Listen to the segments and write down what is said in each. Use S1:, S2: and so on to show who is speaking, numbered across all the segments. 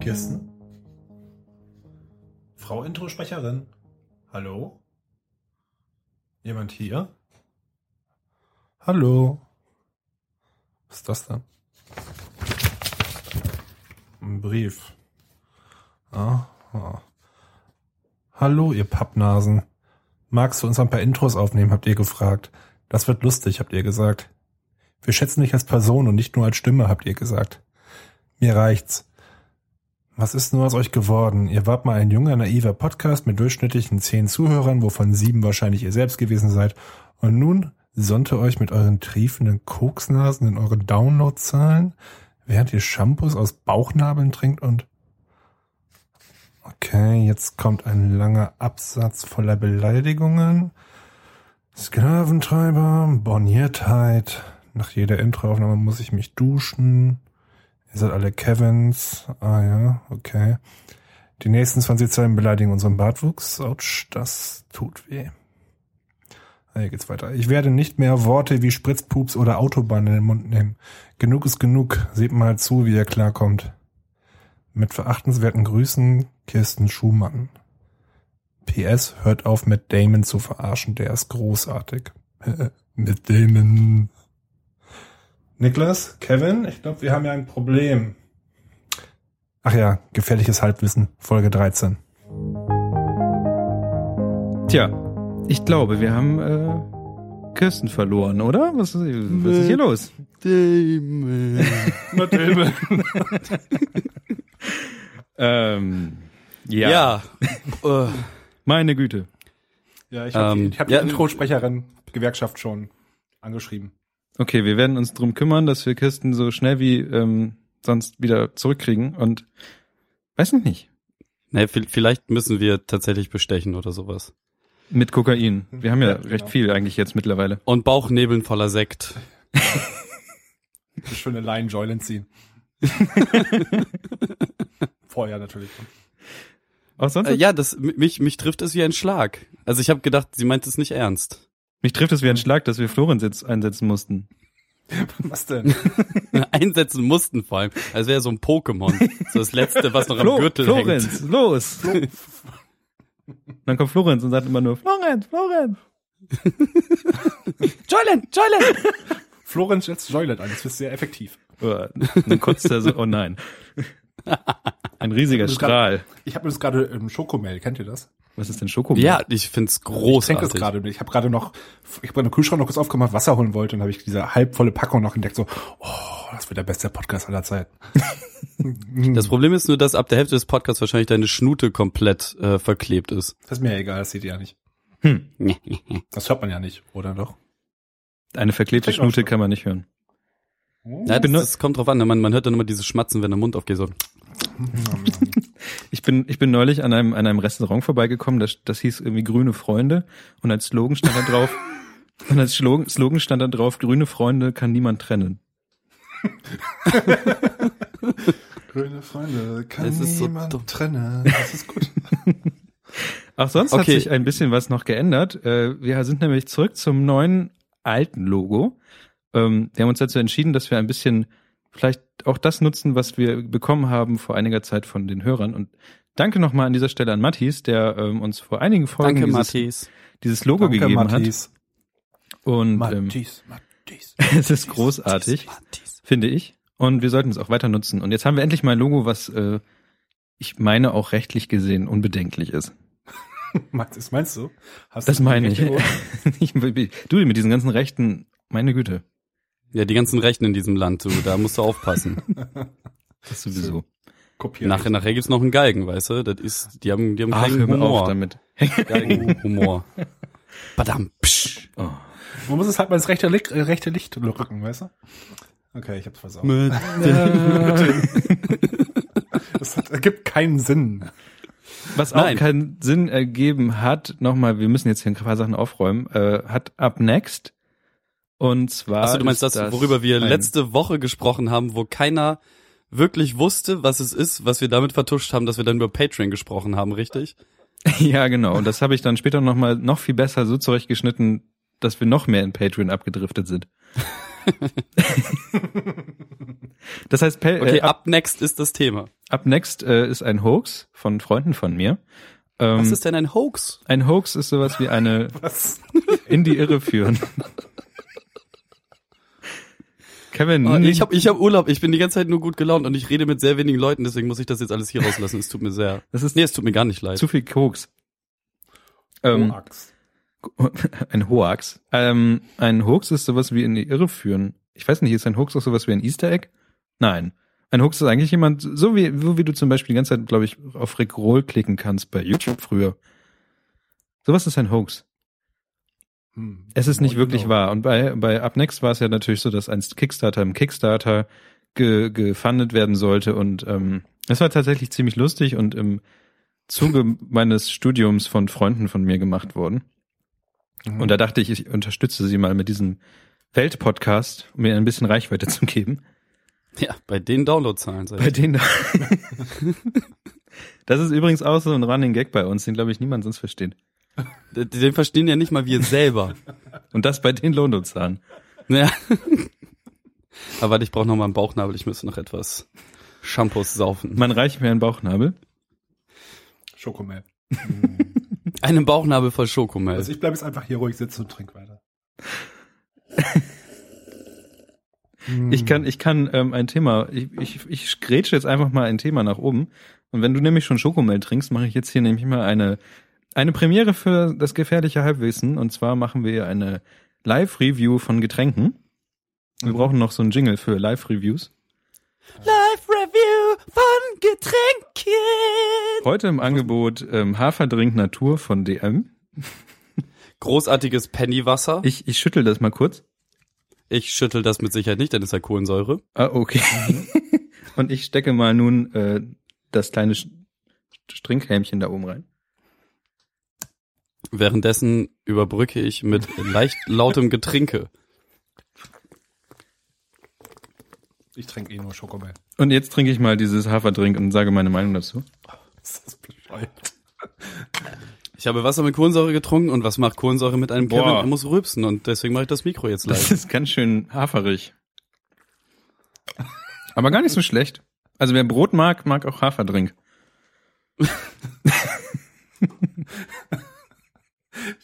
S1: Kirsten? Frau Introsprecherin? Hallo? Jemand hier? Hallo? Was ist das denn? Ein Brief. Aha. Hallo, ihr Pappnasen. Magst du uns ein paar Intros aufnehmen, habt ihr gefragt. Das wird lustig, habt ihr gesagt. Wir schätzen dich als Person und nicht nur als Stimme, habt ihr gesagt. Mir reicht's. Was ist nur aus euch geworden? Ihr wart mal ein junger, naiver Podcast mit durchschnittlichen zehn Zuhörern, wovon sieben wahrscheinlich ihr selbst gewesen seid. Und nun sonnte euch mit euren triefenden Koksnasen in euren Downloadzahlen, während ihr Shampoos aus Bauchnabeln trinkt und... Okay, jetzt kommt ein langer Absatz voller Beleidigungen. Sklaventreiber, Borniertheit. Nach jeder Introaufnahme muss ich mich duschen. Ihr seid alle Kevins. Ah ja, okay. Die nächsten 20 Zeilen beleidigen unseren Bartwuchs. Autsch, das tut weh. Ah, hier geht's weiter. Ich werde nicht mehr Worte wie Spritzpups oder Autobahn in den Mund nehmen. Genug ist genug. Seht mal zu, wie ihr klarkommt. Mit verachtenswerten Grüßen, Kirsten Schumann. PS, hört auf, Matt Damon zu verarschen. Der ist großartig. Matt Damon. Niklas, Kevin, ich glaube, wir haben ja ein Problem. Ach ja, gefährliches Halbwissen, Folge 13.
S2: Tja, ich glaube, wir haben äh, Kirsten verloren, oder? Was ist, was ist hier los?
S3: Damon.
S1: Matt Damon.
S2: Ähm, ja,
S3: Ja. Äh,
S2: meine Güte.
S1: ja, ich habe
S3: Ähm,
S1: die, ich hab
S3: ja.
S1: die Introsprecherin Gewerkschaft schon angeschrieben.
S2: Okay, wir werden uns drum kümmern, dass wir Kirsten so schnell wie ähm, sonst wieder zurückkriegen und weiß ich nicht.
S3: nee, vi- vielleicht müssen wir tatsächlich bestechen oder sowas.
S2: Mit Kokain. Wir haben ja,
S1: Ja,
S2: recht
S1: genau.
S2: viel eigentlich jetzt mittlerweile.
S3: Und Bauchnebeln voller Sekt.
S1: Eine schöne Line Joylin ziehen. Vorher natürlich.
S2: Auch sonst?
S3: Äh, ja, das m- mich mich trifft es wie ein Schlag. Also ich habe gedacht, sie meint es nicht ernst.
S2: Mich trifft es wie ein Schlag, dass wir Florenz jetzt einsetzen mussten.
S1: Was denn?
S3: Einsetzen mussten vor allem. Also wäre so ein Pokémon, so das letzte, was noch am
S2: Flo-
S3: Gürtel hängt.
S2: Florenz, los! Dann kommt Florenz und sagt immer nur Florenz, Florenz.
S3: Joyland, Joyland.
S1: Florenz setzt Joylin an, das ist sehr effektiv.
S2: Uah, Dann kotzt er so, oh nein. Ein riesiger
S1: Das ist
S2: Strahl.
S1: Ich habe das gerade im Schokomel, kennt ihr das?
S2: Was ist denn Schokomilch?
S3: Ja, ich find's
S1: Ich trinke das
S3: großartig.
S1: gerade. Ich habe gerade noch, ich habe den Kühlschrank noch kurz aufgemacht, Wasser holen wollte und habe ich diese halbvolle Packung noch entdeckt. So, oh, das wird der beste Podcast aller Zeiten.
S2: Hm.
S3: das Problem ist nur, dass ab der Hälfte des Podcasts wahrscheinlich deine Schnute komplett äh, verklebt ist.
S1: Das ist mir ja egal, das seht ihr ja nicht.
S2: Hm.
S1: Das hört man ja nicht, oder doch?
S2: Eine verklebte
S1: Klingt auch
S2: Schnute
S1: schon.
S2: kann man nicht hören.
S1: Oh,
S3: Ja, das,
S2: Benut-
S3: das kommt drauf an, man, man hört dann immer diese Schmatzen, wenn der Mund aufgeht. So.
S2: Ich bin, ich bin neulich an einem, an einem Restaurant vorbeigekommen, das, das hieß irgendwie Grüne Freunde und als Slogan stand da drauf, und als Slogan, Slogan stand da drauf, Grüne Freunde kann niemand trennen.
S1: Grüne Freunde, kann
S3: Es ist so
S1: niemand
S3: dumm.
S1: trennen. Das ist gut.
S2: Auch sonst hat
S3: Okay.
S2: sich ein bisschen was noch geändert. Äh, Wir sind nämlich zurück zum neuen alten Logo. Ähm, Wir haben uns dazu entschieden, dass wir ein bisschen vielleicht auch das nutzen, was wir bekommen haben vor einiger Zeit von den Hörern. Und danke nochmal an dieser Stelle an Matthias, der ähm, uns vor einigen Folgen
S3: Danke,
S2: dieses,
S3: Matthias.
S2: dieses Logo gegeben hat. Und ähm,
S1: Matthies, Matthies.
S2: es ist großartig.
S3: Matthias.
S2: finde ich. Und wir sollten es auch weiter nutzen. Und jetzt haben wir endlich mal ein Logo, was äh, ich meine auch rechtlich gesehen unbedenklich ist.
S1: Max, das meinst du? Hast
S2: Das
S1: du die
S2: meine ich.
S1: richtige Uhr?
S2: ich. Du mit diesen ganzen Rechten, meine Güte,
S3: Ja, die ganzen Rechten in diesem Land, du, da musst du aufpassen.
S2: das sowieso.
S1: Kopieren.
S3: nachher, nachher gibt's noch einen Geigen, weißt du? Das ist, die haben, die haben
S2: Genau. Ach,
S3: keinen
S2: hör mir auf
S3: Humor.
S2: damit.
S3: Geigenhumor. Badam, psch.
S2: Oh.
S1: Man muss es halt mal ins rechte, Licht- äh, rechte Licht rücken, weißt du? Okay, ich hab's versaut.
S3: Mit
S1: Das hat, ergibt keinen Sinn.
S2: Was auch
S3: Nein.
S2: keinen Sinn ergeben hat, nochmal, wir müssen jetzt hier ein paar Sachen aufräumen, äh, hat Up Next. Und zwar.
S3: Achso, du meinst
S2: ist
S3: das, worüber wir
S2: ein-
S3: letzte Woche gesprochen haben, wo keiner wirklich wusste, was es ist, was wir damit vertuscht haben, dass wir dann über Patreon gesprochen haben, richtig?
S2: Äh, Ja, genau. Und das habe ich dann später nochmal noch viel besser so zurechtgeschnitten, dass wir noch mehr in Patreon abgedriftet sind. Das heißt, Pel
S3: Okay,
S2: äh, ab,
S3: up next ist das Thema.
S2: ab next äh, ist ein Hoax von Freunden von mir. Ähm,
S3: Was ist denn ein Hoax?
S2: ein Hoax ist sowas wie eine
S4: Was?
S2: in die Irre führen. Kevin,
S3: Oh,
S2: nicht-
S3: ich habe ich hab Urlaub, ich bin die ganze Zeit nur gut gelaunt und ich rede mit sehr wenigen Leuten, deswegen muss ich das jetzt alles hier rauslassen. Es tut mir sehr.
S2: das ist
S3: Nee, es tut mir gar nicht leid.
S2: zu viel Koks. Ähm,
S4: Axt.
S2: ein Hoax. Ähm, ein Hoax ist sowas wie in die Irre führen. Ich weiß nicht, ist ein Hoax auch sowas wie ein Easter Egg? Nein. Ein Hoax ist eigentlich jemand, so wie, so wie du zum Beispiel die ganze Zeit, glaube ich, auf Rick Roll klicken kannst bei YouTube früher. Sowas ist ein Hoax.
S4: Hm.
S2: Es ist nicht
S4: Ja,
S2: wirklich
S4: genau.
S2: wahr. Und bei, bei Upnext war es ja natürlich so, dass ein Kickstarter im Kickstarter ge, gefundet werden sollte. Und ähm, das war tatsächlich ziemlich lustig und im Zuge meines Studiums von Freunden von mir gemacht worden.
S4: Mhm.
S2: Und da dachte ich, ich unterstütze sie mal mit diesem Weltpodcast, um mir ein bisschen Reichweite zu geben.
S3: Ja, bei den Downloadzahlen seid
S2: Bei
S3: ihr.
S2: denen. das ist übrigens auch so ein Running Gag bei uns, den glaube ich niemand sonst versteht.
S3: Den den verstehen ja nicht mal wir selber.
S2: Und das bei den Lohndutzahlen.
S3: Ja. Aber warte, ich brauche noch mal einen Bauchnabel, ich müsste noch etwas Shampoos saufen.
S2: Man reicht mir einen Bauchnabel.
S4: Schokomel.
S3: Einen Bauchnabel voll Schokomel.
S4: Also ich bleibe jetzt einfach hier ruhig sitzen und trink weiter.
S2: Ich kann, ich kann ähm, ein Thema, ich, ich, ich grätsche jetzt einfach mal ein Thema nach oben. Und wenn du nämlich schon Schokomel trinkst, mache ich jetzt hier nämlich mal eine, eine Premiere für das gefährliche Halbwissen. Und zwar machen wir eine Live-Review von Getränken. Wir brauchen noch so einen Jingle für Live-Reviews.
S3: Live-Review von Getränken.
S2: Heute im Angebot ähm, Haferdrink Natur von DM.
S3: Großartiges Pennywasser. Ich,
S2: Ich, ich schüttel das mal kurz.
S3: schüttel das mit Sicherheit nicht, denn es hat Kohlensäure.
S2: Ah, okay. Und ich stecke mal nun äh, das kleine Sch- Stringhelmchen da oben rein.
S3: Währenddessen überbrücke ich mit leicht lautem Getränke.
S4: Ich trinke eh nur Schokomel.
S2: Und jetzt trinke ich mal dieses Haferdrink und sage meine Meinung dazu.
S4: Ist das bescheuert?
S3: Ich habe Wasser mit Kohlensäure getrunken und was macht Kohlensäure mit einem Kevin?
S2: Boah.
S3: Er muss rülpsen und deswegen mache ich das Mikro jetzt
S2: Das
S3: leise.
S2: ist ganz schön haferig. Aber gar nicht so schlecht. Also wer Brot mag, mag auch Haferdrink.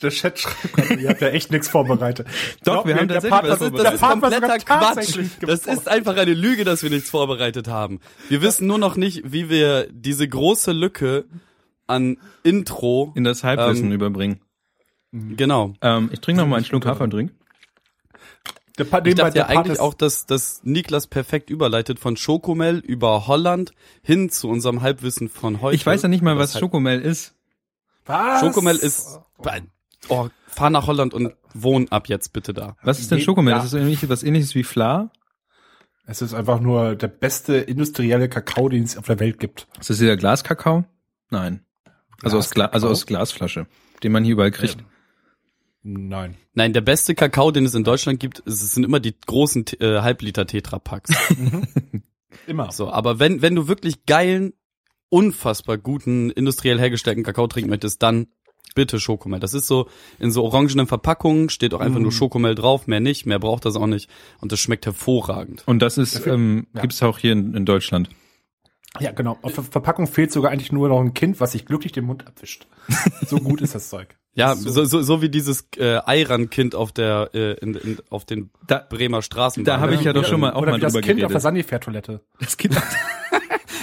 S4: Der Chat schreibt gerade, ihr habt ja echt nichts vorbereitet. Glaubt
S2: wir
S4: mir,
S2: haben
S4: der
S2: tatsächlich
S4: Part
S2: was
S4: hat-
S2: vorbereitet.
S4: der Part war sogar tatsächlich
S3: Das ist einfach eine Lüge, dass wir nichts vorbereitet haben. Wir wissen nur noch nicht, wie wir diese große Lücke an Intro
S2: In das Halbwissen
S3: Ähm.
S2: überbringen.
S3: genau.
S2: Ähm, ich trinke noch mal einen Schluck Haferdrink.
S4: Der Part,
S3: Ich
S4: nebenbei,
S3: dachte ja
S4: der Part
S3: eigentlich
S4: ist-
S3: auch, dass, dass Niklas perfekt überleitet von Schokomel über Holland hin zu unserem Halbwissen von heute.
S2: Ich weiß ja nicht mal,
S3: Das
S2: was
S3: halt-
S2: Schokomel ist.
S4: Was?
S3: Schokomel ist. Oh, fahr nach Holland und wohn ab jetzt bitte da.
S2: Was ist denn
S4: Nee,
S2: Schokomel?
S4: ja.
S2: Das ist irgendwie was ähnliches wie Fla.
S4: Es ist einfach nur der beste industrielle Kakao, den es auf der Welt gibt.
S2: Ist das dieser Glaskakao? Nein. Also aus, Gla also aus Glasflasche, den man hier überall kriegt.
S4: Nein.
S3: Nein, der beste Kakao, den es in Deutschland gibt, es sind immer die großen T- äh, Halbliter Tetrapacks.
S4: Immer.
S3: So, aber wenn, wenn du wirklich geilen, unfassbar guten, industriell hergestellten Kakao trinken möchtest, dann bitte Schokomel. Das ist so in so orangenen Verpackungen, steht auch einfach nur
S2: Mm.
S3: Schokomel drauf, mehr nicht, mehr braucht das auch nicht. Und das schmeckt hervorragend.
S2: Und das ist, ähm,
S4: Ja.
S2: gibt's auch hier in, in Deutschland.
S4: Ja, genau. Auf der Verpackung fehlt sogar eigentlich nur noch ein Kind, was sich glücklich den Mund abwischt. So gut ist das Zeug.
S3: Ja,
S4: So.
S3: so, so, so wie dieses äh, Eiran-Kind auf der äh, in, in, auf den
S2: Da,
S3: Bremer ne? Straßen.
S2: Da hab ich ja doch schon mal auch
S4: Oder
S2: mal
S4: wie das
S2: drüber
S4: Kind auf der
S2: geredet.
S4: Sanifair-Toilette.
S2: das gibt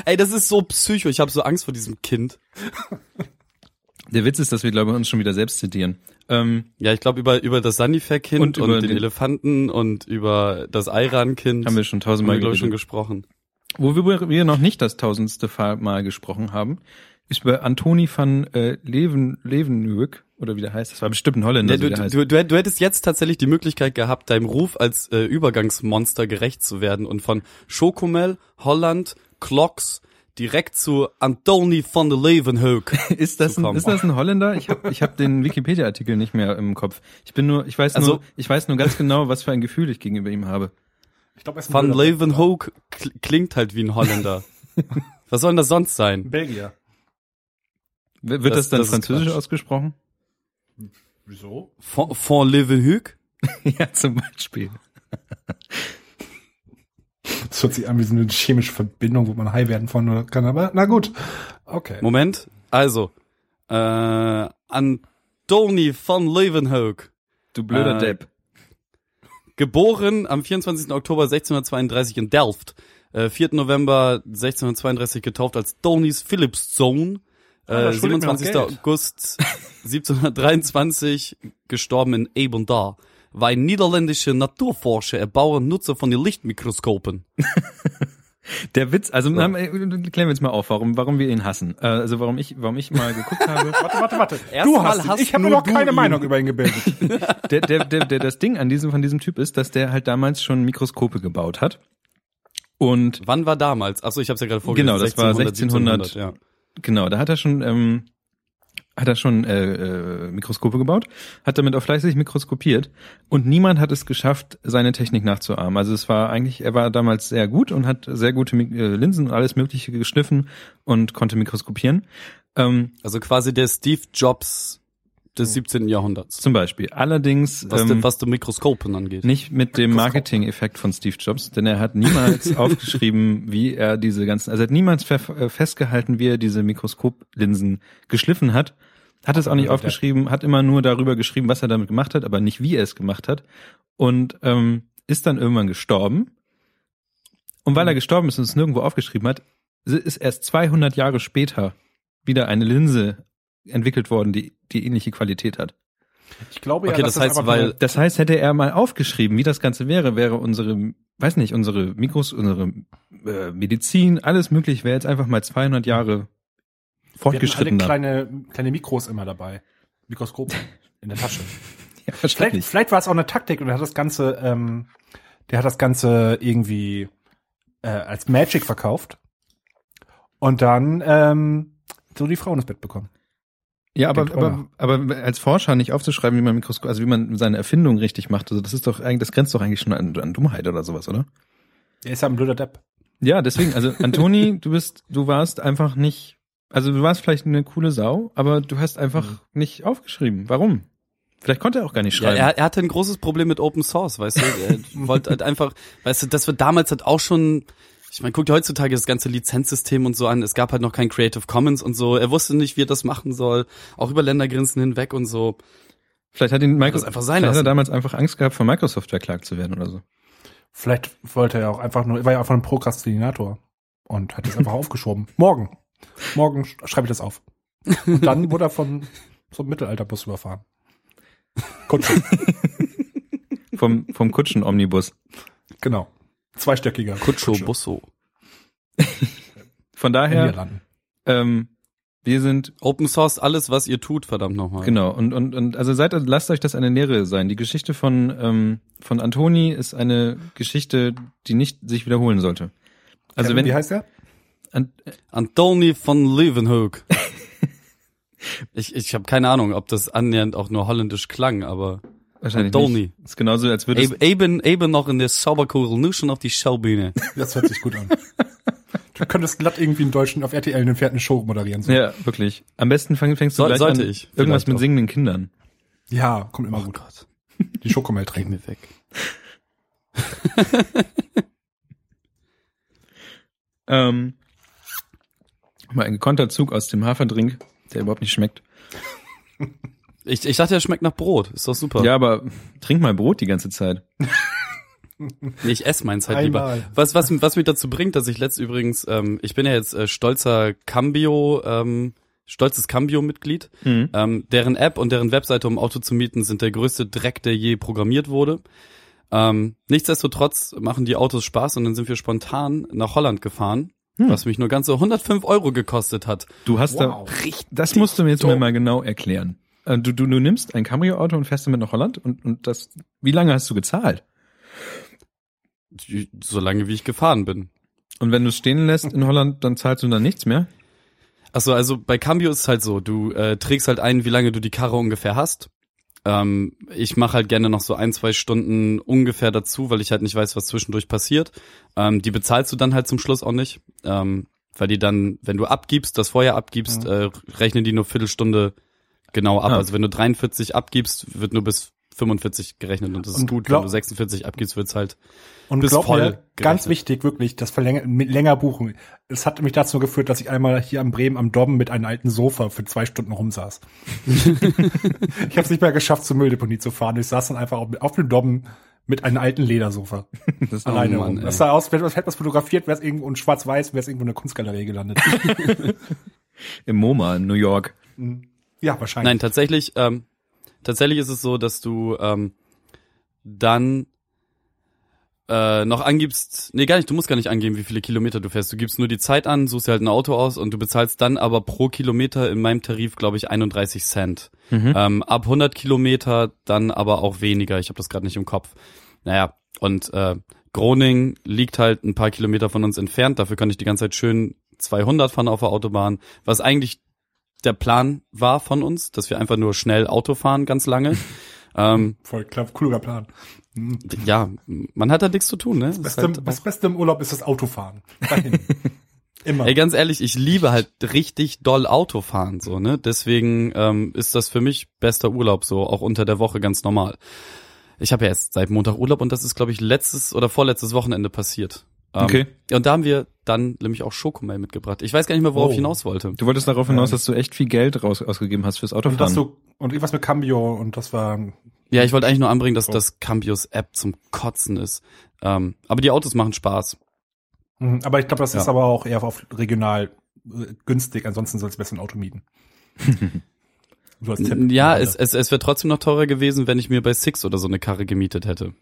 S3: Ey, das ist so psycho. Ich habe so Angst vor diesem Kind.
S2: Der Witz ist, dass wir, glaube ich, uns schon wieder selbst zitieren. Ähm,
S3: Ja, ich glaube über über das Sanifair-Kind
S2: Und
S3: und,
S2: über
S3: den,
S2: den-
S3: Elefanten und über das Eiran-Kind.
S2: haben wir schon tausendmal
S3: glaube
S2: geredet.
S3: ich, schon gesprochen.
S2: Worüber wir noch nicht das tausendste Fall mal gesprochen haben, ist über Antoni van äh, Leven, Levenwijk, oder wie der heißt. Das war bestimmt ein Holländer,
S3: Ja,
S2: so wie
S3: du,
S2: Also der heißt.
S3: du, du, du hättest jetzt tatsächlich die Möglichkeit gehabt, deinem Ruf als äh, Übergangsmonster gerecht zu werden und von Schokomel, Holland, Clocks direkt zu Antoni van der Leeuwenhoek.
S2: ist, das ein,
S3: zukommen.
S2: ist das ein Holländer? Ich habe ich hab den Wikipedia-Artikel nicht mehr im Kopf. Ich bin nur, ich weiß
S3: Also-
S2: nur, ich weiß nur ganz genau, was für ein Gefühl ich gegenüber ihm habe.
S4: Ich glaube, es ist ein
S3: Van
S4: Bilder-
S3: Leeuwenhoek kl- klingt halt wie ein Holländer. Was soll denn das sonst sein?
S4: Belgier.
S2: W- Wird das,
S3: Das-
S2: dann
S3: das ist
S2: französisch
S3: Quatsch.
S2: ausgesprochen?
S4: Wieso?
S3: Von, von Leeuwenhoek?
S2: ja, zum Beispiel.
S4: Das hört sich an wie so eine chemische Verbindung, wo man high werden von kann, aber na gut. Okay.
S3: Moment, also, äh, Antoni von Leeuwenhoek,
S2: Du blöder
S3: Äh,
S2: Depp.
S3: geboren am 24. Oktober 1632 in Delft, äh, 4. November 1632 getauft als Donis Philipszoon,
S4: Ah, da
S3: äh,
S4: schuldet mir noch
S3: 27.
S4: Geld.
S3: August 1723 gestorben in Ebendar, war ein niederländischer Naturforscher, Erbauer und Nutzer von den Lichtmikroskopen.
S2: Der Witz, also na, äh, klären wir jetzt mal auf, warum, warum wir ihn hassen. Äh, also warum ich, warum ich mal geguckt habe.
S4: Also, Warte, warte, warte. du
S3: Erstmal
S4: hast, ihn.
S3: hast
S4: ich habe
S3: nur
S4: noch
S3: du
S4: keine
S3: ihn.
S4: Meinung über ihn gebildet.
S2: der, der, der, der, das Ding an diesem, von diesem Typ ist, dass der halt damals schon Mikroskope gebaut hat. Und
S3: Wann war damals? Achso, ich habe es ja gerade vorgelesen.
S2: Genau, das war 1600,
S3: ja.
S2: genau, da hat er schon, ähm, hat er schon äh, äh, Mikroskope gebaut, hat damit auch fleißig mikroskopiert und niemand hat es geschafft, seine Technik nachzuahmen. Also es war eigentlich, er war damals sehr gut und hat sehr gute Mik- äh, Linsen und alles Mögliche geschliffen und konnte mikroskopieren. Ähm,
S3: Also quasi der Steve Jobs
S4: Hm.
S3: des 17. Jahrhunderts.
S2: zum Beispiel. Allerdings
S3: Was,
S2: ähm,
S3: den, was die Mikroskopen angeht.
S2: Nicht mit dem Marketing-Effekt von Steve Jobs, denn er hat niemals aufgeschrieben, wie er diese ganzen, also er hat niemals ver- äh, festgehalten, wie er diese Mikroskoplinsen geschliffen hat. Hat es auch nicht aufgeschrieben, hat immer nur darüber geschrieben, was er damit gemacht hat, aber nicht wie er es gemacht hat. Und ähm, ist dann irgendwann gestorben. Und weil er gestorben ist und es nirgendwo aufgeschrieben hat, si- ist erst 200 Jahre später wieder eine Linse entwickelt worden, die die ähnliche Qualität hat.
S4: Ich glaube
S3: Okay, das
S4: dass
S3: heißt,
S4: einfach
S3: weil-
S4: nur-
S2: Das heißt, hätte er mal aufgeschrieben, wie das Ganze wäre, wäre unsere, weiß nicht, unsere Mikros, unsere äh, Medizin, alles möglich, wäre jetzt einfach mal 200 Jahre
S4: wir hatten alle
S2: fortgeschrittener.
S4: kleine, kleine Mikros immer dabei. Mikroskop in der Tasche.
S2: Ja,
S4: Vielleicht,
S2: wahrscheinlich.
S4: vielleicht war es auch eine Taktik und er hat das Ganze, ähm, der hat das Ganze irgendwie äh, als Magic verkauft und dann ähm, so die Frau ins Bett bekommen.
S2: Ja, aber,
S4: Den
S2: aber, aber als Forscher nicht aufzuschreiben, wie man Mikroskop, also wie man seine Erfindung richtig macht, also das ist doch eigentlich, das grenzt doch eigentlich schon an, an Dummheit oder sowas, oder?
S4: Er ist ja ein blöder Depp.
S2: Ja, deswegen, also Antoni, du bist, du warst einfach nicht, also du warst vielleicht eine coole Sau, aber du hast einfach nicht aufgeschrieben. Warum? Vielleicht konnte er auch gar nicht
S3: Ja,
S2: schreiben.
S3: er, er hatte ein großes Problem mit Open Source, weißt du? Er wollte halt einfach, weißt du, das wird damals halt auch schon, ich meine, guck dir heutzutage das ganze Lizenzsystem und so an, es gab halt noch kein Creative Commons und so, er wusste nicht, wie er das machen soll, auch über Ländergrenzen hinweg und so.
S2: Vielleicht hat ihn
S3: das
S2: Microsoft
S3: einfach
S2: Vielleicht
S3: sein
S2: hat
S3: lassen.
S2: er damals einfach Angst gehabt, von Microsoft verklagt zu werden oder so.
S4: Vielleicht wollte er auch einfach nur, er war ja einfach ein Prokrastinator und hat das einfach aufgeschoben. Morgen. Morgen sch- schreibe ich das auf. Und dann wurde er von so einem Mittelalterbus überfahren. Kutsche,
S2: Vom, vom Kutschenomnibus.
S4: genau. Zweistöckiger.
S3: Kutscho Busso.
S2: Von
S4: In
S2: daher,
S4: Niederlanden.
S2: ähm, wir sind,
S3: Open Source alles, was ihr tut, verdammt nochmal.
S2: genau, und, und, und also seid, lasst euch das eine Lehre sein. Die Geschichte von, ähm, von Antoni ist eine Geschichte, die nicht sich wiederholen sollte. Also
S4: Kevin,
S3: Ähm,
S2: wenn,
S4: wie heißt er?
S2: an,
S3: Antoni von Leeuwenhoek. ich ich habe keine Ahnung, ob das annähernd auch nur holländisch klang, aber
S2: wahrscheinlich
S3: Antoni.
S2: nicht. Ist genauso, als würde es,
S3: eben, eben, eben noch in der Zauberkugel, nur schon auf die Schaubühne.
S4: Das hört sich gut an. Du könntest glatt irgendwie im Deutschen auf RTL eine eine Show moderieren. So.
S2: ja, wirklich. Am besten fang- fängst du
S3: Soll-
S2: gleich
S3: sollte
S2: an,
S3: ich vielleicht
S2: irgendwas mit
S3: auch.
S2: singenden Kindern.
S4: Ja, kommt immer gut.
S3: Gott,
S4: Die Schokomel trinken.
S3: mir weg.
S2: Ähm, mal ein gekonnter Zug aus dem Haferdrink, der überhaupt nicht schmeckt.
S3: Ich, ich dachte, er schmeckt nach Brot. Ist doch super.
S2: Ja, aber trink mal Brot die ganze Zeit.
S3: Nee, ich esse meins halt lieber.
S4: Einmal.
S3: Was, was, was mich dazu bringt, dass ich letzt übrigens, ähm, ich bin ja jetzt äh, stolzer Cambio, ähm, stolzes Cambio-Mitglied. Ähm, deren App und deren Webseite, um Auto zu mieten, sind der größte Dreck, der je programmiert wurde. Ähm, nichtsdestotrotz machen die Autos Spaß und dann sind wir spontan nach Holland gefahren, was mich nur ganze 105 Euro gekostet hat.
S2: Hm, Du hast
S4: Wow.
S2: da, das musst du mir jetzt mir mal genau erklären. Äh, Du, du, du nimmst ein Cabrio-Auto und fährst damit nach Holland und, und das, wie lange hast du gezahlt?
S3: So lange, wie ich gefahren bin.
S2: Und wenn du es stehen lässt in Holland, dann zahlst du dann nichts mehr?
S3: Achso, also bei Cambio ist es halt so, du äh, trägst halt ein, wie lange du die Karre ungefähr hast. Ähm, ich mache halt gerne noch so ein, zwei Stunden ungefähr dazu, weil ich halt nicht weiß, was zwischendurch passiert. Ähm, die bezahlst du dann halt zum Schluss auch nicht, ähm, weil die dann, wenn du abgibst, das vorher abgibst, äh, rechnen die nur Viertelstunde genau ab.
S2: Ah.
S3: Also wenn du 43 abgibst, wird nur bis 45 gerechnet und das ist
S1: Und
S3: gut.
S1: glaub-
S3: Wenn du 46 abgibst, wird's halt.
S1: Und
S3: Bis
S1: glaub
S3: voll
S1: mir, ganz
S3: gerechnet.
S1: wichtig, wirklich, das Verlänger mit länger buchen. Es hat mich dazu geführt, dass ich einmal hier am Bremen am Dobben mit einem alten Sofa für zwei Stunden rumsaß. ich habe es nicht mehr geschafft, zur Mülldeponie zu fahren. Ich saß dann einfach auf, auf dem Dobben mit einem alten Ledersofa.
S2: ist-
S1: alleine
S3: oh Mann,
S1: rum.
S3: ey.
S1: Das sah aus, wenn hätte das fotografiert, wäre es irgendwo in Schwarz-Weiß, wäre es irgendwo in der Kunstgalerie gelandet.
S2: Im MoMA in New York.
S1: ja, wahrscheinlich.
S3: Nein, tatsächlich, ähm, tatsächlich ist es so, dass du ähm, dann äh, noch angibst, nee, gar nicht, du musst gar nicht angeben, wie viele Kilometer du fährst. Du gibst nur die Zeit an, suchst dir halt ein Auto aus und du bezahlst dann aber pro Kilometer in meinem Tarif, glaube ich, 31 Cent.
S2: Mhm.
S3: Ähm, ab 100 Kilometer dann aber auch weniger. Ich habe das gerade nicht im Kopf. Naja, und äh, Groning liegt halt ein paar Kilometer von uns entfernt. Dafür kann ich die ganze Zeit schön 200 fahren auf der Autobahn, was eigentlich der Plan war von uns, dass wir einfach nur schnell Auto fahren, ganz lange. ähm,
S1: Voll klar, kluger Plan. Mhm.
S3: d- ja, man hat da nichts zu tun, ne? Ist
S1: Beste,
S3: halt-
S1: das Beste im Urlaub ist das Autofahren. Dahin. Immer.
S3: Ey, ganz ehrlich, ich liebe halt richtig doll Autofahren, so, ne? Deswegen ähm, ist das für mich bester Urlaub, so, auch unter der Woche ganz normal. Ich habe ja jetzt seit Montag Urlaub und das ist, glaube ich, letztes oder vorletztes Wochenende passiert. Ähm,
S2: Okay.
S3: Und da haben wir dann nämlich auch Schokomel mitgebracht. Ich weiß gar nicht mehr, worauf
S1: Oh.
S3: ich hinaus wollte.
S2: Du wolltest darauf hinaus, dass du echt viel Geld raus, ausgegeben hast fürs Autofahren.
S1: und, das so, und irgendwas mit Cambio und das war
S3: Ja, ich wollte eigentlich nur anbringen, dass
S1: So.
S3: das Cambios-App zum Kotzen ist. Ähm, aber die Autos machen Spaß.
S1: Mhm, Aber ich glaube, das ist
S3: Ja.
S1: aber auch eher auf regional äh, günstig. Ansonsten sollst du besser ein Auto mieten. so als Tipp.
S3: Ja, es, es, es wäre trotzdem noch teurer gewesen, wenn ich mir bei Six oder so eine Karre gemietet hätte.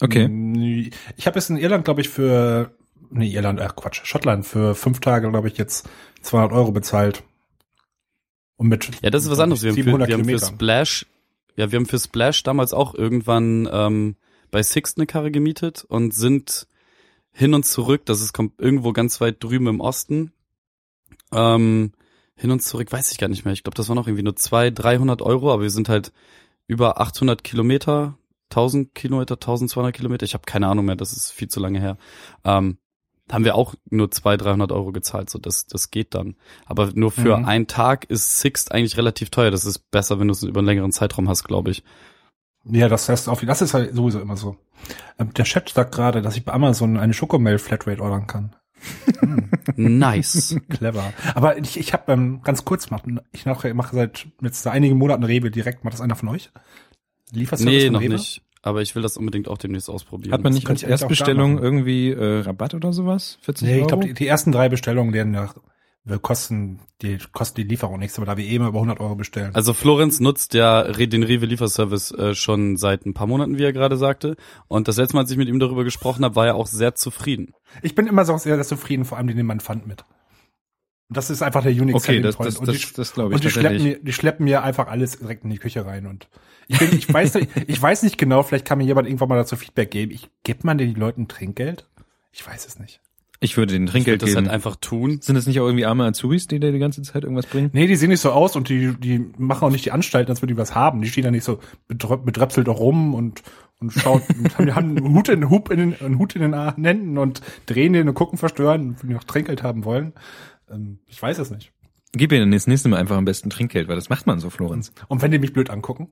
S2: okay.
S1: Mm, Ich habe jetzt in Irland, glaube ich, für nee, Irland, ach Quatsch, Schottland für fünf Tage, glaube ich, jetzt 200 Euro bezahlt. Und mit
S3: Ja, das ist was anderes. Wir haben, für,
S1: 700
S3: wir haben für
S1: Kilometern.
S3: Splash, ja, wir haben für Splash damals auch irgendwann ähm, bei Six eine Karre gemietet und sind hin und zurück, das ist kommt irgendwo ganz weit drüben im Osten. Ähm, hin und zurück weiß ich gar nicht mehr. Ich glaube, das waren auch irgendwie nur zwei, 300 Euro, aber wir sind halt über 800 Kilometer, 1000 Kilometer, 1200 Kilometer. Ich habe keine Ahnung mehr, das ist viel zu lange her. Ähm, da haben wir auch nur zwei, 300 Euro gezahlt, so das, das geht dann. Aber nur für
S1: Mhm.
S3: einen Tag ist Sixt eigentlich relativ teuer. Das ist besser, wenn du es über einen längeren Zeitraum hast, glaube ich.
S1: Ja, das heißt auf, das ist halt sowieso immer so. Ähm, Der Chat sagt gerade, dass ich bei Amazon eine Schokomel Flatrate ordern kann.
S3: Nice.
S1: Clever. Aber ich, ich habe ähm, ganz kurz gemacht. Ich mache, mache seit jetzt seit einigen Monaten Rewe direkt. Macht das einer von euch? Lieferservice
S3: nee,
S1: von
S3: noch
S1: Rewe?
S3: nicht. Aber ich will das unbedingt auch demnächst ausprobieren.
S2: Hat man nicht
S1: könnte
S2: als
S1: ich eigentlich auch da
S2: Erstbestellung
S1: machen.
S2: irgendwie äh, Rabatt oder sowas? 40
S1: Nee, ich
S2: Euro?
S1: glaube, die, die ersten drei Bestellungen werden ja, wir kosten die, kosten die Lieferung nichts, aber da wir eh immer über 100 Euro bestellen.
S3: Also Florenz nutzt ja Re- den Rewe Lieferservice äh, schon seit ein paar Monaten, wie er gerade sagte. Und das letzte Mal, als ich mit ihm darüber gesprochen habe, war er auch sehr zufrieden.
S1: ich bin immer so sehr sehr zufrieden, vor allem den, den man fand mit. Und Das ist einfach der unique
S2: okay,
S1: Selling
S2: das,
S1: Point.
S2: das,
S1: und
S2: das,
S1: die,
S2: das glaube ich
S1: und die schleppen,
S2: tatsächlich.
S1: mir, die schleppen mir einfach alles direkt in die Küche rein. Und ich, bin, ich, weiß, nicht- ich weiß nicht genau, vielleicht kann mir jemand irgendwann mal dazu Feedback geben. Ich, gibt man den Leuten Trinkgeld? Ich weiß es nicht.
S2: Ich würde den
S3: Ich würde
S2: Trinkgeld
S3: das
S2: geben.
S3: halt einfach tun.
S2: Sind das nicht auch irgendwie arme Azubis, die dir die ganze Zeit irgendwas bringen?
S1: Nee, die sehen nicht so aus und die, die machen auch nicht die Anstalten, als würden die was haben. Die stehen da nicht so bedrö- bedröpselt auch rum und, und schauen, und haben, haben einen, Hut in, einen, Hub in den, einen Hut in den A- Händen und drehen den und gucken verstören, und wenn die noch Trinkgeld haben wollen. Ähm, Ich weiß es nicht.
S2: Gib ihnen das nächste Mal einfach am besten Trinkgeld, weil das macht man so, Florenz.
S1: Und wenn die mich blöd angucken,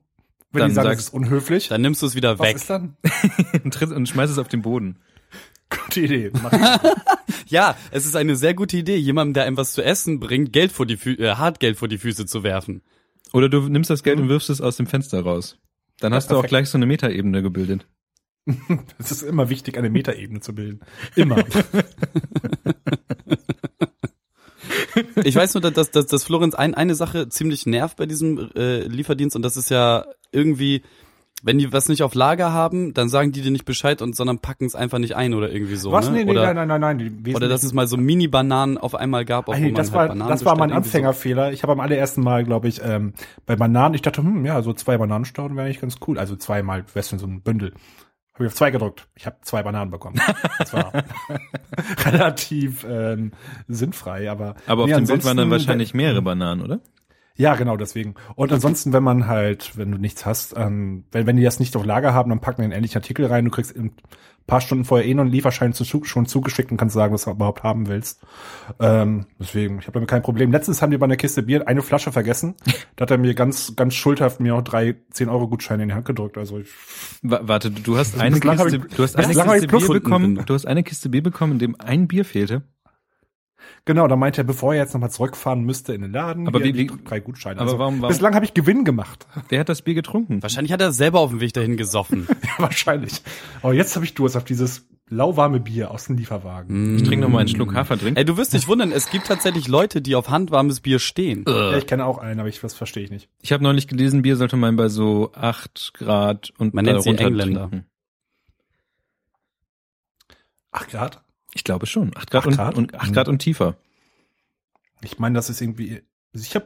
S1: wenn
S2: Dann
S1: die sagen,
S2: sagst-
S1: das ist unhöflich,
S3: Dann nimmst du es wieder
S1: was
S3: weg.
S1: ist dann?
S2: Und tritt- und schmeiß es auf den Boden.
S1: Gute Idee. Mach ich.
S3: Ja, es ist eine sehr gute Idee, jemandem, der einem was zu essen bringt, Geld vor die Fü äh, Hartgeld vor die Füße zu werfen.
S2: Oder du nimmst das Geld und wirfst es aus dem Fenster raus. Dann hast du auch
S1: perfekt.
S2: gleich so eine Metaebene gebildet.
S1: Es ist immer wichtig, eine Metaebene zu bilden. Immer.
S3: Ich weiß nur, dass, dass, dass, dass Florenz ein, eine Sache ziemlich nervt bei diesem äh, Lieferdienst und das ist ja irgendwie, wenn die was nicht auf Lager haben, dann sagen die dir nicht Bescheid und sondern packen es einfach nicht ein oder irgendwie so.
S1: Was?
S3: Ne?
S1: Nee, nee,
S3: oder,
S1: nein, nein, nein, nein. Die
S3: Oder dass es mal so Mini-Bananen auf einmal gab,
S1: Ach
S3: obwohl
S1: nee,
S3: man
S1: das,
S3: halt
S1: war,
S3: Bananen
S1: das war mein
S3: bestellt, irgendwie so.
S1: Anfängerfehler. Ich habe am allerersten Mal, glaube ich, ähm, bei Bananen, ich dachte, hm, ja, so zwei Bananenstauden wäre eigentlich ganz cool. Also zweimal, wärst du in so ein Bündel. Habe ich auf zwei gedrückt. Ich habe zwei Bananen bekommen. Das war relativ ähm, sinnfrei, aber.
S2: Aber auf
S1: Nee,
S2: dem Bild waren dann
S1: ansonsten- äh,
S2: wahrscheinlich mehrere Bananen, oder?
S1: Ja, genau, deswegen. Und ansonsten, wenn man halt, wenn du nichts hast, ähm, wenn, wenn die das nicht auf Lager haben, dann packen die einen ähnlichen Artikel rein. Du kriegst in ein paar Stunden vorher eh noch einen Lieferschein zu, schon zugeschickt und kannst sagen, was du überhaupt haben willst. Ähm, deswegen, ich habe damit kein Problem. Letztens haben die bei einer Kiste Bier eine Flasche vergessen. da hat er mir ganz, ganz schuldhaft mir auch drei 10-Euro-Gutscheine in die Hand gedrückt. Also ich,
S2: Wa- Warte, du- du hast eine
S1: bislang hab
S2: Kiste,
S1: ich-
S2: du hast eine
S1: bislang hab
S2: Kiste
S1: ich
S2: Bier
S1: Pluspunkte
S2: bekommen,
S1: drin.
S2: du hast eine Kiste Bier bekommen, in dem ein Bier fehlte.
S1: genau, da meinte er, bevor er jetzt nochmal zurückfahren müsste in den Laden,
S2: Aber
S1: hier,
S2: wie-
S1: die drei Gutscheine. Also
S2: aber warum- warum-
S1: Bislang habe ich Gewinn gemacht.
S2: Wer hat das Bier getrunken?
S3: Wahrscheinlich hat er selber auf dem Weg dahin gesoffen.
S1: Wahrscheinlich. Aber jetzt habe ich Durst auf dieses lauwarme Bier aus dem Lieferwagen.
S2: Ich trinke nochmal einen Schluck Haferdrink.
S3: Ey, du wirst dich wundern, es gibt tatsächlich Leute, die auf handwarmes Bier
S2: Äh.
S3: stehen.
S1: Ja, ich kenne auch einen, aber ich, das verstehe ich nicht.
S2: Ich habe neulich gelesen, Bier sollte man bei so 8 Grad und
S3: Man nennt sie
S2: darunter
S3: Engländer.
S2: trinken.
S1: Ach, gerade?
S2: Ich glaube schon. 8 Grad,
S1: Acht Grad?
S2: Und, und 8 Grad und tiefer.
S1: Ich meine, das ist irgendwie. Ich habe,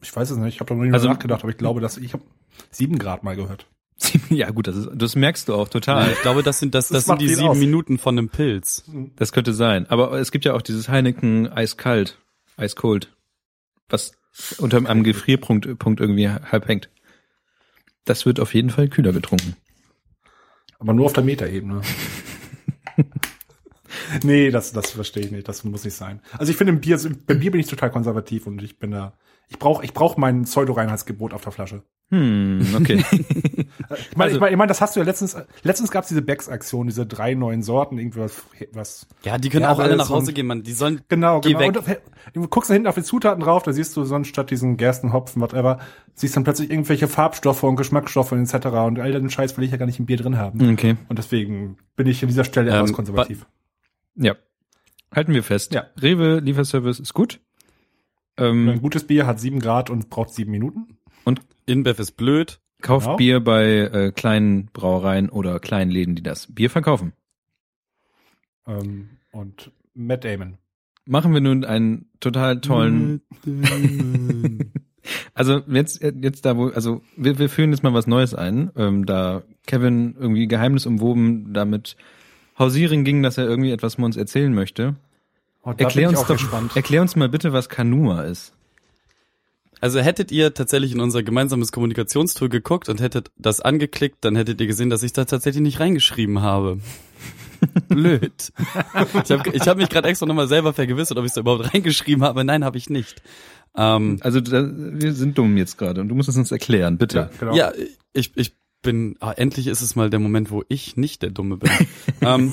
S1: ich weiß es nicht, ich habe da noch nie also,
S2: Also-
S1: nachgedacht, aber ich glaube, dass ich habe sieben Grad mal gehört.
S2: ja, gut, das, ist, das merkst du auch
S3: Ja,
S2: total.
S3: ich glaube, das sind, das, das
S1: Das
S3: sind
S1: macht
S3: die
S1: viel
S3: sieben
S1: aus.
S3: Minuten von einem Pilz.
S2: Das könnte sein. Aber es gibt ja auch dieses Heineken eiskalt, eiskold, was unter am Gefrierpunkt Punkt irgendwie halb hängt. Das wird auf jeden Fall kühler getrunken.
S1: Aber nur auf der Meterebene. nee, das, das verstehe ich nicht. Das muss nicht sein. Also ich finde im Bier, beim Bier bin ich total konservativ und ich bin da. Ich brauche ich brauch mein Pseudo-Reinheitsgebot auf der Flasche.
S2: Hm, okay.
S1: Ich meine,
S2: Also-
S1: ich meine, ich meine, das hast du ja letztens, letztens gab es diese Becks-Aktion, diese drei neuen Sorten, irgendwie was, was
S3: Ja, die können
S1: Ja,
S3: auch alle
S1: alles
S3: nach Hause
S1: und-
S3: gehen, man. Die sollen,
S1: Genau,
S3: Geh
S1: genau.
S3: weg.
S1: Und, äh, du guckst da hinten auf die Zutaten drauf, da siehst du sonst statt diesen Gersten, Hopfen, whatever, siehst dann plötzlich irgendwelche Farbstoffe und Geschmacksstoffe und etc. Und all den Scheiß will ich ja gar nicht im Bier drin haben.
S2: Okay.
S1: Und deswegen bin ich an dieser Stelle
S3: Hm. Ähm,
S1: etwas konservativ.
S2: Ja. Halten wir fest.
S1: Ja.
S2: Rewe Lieferservice ist gut. Ähm,
S1: Ein gutes Bier hat sieben Grad und braucht sieben Minuten.
S3: InBev ist blöd.
S2: Kauft
S1: Genau.
S2: Bier bei äh, kleinen Brauereien oder kleinen Läden, die das Bier verkaufen.
S1: Ähm, und Matt Damon.
S2: Machen wir nun einen total tollen. Also jetzt, jetzt da wo, also wir, wir führen jetzt mal was Neues ein. Ähm, da Kevin irgendwie geheimnisumwoben damit hausieren ging, dass er irgendwie etwas von uns erzählen möchte.
S1: Oh, da
S2: Erklär
S1: bin ich
S2: uns,
S1: auch
S2: doch,
S1: gespannt.
S2: erklär uns mal bitte, was Kanua ist.
S3: Also hättet ihr tatsächlich in unser gemeinsames Kommunikationstool geguckt und hättet das angeklickt, dann hättet ihr gesehen, dass ich da tatsächlich nicht reingeschrieben habe. Blöd. ich habe ich hab mich gerade extra nochmal selber vergewissert, ob ich da überhaupt reingeschrieben habe. Nein, habe ich nicht. Ähm,
S2: Also da, wir sind dumm jetzt gerade und du musst es uns erklären, bitte.
S1: genau.
S3: Ja, ich, ich bin, ah, endlich ist es mal der Moment, wo ich nicht der Dumme bin. ähm,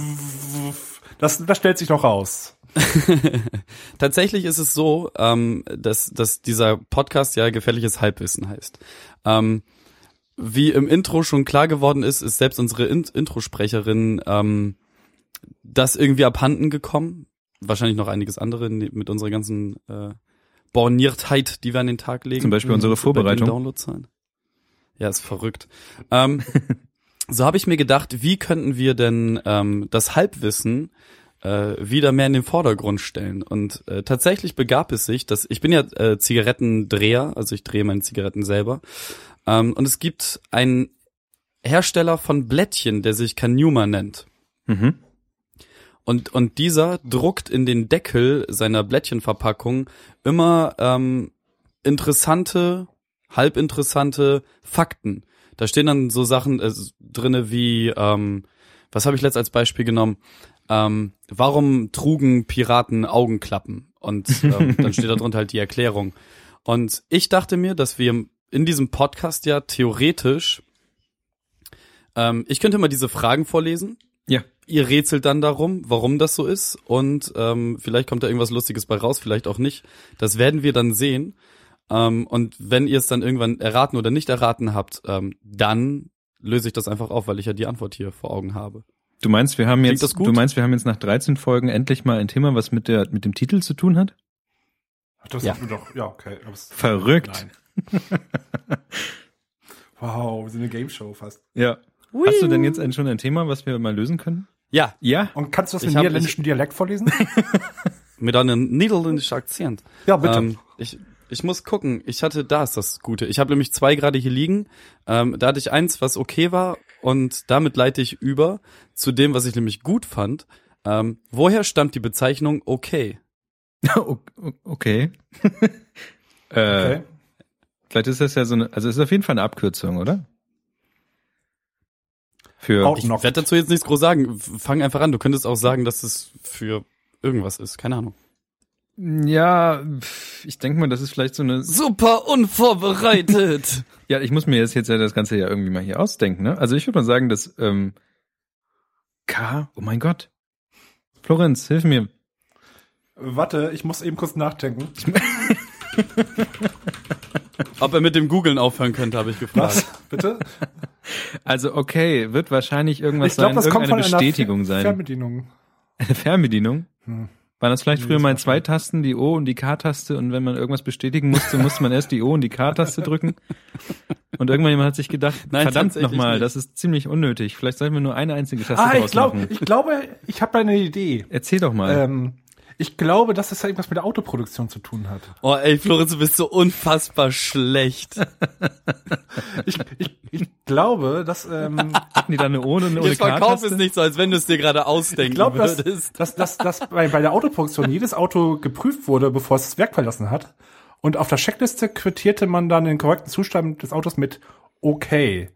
S1: Das, das stellt sich noch raus.
S3: tatsächlich ist es so, ähm, dass, dass dieser Podcast ja gefährliches Halbwissen heißt. Ähm, wie im Intro schon klar geworden ist, ist selbst unsere In Introsprecherin ähm, das irgendwie abhanden gekommen. Wahrscheinlich noch einiges andere ne- mit unserer ganzen äh, Borniertheit, die wir an den Tag legen.
S2: Zum Beispiel unsere
S3: Bei den
S2: Vorbereitung.
S3: Downloadzahlen. Ja, ist verrückt. Ähm, so habe ich mir gedacht, wie könnten wir denn ähm, das Halbwissen äh, wieder mehr in den Vordergrund stellen. Und äh, tatsächlich begab es sich, dass ich bin ja äh, Zigarettendreher, also ich drehe meine Zigaretten selber. Ähm, und es gibt einen Hersteller von Blättchen, der sich Canuma nennt.
S2: Mhm.
S3: Und, und dieser druckt in den Deckel seiner Blättchenverpackung immer ähm, interessante, halbinteressante Fakten. Da stehen dann so Sachen äh, drinne wie, ähm, was habe ich letzt als Beispiel genommen? Ähm, warum trugen Piraten Augenklappen? Und ähm, dann steht da drunter halt die Erklärung. Und ich dachte mir, dass wir in diesem Podcast ja theoretisch, ähm, ich könnte mal diese Fragen vorlesen
S2: Ja.
S3: ihr rätselt dann darum, warum das so ist und ähm, vielleicht kommt da irgendwas Lustiges bei raus, vielleicht auch nicht. Das werden wir dann sehen. Ähm, und wenn ihr es dann irgendwann erraten oder nicht erraten habt, ähm, dann löse ich das einfach auf, weil ich ja die Antwort hier vor Augen habe.
S2: Du meinst, wir haben
S3: Klingt
S2: jetzt,
S3: das gut?
S2: du meinst, wir haben jetzt nach 13 Folgen endlich mal ein Thema, was mit der, mit dem Titel zu tun hat?
S1: Das
S3: Ja.
S1: ja. Doch, ja, okay. aber es-
S2: Verrückt.
S1: Nein. wow, wir sind eine Game Show fast.
S2: Ja. Hast du denn jetzt ein, schon ein Thema, was wir mal lösen können?
S3: Ja,
S2: Ja.
S1: Und kannst du das
S3: Ich
S1: im
S3: hab-
S1: niederländischen Dialekt vorlesen?
S3: mit einem niederländischen Akzent.
S1: ja, bitte.
S3: Ähm, ich, ich muss gucken. Ich hatte, da ist das Gute. Ich habe nämlich zwei gerade hier liegen. Ähm, da hatte ich eins, was okay war und damit leite ich über zu dem, was ich nämlich gut fand. Ähm, woher stammt die Bezeichnung okay?
S2: O- o- okay. äh,
S1: okay.
S2: Vielleicht ist das ja so eine, also es ist auf jeden Fall eine Abkürzung, oder? Für
S1: Haut-
S3: Ich
S1: Noch.
S3: werde dazu jetzt nichts groß sagen. F- Fang einfach an. Du könntest auch sagen, dass es für irgendwas ist. Keine Ahnung.
S2: ja, pf, ich denke mal, das ist vielleicht so eine.
S3: Super unvorbereitet.
S2: Ja, ich muss mir jetzt jetzt ja das Ganze ja irgendwie mal hier ausdenken. Ne? Also ich würde mal sagen, dass ähm, K. Oh mein Gott, Florenz, hilf mir.
S1: Warte, ich muss eben kurz nachdenken.
S3: Ob er mit dem Googlen aufhören könnte, habe ich gefragt.
S1: Was? Bitte?
S2: Also okay, wird wahrscheinlich irgendwas sein, irgendeine Bestätigung
S1: Fer-
S2: sein.
S1: Fernbedienung.
S2: Eine Fernbedienung.
S1: Hm.
S2: Waren das vielleicht
S1: Nee,
S2: früher
S1: das
S2: mal
S1: war-
S2: zwei Tasten, die O und die K-Taste und wenn man irgendwas bestätigen musste, musste man erst die O und die K-Taste drücken. Und irgendwann jemand hat sich gedacht,
S3: Nein,
S2: verdammt
S3: tatsächlich
S2: nochmal,
S3: nicht.
S2: das ist ziemlich unnötig. Vielleicht sollten wir nur eine einzige Taste
S1: Ah,
S2: draus
S1: ich, glaub,
S2: machen.
S1: ich glaube, ich habe da eine Idee.
S2: Erzähl doch mal.
S1: Ähm, ich glaube, dass das irgendwas mit der Autoproduktion zu tun hat.
S3: Oh ey, Florenz, du bist so unfassbar schlecht.
S1: Ich, ich, ich glaube, dass, ähm,
S2: Hatten die da eine O und eine
S3: Jetzt verkauf es
S2: K-Taste?
S3: nicht so, als wenn du es dir gerade ausdenken
S1: ich glaube, dass,
S3: würdest.
S1: dass, dass, dass bei, bei der Autoproduktion jedes Auto geprüft wurde, bevor es das Werk verlassen hat. Und auf der Checkliste quittierte man dann den korrekten Zustand des Autos mit okay.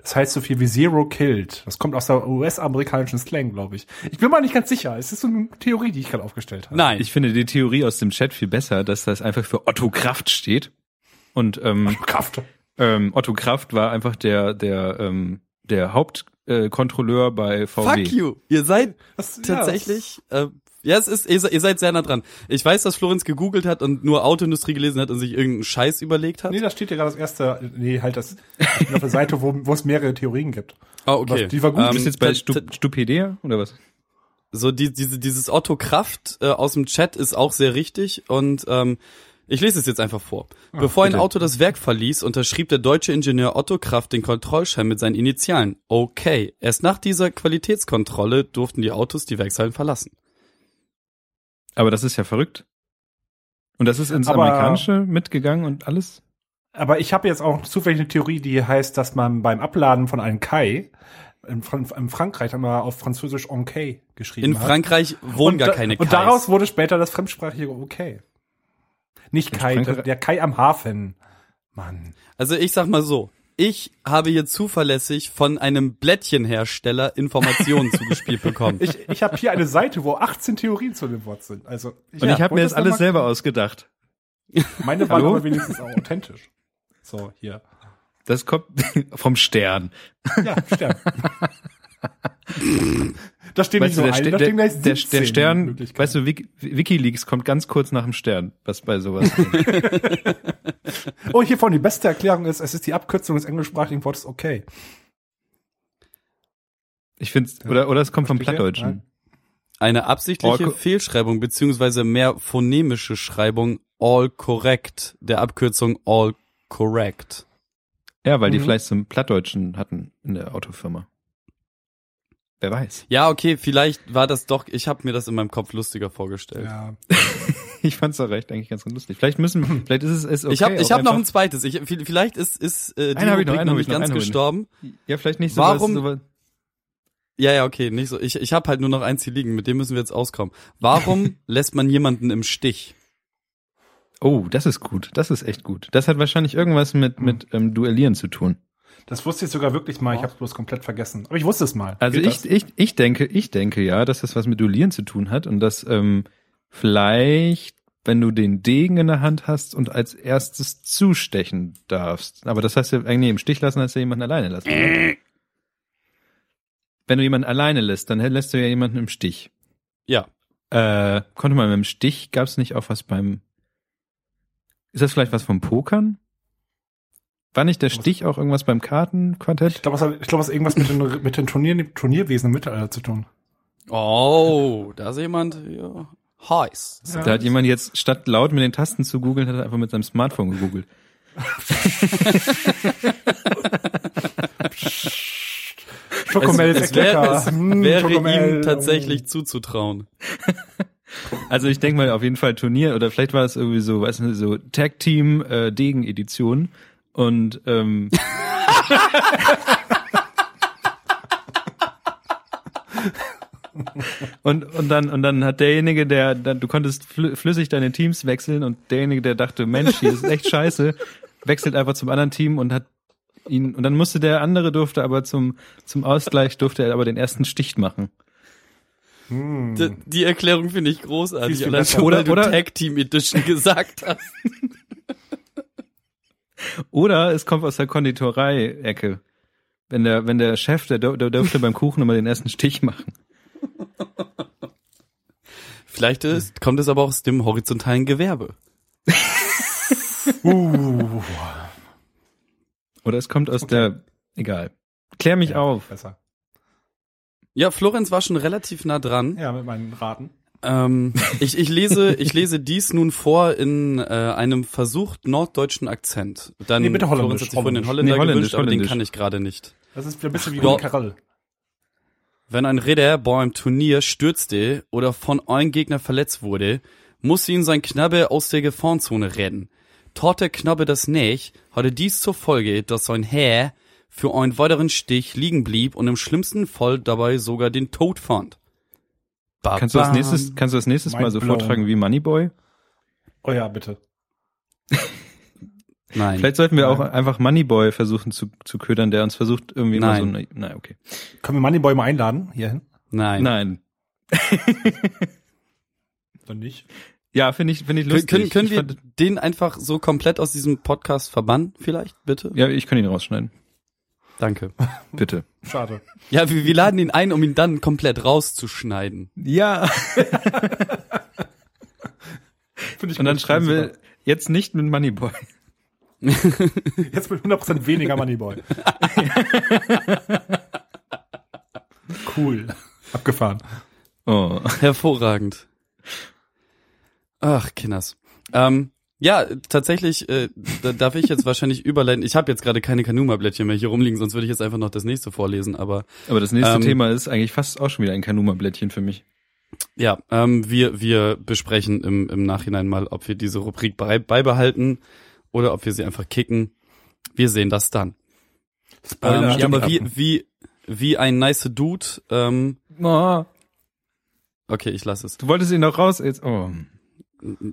S1: Das heißt so viel wie Zero Killed. Das kommt aus der US-amerikanischen Slang, glaube ich. Ich bin mal nicht ganz sicher. Es ist so eine Theorie, die Äh, ich gerade aufgestellt habe.
S3: Nein,
S2: Ich finde die Theorie aus dem Chat viel besser, dass das einfach für Otto Kraft steht. Und ähm,
S1: Kraft.
S2: ähm, Otto Kraft war einfach der, der, ähm, der Hauptkontrolleur äh, Kontrolleur bei VW.
S3: fuck you. Ihr seid
S1: Das- ja,
S3: tatsächlich. Ja, äh, ja es ist, ihr, se- ihr seid sehr nah dran. Ich weiß, dass Florenz gegoogelt hat und nur Autoindustrie gelesen hat und sich irgendeinen Scheiß überlegt hat.
S1: Nee, da steht ja gerade das erste, nee, halt das, auf der Seite, wo, wo es mehrere Theorien gibt.
S3: Ah,
S1: Was- die war gut.
S2: Du bist jetzt Ähm, bei
S3: ta-
S2: Stu
S3: ta-
S2: Stupidea oder was?
S3: so die, diese, dieses Otto Kraft äh, aus dem Chat ist auch sehr richtig und ähm, ich lese es jetzt einfach vor.
S1: Ah,
S3: Bevor ein
S2: bitte.
S3: Auto das Werk verließ, unterschrieb der deutsche Ingenieur Otto Kraft den Kontrollschein mit seinen Initialen. Okay. Erst nach dieser Qualitätskontrolle durften die Autos die Werkshallen verlassen.
S2: Aber das ist ja verrückt. Und das ist ins
S1: Aber-
S2: Amerikanische mitgegangen und alles?
S1: Aber ich habe jetzt auch zufällig eine Theorie, die heißt, dass man beim Abladen von einem Kai in, Fran in Frankreich haben wir auf Französisch okay geschrieben
S3: In
S1: hat.
S3: Frankreich wohnen
S1: und
S3: gar
S1: da-
S3: keine
S1: Und daraus wurde später das fremdsprachige okay. Nicht Kai,
S2: Frankreich-
S1: der, der Kai am Hafen. Mann.
S3: Also ich sag mal so, ich habe hier zuverlässig von einem Blättchenhersteller Informationen zugespielt bekommen.
S1: Ich, ich habe hier eine Seite, wo 18 Theorien zu dem Wort sind. Also,
S2: Und ich habe mir das alles
S1: selbst.
S2: selber ausgedacht.
S1: Meine waren
S2: Hallo?
S1: aber wenigstens auch authentisch. So, hier.
S2: Das kommt vom Stern.
S1: Ja, Stern. da steht nicht
S2: Weißt du,
S1: nur eine,
S2: der, Ste
S1: da
S2: der,
S1: stehen gleich
S2: der,
S1: 17
S2: der Stern,
S1: Möglichkeiten.
S2: weißt du, Wiki Wikileaks kommt ganz kurz nach dem Stern, was bei sowas.
S1: Oh, hier vorne die beste Erklärung ist, es ist die Abkürzung des englischsprachigen Wortes okay.
S2: ich find's, oder, oder es kommt vom
S1: Versteht ihr?
S2: Plattdeutschen.
S3: Eine absichtliche
S2: All co-
S3: Fehlschreibung beziehungsweise mehr phonemische Schreibung all correct, der Abkürzung all correct.
S2: Ja, weil die
S1: Mhm.
S2: vielleicht zum Plattdeutschen hatten in der Autofirma. Wer weiß.
S3: Ja, okay, vielleicht war das doch, ich habe mir das in meinem Kopf lustiger vorgestellt.
S1: Ja.
S2: Ich fand's doch recht eigentlich ganz lustig. Vielleicht müssen, vielleicht ist es, ist okay.
S3: ich habe ich
S2: auch
S3: hab noch ein
S2: einfach-
S3: zweites. Ich, vielleicht ist, ist äh, die
S2: Einen hab ich noch,
S3: Rubrik
S2: einen
S3: noch
S2: hab
S3: nicht
S2: ich noch, einen
S3: ganz
S2: hab ich noch.
S3: gestorben.
S2: Ja, vielleicht nicht so
S3: Warum-
S2: was, so
S3: Ja, ja, okay, nicht so. Ich, ich habe halt nur noch eins hier liegen, mit dem müssen wir jetzt auskommen. Warum lässt man jemanden im Stich?
S2: Oh, das ist gut. Das ist echt gut. Das hat wahrscheinlich irgendwas mit, mit ähm, Duellieren zu tun.
S1: Das wusste ich sogar wirklich mal, ich habe es bloß komplett vergessen. Aber ich wusste es mal.
S2: Also
S1: Gilt
S2: ich, ich, ich denke, ich denke ja, dass das was mit Duellieren zu tun hat und dass ähm, vielleicht, wenn du den Degen in der Hand hast und als erstes zustechen darfst. Aber das heißt ja eigentlich im Stich lassen, als ja jemanden alleine lassen. oder? wenn du jemanden alleine lässt, dann lässt du ja jemanden im Stich.
S3: Ja.
S2: Äh, konnte man mit dem Stich, gab es nicht auch was beim. Ist das vielleicht was vom Pokern? War nicht der Stich auch irgendwas beim
S1: Ich
S2: Kartenquartett?
S1: glaube, es hat, ich glaub, es hat irgendwas mit den, mit den Turnieren, Turnierwesen im Mittelalter zu tun.
S3: Oh, da ist jemand ja, heiß.
S2: Da hat jemand jetzt, statt laut mit den Tasten zu googeln, hat er einfach mit seinem Smartphone gegoogelt.
S1: Schokomel
S3: es,
S1: ist
S3: es
S1: echt
S3: wär,
S1: lecker.
S3: es
S1: Hm,
S3: wäre
S1: Schokomel,
S3: ihm tatsächlich zuzutrauen.
S2: Also ich denke mal auf jeden Fall Turnier oder vielleicht war es irgendwie so, weißt du, so Tag Team äh, Degen Edition und ähm, Und, und dann und dann hat derjenige, der, der du konntest flü- flüssig deine Teams wechseln und derjenige, der dachte, Mensch, hier ist echt scheiße, wechselt einfach zum anderen Team und hat ihn, und dann musste der andere durfte aber zum, zum Ausgleich durfte er aber den ersten Stich machen.
S4: Hm.
S3: D die Erklärung finde ich großartig.
S1: Viel, viel
S3: Allein
S1: besser.
S3: schon,
S2: Oder-
S3: weil du
S2: oder-
S3: Tag Team Edition gesagt hast.
S2: Oder es kommt aus der Konditorei-Ecke. Wenn der, wenn der Chef, der, dur- der durfte beim Kuchen immer den ersten Stich machen.
S3: Vielleicht ist, kommt es aber auch aus dem horizontalen Gewerbe.
S1: Uh,
S2: Oder es kommt aus der, egal. Klär mich
S1: Ja,
S2: auf.
S1: Besser.
S3: Ja, Florenz war schon relativ nah dran.
S1: Ja, mit meinen Raten.
S3: Ähm, ich, ich, lese, ich lese dies nun vor in äh, einem versucht norddeutschen Akzent. Dann
S1: Nee, bitte
S3: Florenz
S1: holländisch,
S3: hat sich von
S2: holländisch.
S3: den Holländer
S2: Nee, holländisch,
S3: gewünscht, aber den
S2: holländisch.
S3: kann ich gerade nicht.
S1: Das ist wieder ein bisschen wie
S3: Ja.
S1: Ron Carell.
S3: Wenn ein Ritter beim Turnier stürzte oder von einem Gegner verletzt wurde, muss ihn sein Knabe aus der Gefahrenzone retten. Tat der Knabe das nicht, hatte dies zur Folge, dass sein Herr für einen weiteren Stich liegen blieb und im schlimmsten Fall dabei sogar den Tod fand. Ba
S2: Kannst du das
S3: bam.
S2: nächstes, kannst du das nächstes Mal so
S1: Mindblown.
S2: vortragen wie Moneyboy?
S1: Oh ja, bitte.
S3: Nein.
S2: Vielleicht sollten wir auch einfach Moneyboy versuchen zu, zu ködern, der uns versucht irgendwie mal so
S3: Nein.
S2: eine, nein, okay.
S1: Können wir Moneyboy mal einladen? Hierhin?
S3: Nein.
S2: Nein.
S1: Dann nicht.
S2: Ja, finde ich, finde ich
S3: Können,
S2: lustig.
S3: können, können
S2: ich
S3: wir
S2: fand-
S3: den einfach so komplett aus diesem Podcast verbannen, vielleicht, bitte?
S2: ja, ich kann ihn rausschneiden.
S3: Danke.
S2: Bitte.
S1: Schade.
S3: Ja, wir, wir laden ihn ein, um ihn dann komplett rauszuschneiden.
S2: Ja.
S1: Finde ich
S2: Und dann
S1: gut,
S2: schreiben
S1: finde ich
S2: wir jetzt nicht mit Moneyboy.
S1: super. Jetzt mit 100% weniger Moneyboy. cool. Abgefahren.
S2: Oh.
S3: Hervorragend. Ach, Kinders. Ähm, ja, tatsächlich äh, da darf ich jetzt wahrscheinlich überleiten. Ich habe jetzt gerade keine Kanuma-Blättchen mehr hier rumliegen, sonst würde ich jetzt einfach noch das nächste vorlesen. Aber
S2: Aber das nächste
S3: Ähm.
S2: Thema ist eigentlich fast auch schon wieder ein Kanuma-Blättchen für mich.
S3: ja, ähm, wir, wir besprechen im, im Nachhinein mal, ob wir diese Rubrik bei, beibehalten oder ob wir sie einfach kicken. Wir sehen das dann. Ähm, ja, aber wie, wie, wie ein nice Dude. Ähm,
S2: Oh,
S3: okay, ich lasse es.
S2: du wolltest ihn doch raus. Jetzt, oh.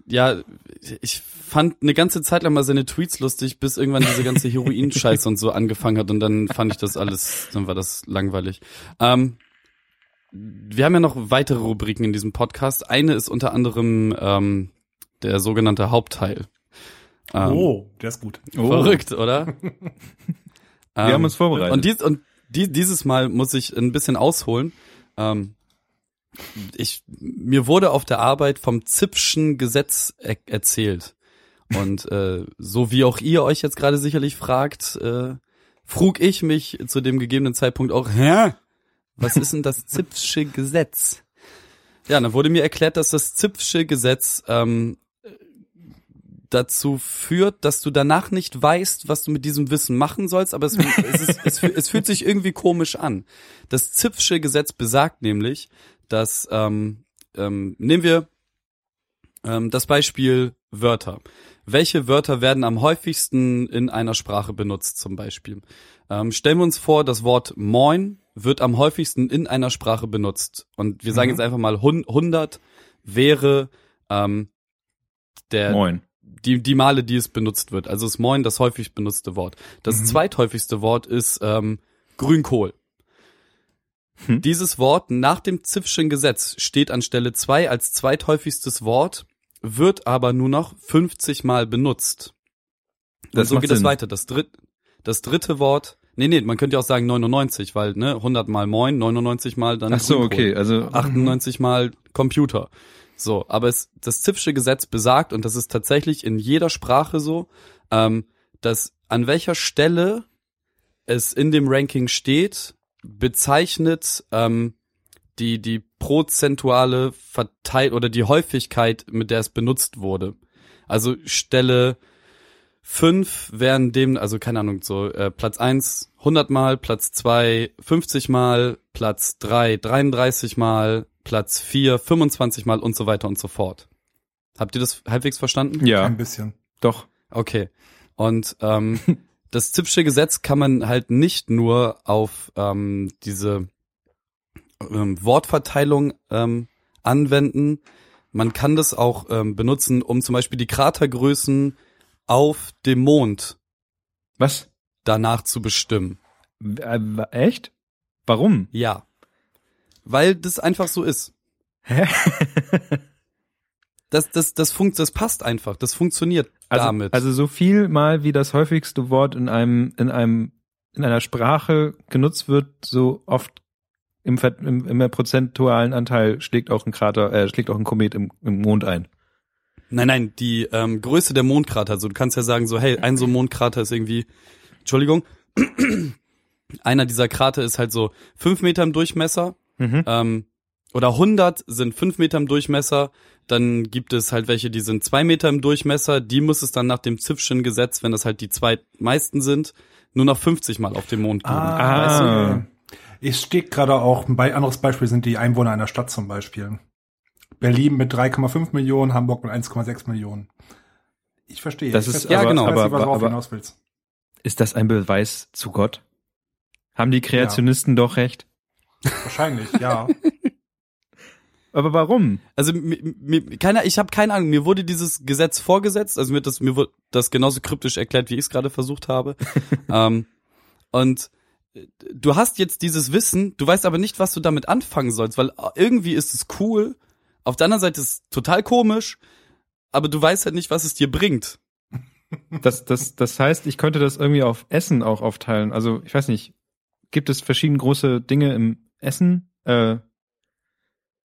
S3: ja, ich fand eine ganze Zeit lang mal seine Tweets lustig, bis irgendwann diese ganze Heroin-Scheiße und so angefangen hat und dann fand ich das alles, dann war das langweilig. Ähm, wir haben ja noch weitere Rubriken in diesem Podcast. Eine ist unter anderem ähm, der sogenannte Hauptteil. Ähm,
S1: oh, der ist gut.
S3: Verrückt, oder? Ähm,
S2: Wir haben uns vorbereitet.
S3: Und, dies, und die, dieses Mal muss ich ein bisschen ausholen. Ähm, ich, mir wurde auf der Arbeit vom Zipfschen Gesetz er erzählt. Und äh, so wie auch ihr euch jetzt gerade sicherlich fragt, äh, frug ich mich zu dem gegebenen Zeitpunkt auch, hä? Was ist denn das Zipfsche Gesetz? Ja, dann wurde mir erklärt, dass das Zipfsche Gesetz ähm, dazu führt, dass du danach nicht weißt, was du mit diesem Wissen machen sollst, aber es, es, ist, es, fü- es fühlt sich irgendwie komisch an. Das Zipfsche Gesetz besagt nämlich, dass, ähm, ähm, nehmen wir ähm, das Beispiel Wörter. Welche Wörter werden am häufigsten in einer Sprache benutzt zum Beispiel? Ähm, stellen wir uns vor, das Wort Moin wird am häufigsten in einer Sprache benutzt. Und wir sagen jetzt einfach mal hun- 100 wäre ähm, der,
S2: Moin.
S3: die, die Male, die es benutzt wird. Also ist Moin das häufig benutzte Wort. Das
S2: Mhm.
S3: zweithäufigste Wort ist ähm, Grünkohl.
S2: Hm.
S3: Dieses Wort nach dem Ziffschen Gesetz steht an Stelle 2 als zweithäufigstes Wort, wird aber nur noch 50 Mal benutzt.
S2: Das
S3: Das so
S2: macht
S3: geht es
S2: Sinn.
S3: weiter. Das, dritt, das dritte Wort, nee, nee, man könnte ja auch sagen 99, weil ne, 100 mal Moin, 99 mal dann
S2: Ach so,
S3: Grünkohl.
S2: okay. Also
S3: 98 mal Computer. So, aber es, das Zipfsche Gesetz besagt, und das ist tatsächlich in jeder Sprache so, ähm, dass an welcher Stelle es in dem Ranking steht, bezeichnet ähm, die, die prozentuale Verteil oder die Häufigkeit, mit der es benutzt wurde. Also Stelle 5 wären dem, also keine Ahnung, so äh, Platz 1 100 Mal, Platz 2 50 Mal, Platz 3 33 Mal, Platz 4 25 Mal und so weiter und so fort. Habt ihr das halbwegs verstanden?
S2: ja,
S1: Ein bisschen.
S2: doch.
S3: Okay. Und ähm, das Zipsche Gesetz kann man halt nicht nur auf ähm, diese ähm, Wortverteilung ähm, anwenden. Man kann das auch ähm, benutzen, um zum Beispiel die Kratergrößen auf dem Mond
S2: Was?
S3: danach zu bestimmen.
S2: W- äh, wa- echt? Warum?
S3: Ja. Weil das einfach so ist.
S2: Hä?
S3: Das, das, das, funkt, das passt einfach. Das funktioniert
S2: Also,
S3: damit.
S2: also so viel mal wie das häufigste Wort in einem in einem in einer Sprache genutzt wird, so oft im, Ver- im, im prozentualen Anteil schlägt auch ein Krater, äh, schlägt auch ein Komet im, im Mond ein.
S3: Nein, nein, die ähm, Größe der Mondkrater. Also du kannst ja sagen, so, hey, ein so ein Mondkrater ist irgendwie, Entschuldigung, einer dieser Krater ist halt so fünf Meter im Durchmesser
S2: Mhm.
S3: ähm, oder 100 sind fünf Meter im Durchmesser. Dann gibt es halt welche, die sind zwei Meter im Durchmesser. Die muss es dann nach dem Zipfschen Gesetz, wenn das halt die zweitmeisten sind, nur noch 50 Mal auf dem Mond geben.
S2: Ah.
S1: weißt du, ich stehe gerade auch, ein be- anderes Beispiel sind die Einwohner einer Stadt zum Beispiel. Berlin mit 3,5 Millionen, Hamburg mit 1,6 Millionen. Ich verstehe.
S2: Das
S1: ich
S2: ist-
S3: ja, genau.
S1: aber,
S2: aber-
S1: aber,
S2: aber-
S1: hinaus willst.
S2: Ist das ein Beweis zu Gott? Haben die Kreationisten doch recht?
S1: Wahrscheinlich, ja.
S2: Aber warum?
S3: Also mir, mir, keiner, ich habe keine Ahnung. Mir wurde dieses Gesetz vorgesetzt, also mir hat das mir wurde das genauso kryptisch erklärt, wie ich es gerade versucht habe. ähm, und äh, du hast jetzt dieses Wissen, du weißt aber nicht, was du damit anfangen sollst, weil äh, irgendwie ist es cool. Auf der anderen Seite ist es total komisch, aber du weißt halt nicht, was es dir bringt.
S2: Das, das, das heißt, ich könnte das irgendwie auf Essen auch aufteilen. Also ich weiß nicht, gibt es verschiedene große Dinge im Essen? Äh,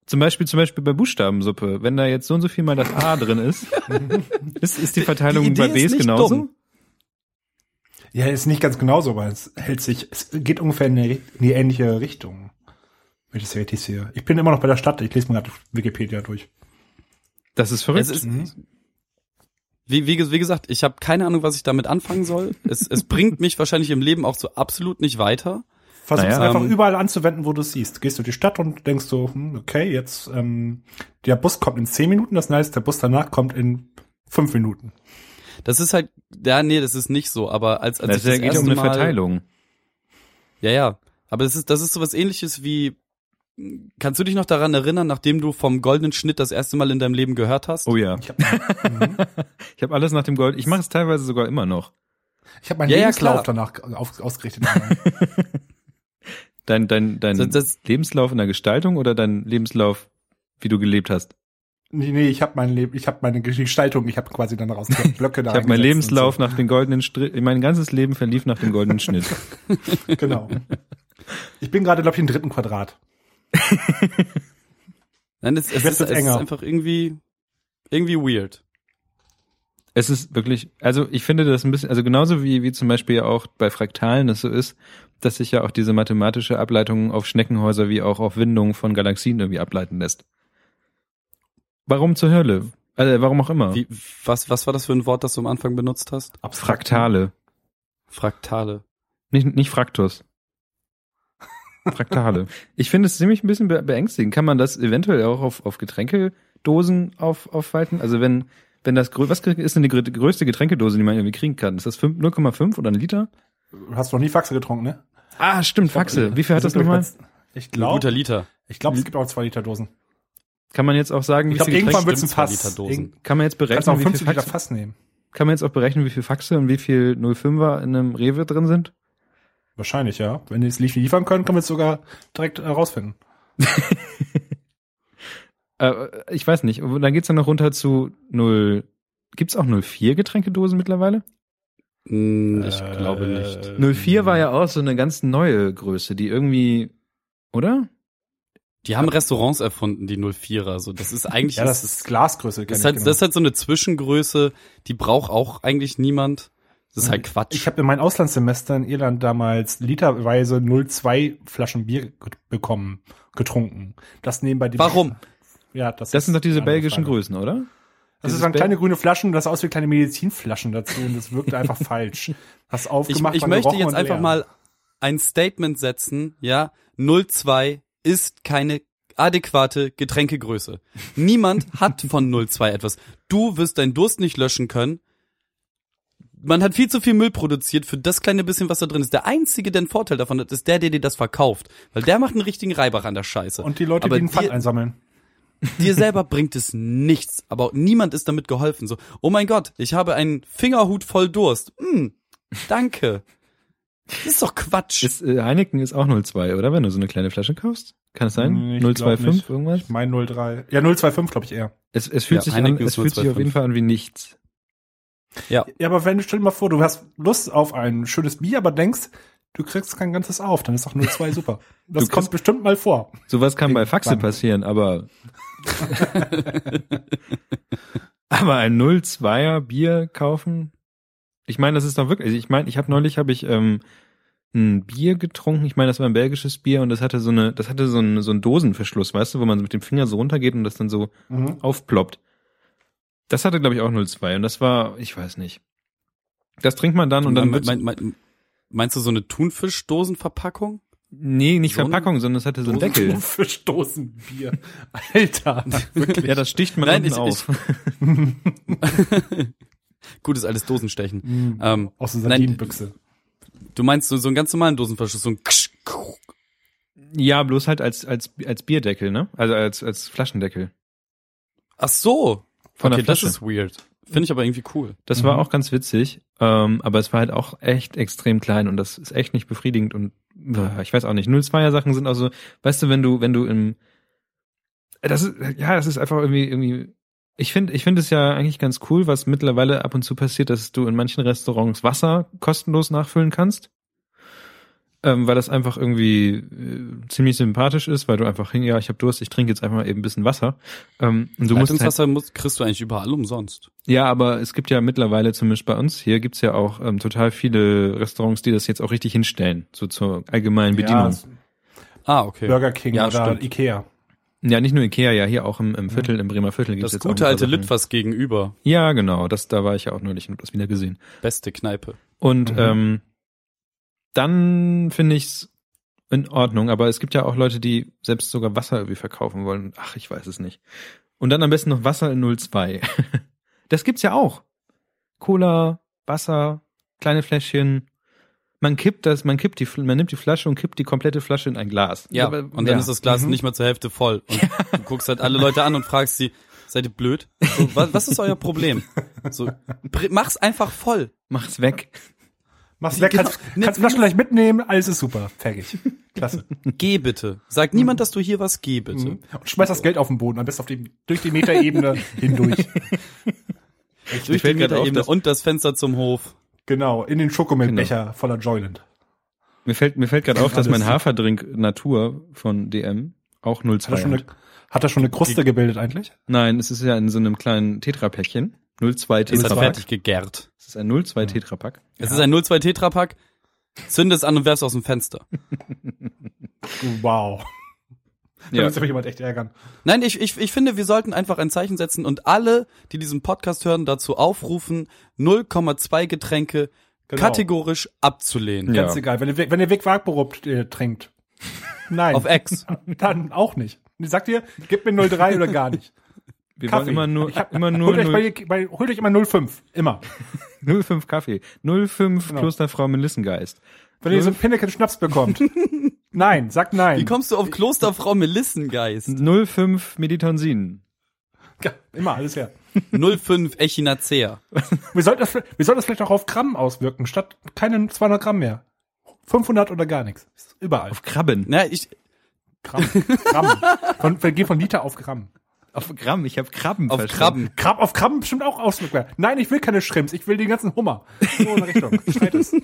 S2: zum Beispiel, zum Beispiel bei Buchstabensuppe. Wenn da jetzt so und so viel mal das A drin ist, ist, ist die Verteilung
S3: Idee
S2: bei Bs
S3: ist nicht
S2: genauso?
S3: dumm.
S1: ja, ist nicht ganz genauso, aber es hält sich, es geht ungefähr in eine, in die ähnliche Richtung. Wenn ich das richtig sehe. Ich bin immer noch bei der Stadt, ich lese mir gerade Wikipedia durch.
S2: Das ist verrückt.
S3: Es ist,
S1: Mhm.
S3: wie, wie, ge- wie gesagt, ich habe keine Ahnung, was ich damit anfangen soll. Es, es bringt mich wahrscheinlich im Leben auch so absolut nicht weiter.
S1: Versuch es
S2: Naja,
S1: einfach
S3: ähm,
S1: überall anzuwenden, wo du es siehst. Gehst du in die Stadt und denkst so, hm, okay, jetzt ähm, der Bus kommt in 10 Minuten, das heißt, der Bus danach kommt in 5 Minuten.
S3: Das ist halt, ja, nee, das ist nicht so, aber als, als
S2: das
S3: ich das
S2: geht
S3: erste
S2: um eine
S3: Mal,
S2: Verteilung.
S3: Ja, ja. Aber das ist, das ist sowas ähnliches wie, kannst du dich noch daran erinnern, nachdem du vom goldenen Schnitt das erste Mal in deinem Leben gehört hast?
S2: Oh ja.
S1: Ich habe mhm.
S2: Ich habe alles nach dem Gold. Ich mache es teilweise sogar immer noch.
S1: Ich hab meinen
S3: Ja, ja,
S1: Lebenslauf
S3: klar.
S1: danach auf, ausgerichtet.
S2: Dein, dein, dein
S3: Das- das-
S2: Lebenslauf in der Gestaltung oder dein Lebenslauf, wie du gelebt hast?
S1: nee, nee, ich habe mein Leben, ich habe meine Gestaltung, ich habe quasi dann daraus Blöcke da
S3: Ah,
S2: Ich habe
S1: eingesetzt und
S2: meinen Lebenslauf nach dem goldenen Strich, mein ganzes Leben verlief nach dem goldenen Schnitt.
S1: So. Genau. Ich bin gerade, glaube ich, im dritten Quadrat.
S3: Nein, es, es,
S1: Wird
S3: ist,
S1: jetzt
S3: es ist
S1: enger.
S3: einfach irgendwie, irgendwie weird.
S2: Es ist wirklich, also ich finde das ein bisschen, also genauso wie, wie zum Beispiel auch bei Fraktalen es so ist, dass sich ja auch diese mathematische Ableitung auf Schneckenhäuser wie auch auf Windungen von Galaxien irgendwie ableiten lässt. Warum zur Hölle? Also warum auch immer?
S3: Wie, was, was war das für ein Wort, das du am Anfang benutzt hast?
S2: Fraktale.
S3: Fraktale.
S2: Nicht, nicht Fraktus. Fraktale. ich finde es ziemlich ein bisschen be beängstigend. Kann man das eventuell auch auf, auf Getränkedosen auf, aufweiten? Also wenn, wenn das, grö- was ist denn die grö- größte Getränkedose, die man irgendwie kriegen kann? Ist das fünf- 0,5 oder ein Liter?
S1: Du hast noch nie Faxe getrunken, ne?
S2: Ah, stimmt, Faxe. Wie viel hat das
S1: Sind wir
S2: nochmal?
S1: jetzt- Ich
S3: Ein guter
S1: glaube,
S3: Liter.
S1: ich glaube, es gibt auch zwei Liter Dosen.
S2: Kann man jetzt auch sagen,
S1: Ich
S2: wie
S1: glaube,
S2: viel
S1: irgendwann
S2: Getränk,
S1: wird es ein
S3: stimmt, zwei
S1: Fass.
S3: Liter Dosen.
S1: Irgend-
S2: kann man jetzt
S1: Kannst du auch
S2: berechnen, wie
S1: 15
S2: viel
S1: Liter
S2: Faxe,
S1: Fass nehmen.
S2: kann man jetzt auch berechnen, wie viel Faxe und wie viel 05er in einem Rewe drin sind?
S1: Wahrscheinlich, ja. Wenn die es lie- liefern können, können wir es sogar direkt äh, rausfinden.
S2: Äh, ich weiß nicht. Und dann geht's dann noch runter zu 0. Gibt's auch 04 Getränkedosen mittlerweile?
S3: Hm, Ich
S1: Äh,
S3: glaube nicht.
S2: 04 war ja auch so eine ganz neue Größe, die irgendwie, oder?
S3: Die haben Restaurants erfunden, die 04er. So, das ist eigentlich,
S1: Ja, das ist Glasgröße. kenn ich
S3: das, ist halt,
S1: genau.
S3: das ist halt so eine Zwischengröße, die braucht auch eigentlich niemand. Das ist halt Quatsch.
S1: Mhm. Ich habe in meinem Auslandssemester in Irland damals literweise 02 Flaschen Bier get- bekommen, getrunken. Das nebenbei die
S3: Warum?
S1: Ja, das,
S2: Das sind doch diese
S1: eine andere
S2: belgischen
S1: Frage.
S2: Größen, oder?
S1: Das
S2: Dieses
S1: waren
S2: Bel-
S1: kleine grüne Flaschen, das sah aus wie kleine Medizinflaschen dazu und das wirkte einfach falsch. Hast
S3: ich,
S1: aufgemacht,
S3: ich
S1: war
S3: möchte
S1: gerochen
S3: jetzt
S1: und
S3: einfach
S1: leer.
S3: mal ein Statement setzen, ja, 02 ist keine adäquate Getränkegröße. Niemand hat von 02 etwas. Du wirst deinen Durst nicht löschen können. Man hat viel zu viel Müll produziert für das kleine bisschen, was da drin ist. Der einzige, der einen Vorteil davon hat, ist der, der dir das verkauft. Weil der macht einen richtigen Reibach an der Scheiße.
S1: und die Leute,
S3: Aber
S1: die den Pfand
S3: dir-
S1: einsammeln.
S3: Dir selber bringt es nichts, aber niemand ist damit geholfen. So, oh mein Gott, ich habe einen Fingerhut voll Durst. Hm, danke. Das ist doch Quatsch.
S2: Ist, äh, Heineken ist auch 02, oder? Wenn du so eine kleine Flasche kaufst? Kann es sein?
S4: Hm, ich glaub
S2: 025
S4: nicht.
S2: irgendwas?
S4: Ich mein 03. Ja, 025 glaube ich eher.
S2: Es, es fühlt,
S3: Ja,
S2: sich, an,
S3: Heineken
S2: es
S3: ist
S2: fühlt sich auf
S3: 025.
S2: jeden Fall an wie nichts.
S4: Ja, aber wenn, stell dir mal vor, du hast Lust auf ein schönes Bier, aber denkst, du kriegst kein ganzes auf, dann ist doch 02 super. Das
S2: Du
S4: kommt bestimmt mal vor.
S2: Sowas kann bei
S4: Irgendwann.
S2: Faxe passieren, aber. aber ein 02er Bier kaufen? Ich meine, das ist doch wirklich. also Ich meine, ich habe neulich habe ich ähm, ein Bier getrunken. Ich meine, das war ein belgisches Bier und das hatte so eine, das hatte so einen, so einen Dosenverschluss, weißt du, wo man mit dem Finger so runtergeht und das dann so
S3: Mhm.
S1: Mhm.
S2: aufploppt. Das hatte, glaube ich, auch 02 und das war, ich weiß nicht. Das trinkt man dann und dann wird's-
S3: mein, mein, meinst du so eine Thunfischdosenverpackung?
S2: Nee, nicht
S3: So ein-
S2: Verpackung, sondern es hatte so einen Deckel.
S1: für Stoßenbier. Alter. Wirklich.
S2: Ja, das sticht man
S3: Nein,
S2: unten
S3: ich- ich-
S2: auf.
S3: Gutes altes Dosenstechen. Ähm,
S1: Mhm. Aus der
S3: Nein,
S1: Sardinenbüchse.
S3: du meinst so, so einen ganz normalen Dosenverschluss, so ein Ksch, Kruch.
S2: ja, bloß halt als, als, als Bierdeckel, ne? Also als, als Flaschendeckel.
S3: Ach so.
S2: Von der
S3: okay, das
S2: Flasche.
S3: ist weird. Finde ich aber irgendwie cool.
S2: Das war auch ganz witzig, ähm, aber es war halt auch echt extrem klein und das ist echt nicht befriedigend und äh, ich weiß auch nicht. 02er Sachen sind auch so, weißt du, wenn du, wenn du im das ist, ja, das ist einfach irgendwie, irgendwie. Ich finde, ich finde es ja eigentlich ganz cool, was mittlerweile ab und zu passiert, dass du in manchen Restaurants Wasser kostenlos nachfüllen kannst. Ähm, weil das einfach irgendwie äh, ziemlich sympathisch ist, weil du einfach hin, ja, ich habe Durst, ich trinke jetzt einfach mal eben ein bisschen Wasser. Ähm, und du musst halt,
S3: Leitungswasser musst, kriegst du eigentlich überall umsonst.
S2: ja, aber es gibt ja mittlerweile, zumindest bei uns hier, gibt's ja auch ähm, total viele Restaurants, die das jetzt auch richtig hinstellen, so zur allgemeinen Bedienung.
S1: Ja,
S3: Ah, okay.
S1: Burger King
S3: Ja,
S1: oder
S3: stimmt.
S1: Ikea.
S2: Ja, nicht nur Ikea, ja hier auch im, im Viertel, im Bremer Viertel gibt's
S3: das
S2: jetzt auch ne?
S3: gute
S2: ein paar
S3: alte
S2: Sachen.
S3: Litfaß gegenüber.
S2: Ja, genau, das, da war ich ja auch neulich und hab das wieder gesehen.
S3: Beste Kneipe.
S2: Und
S1: Mhm.
S2: ähm, dann finde ich's in Ordnung, aber es gibt ja auch Leute, die selbst sogar Wasser irgendwie verkaufen wollen. Ach, ich weiß es nicht. Und dann am besten noch Wasser in 02. das gibt's ja auch. Cola, Wasser, kleine Fläschchen. Man kippt das, man kippt die, Fl- man nimmt die Flasche und kippt die komplette Flasche in ein Glas.
S3: Ja,
S2: Aber- Mhm.
S3: und dann ist das Glas nicht mal zur Hälfte voll. Und du guckst halt alle Leute an und fragst sie, seid ihr blöd? So, was, was ist euer Problem? So, br- mach's einfach voll.
S2: mach's weg.
S1: Mach's weg, kannst,
S3: Genau. Nimm-
S1: kannst Flaschen gleich mitnehmen, alles ist super. Fertig. Klasse.
S3: Geh bitte. Sag niemand, dass du hier was geh bitte.
S2: Hm?
S1: Mhm. Und schmeiß das Geld auf den Boden, am besten auf die, durch die Meterebene hindurch.
S3: Durch die
S2: fällt gerade auf,
S3: Meterebene
S2: dass-
S3: und das Fenster zum Hof.
S1: Genau, in den Schokomilchbecher
S2: Genau.
S1: voller Joyland.
S2: Mir fällt, mir fällt gerade auf, dass
S1: Alles
S2: mein
S1: super.
S2: Haferdrink Natur von DM auch
S1: Hat er
S2: 02
S1: schon eine,
S2: hat.
S1: hat er schon eine Kruste gebildet eigentlich?
S2: Nein, es ist ja in so einem kleinen Tetrapäckchen. 02
S3: Ist halt
S2: Tetrapack.
S3: fertig gegärt.
S2: Es ist ein 02 Tetrapack.
S3: Es ist ein 02 Tetrapack. Zünde es an und werf's aus dem Fenster.
S1: Wow. Da
S2: Ja.
S1: wird sich aber jemand echt ärgern.
S3: Nein, ich, ich, ich finde, wir sollten einfach ein Zeichen setzen und alle, die diesen Podcast hören, dazu aufrufen, 0,2 Getränke
S1: Genau.
S3: kategorisch abzulehnen.
S2: Ja.
S1: Ganz egal. Wenn ihr, wenn ihr Weg Wagborup äh, trinkt. Nein.
S3: Auf Ex.
S1: Dann auch nicht. Und sagt ihr, gib mir 03 oder gar nicht.
S2: Wir
S1: Kaffee.
S2: wollen immer nur,
S1: Ich hab-
S2: immer nur
S1: Holt euch,
S2: null-
S1: bei, bei, holt euch immer 05. Immer.
S2: 05 Kaffee. 05
S1: Genau.
S2: Klosterfrau Melissengeist.
S1: Wenn ihr so einen Pinneken Schnaps bekommt. nein, sagt nein.
S3: Wie kommst du auf Klosterfrau Melissengeist?
S2: 05 Meditonsin.
S1: Ja, Immer, alles her.
S3: 05 Echinacea.
S1: Wir sollten, das, wir sollten das vielleicht auch auf Gramm auswirken, statt keinen 200 Gramm mehr. 500 oder gar nichts. Ist Überall.
S2: Auf Krabben.
S3: Na, ich,
S1: Gramm. Gramm. Von, wir gehen von Liter auf Gramm.
S2: Auf Gramm. Ich habe Krabben
S3: auf
S2: verstanden.
S3: Krabben.
S1: Krab auf Krabben bestimmt auch auswirkbar. Nein, ich will keine Schrimps, ich will den ganzen Hummer. So in der Richtung. Schneid es.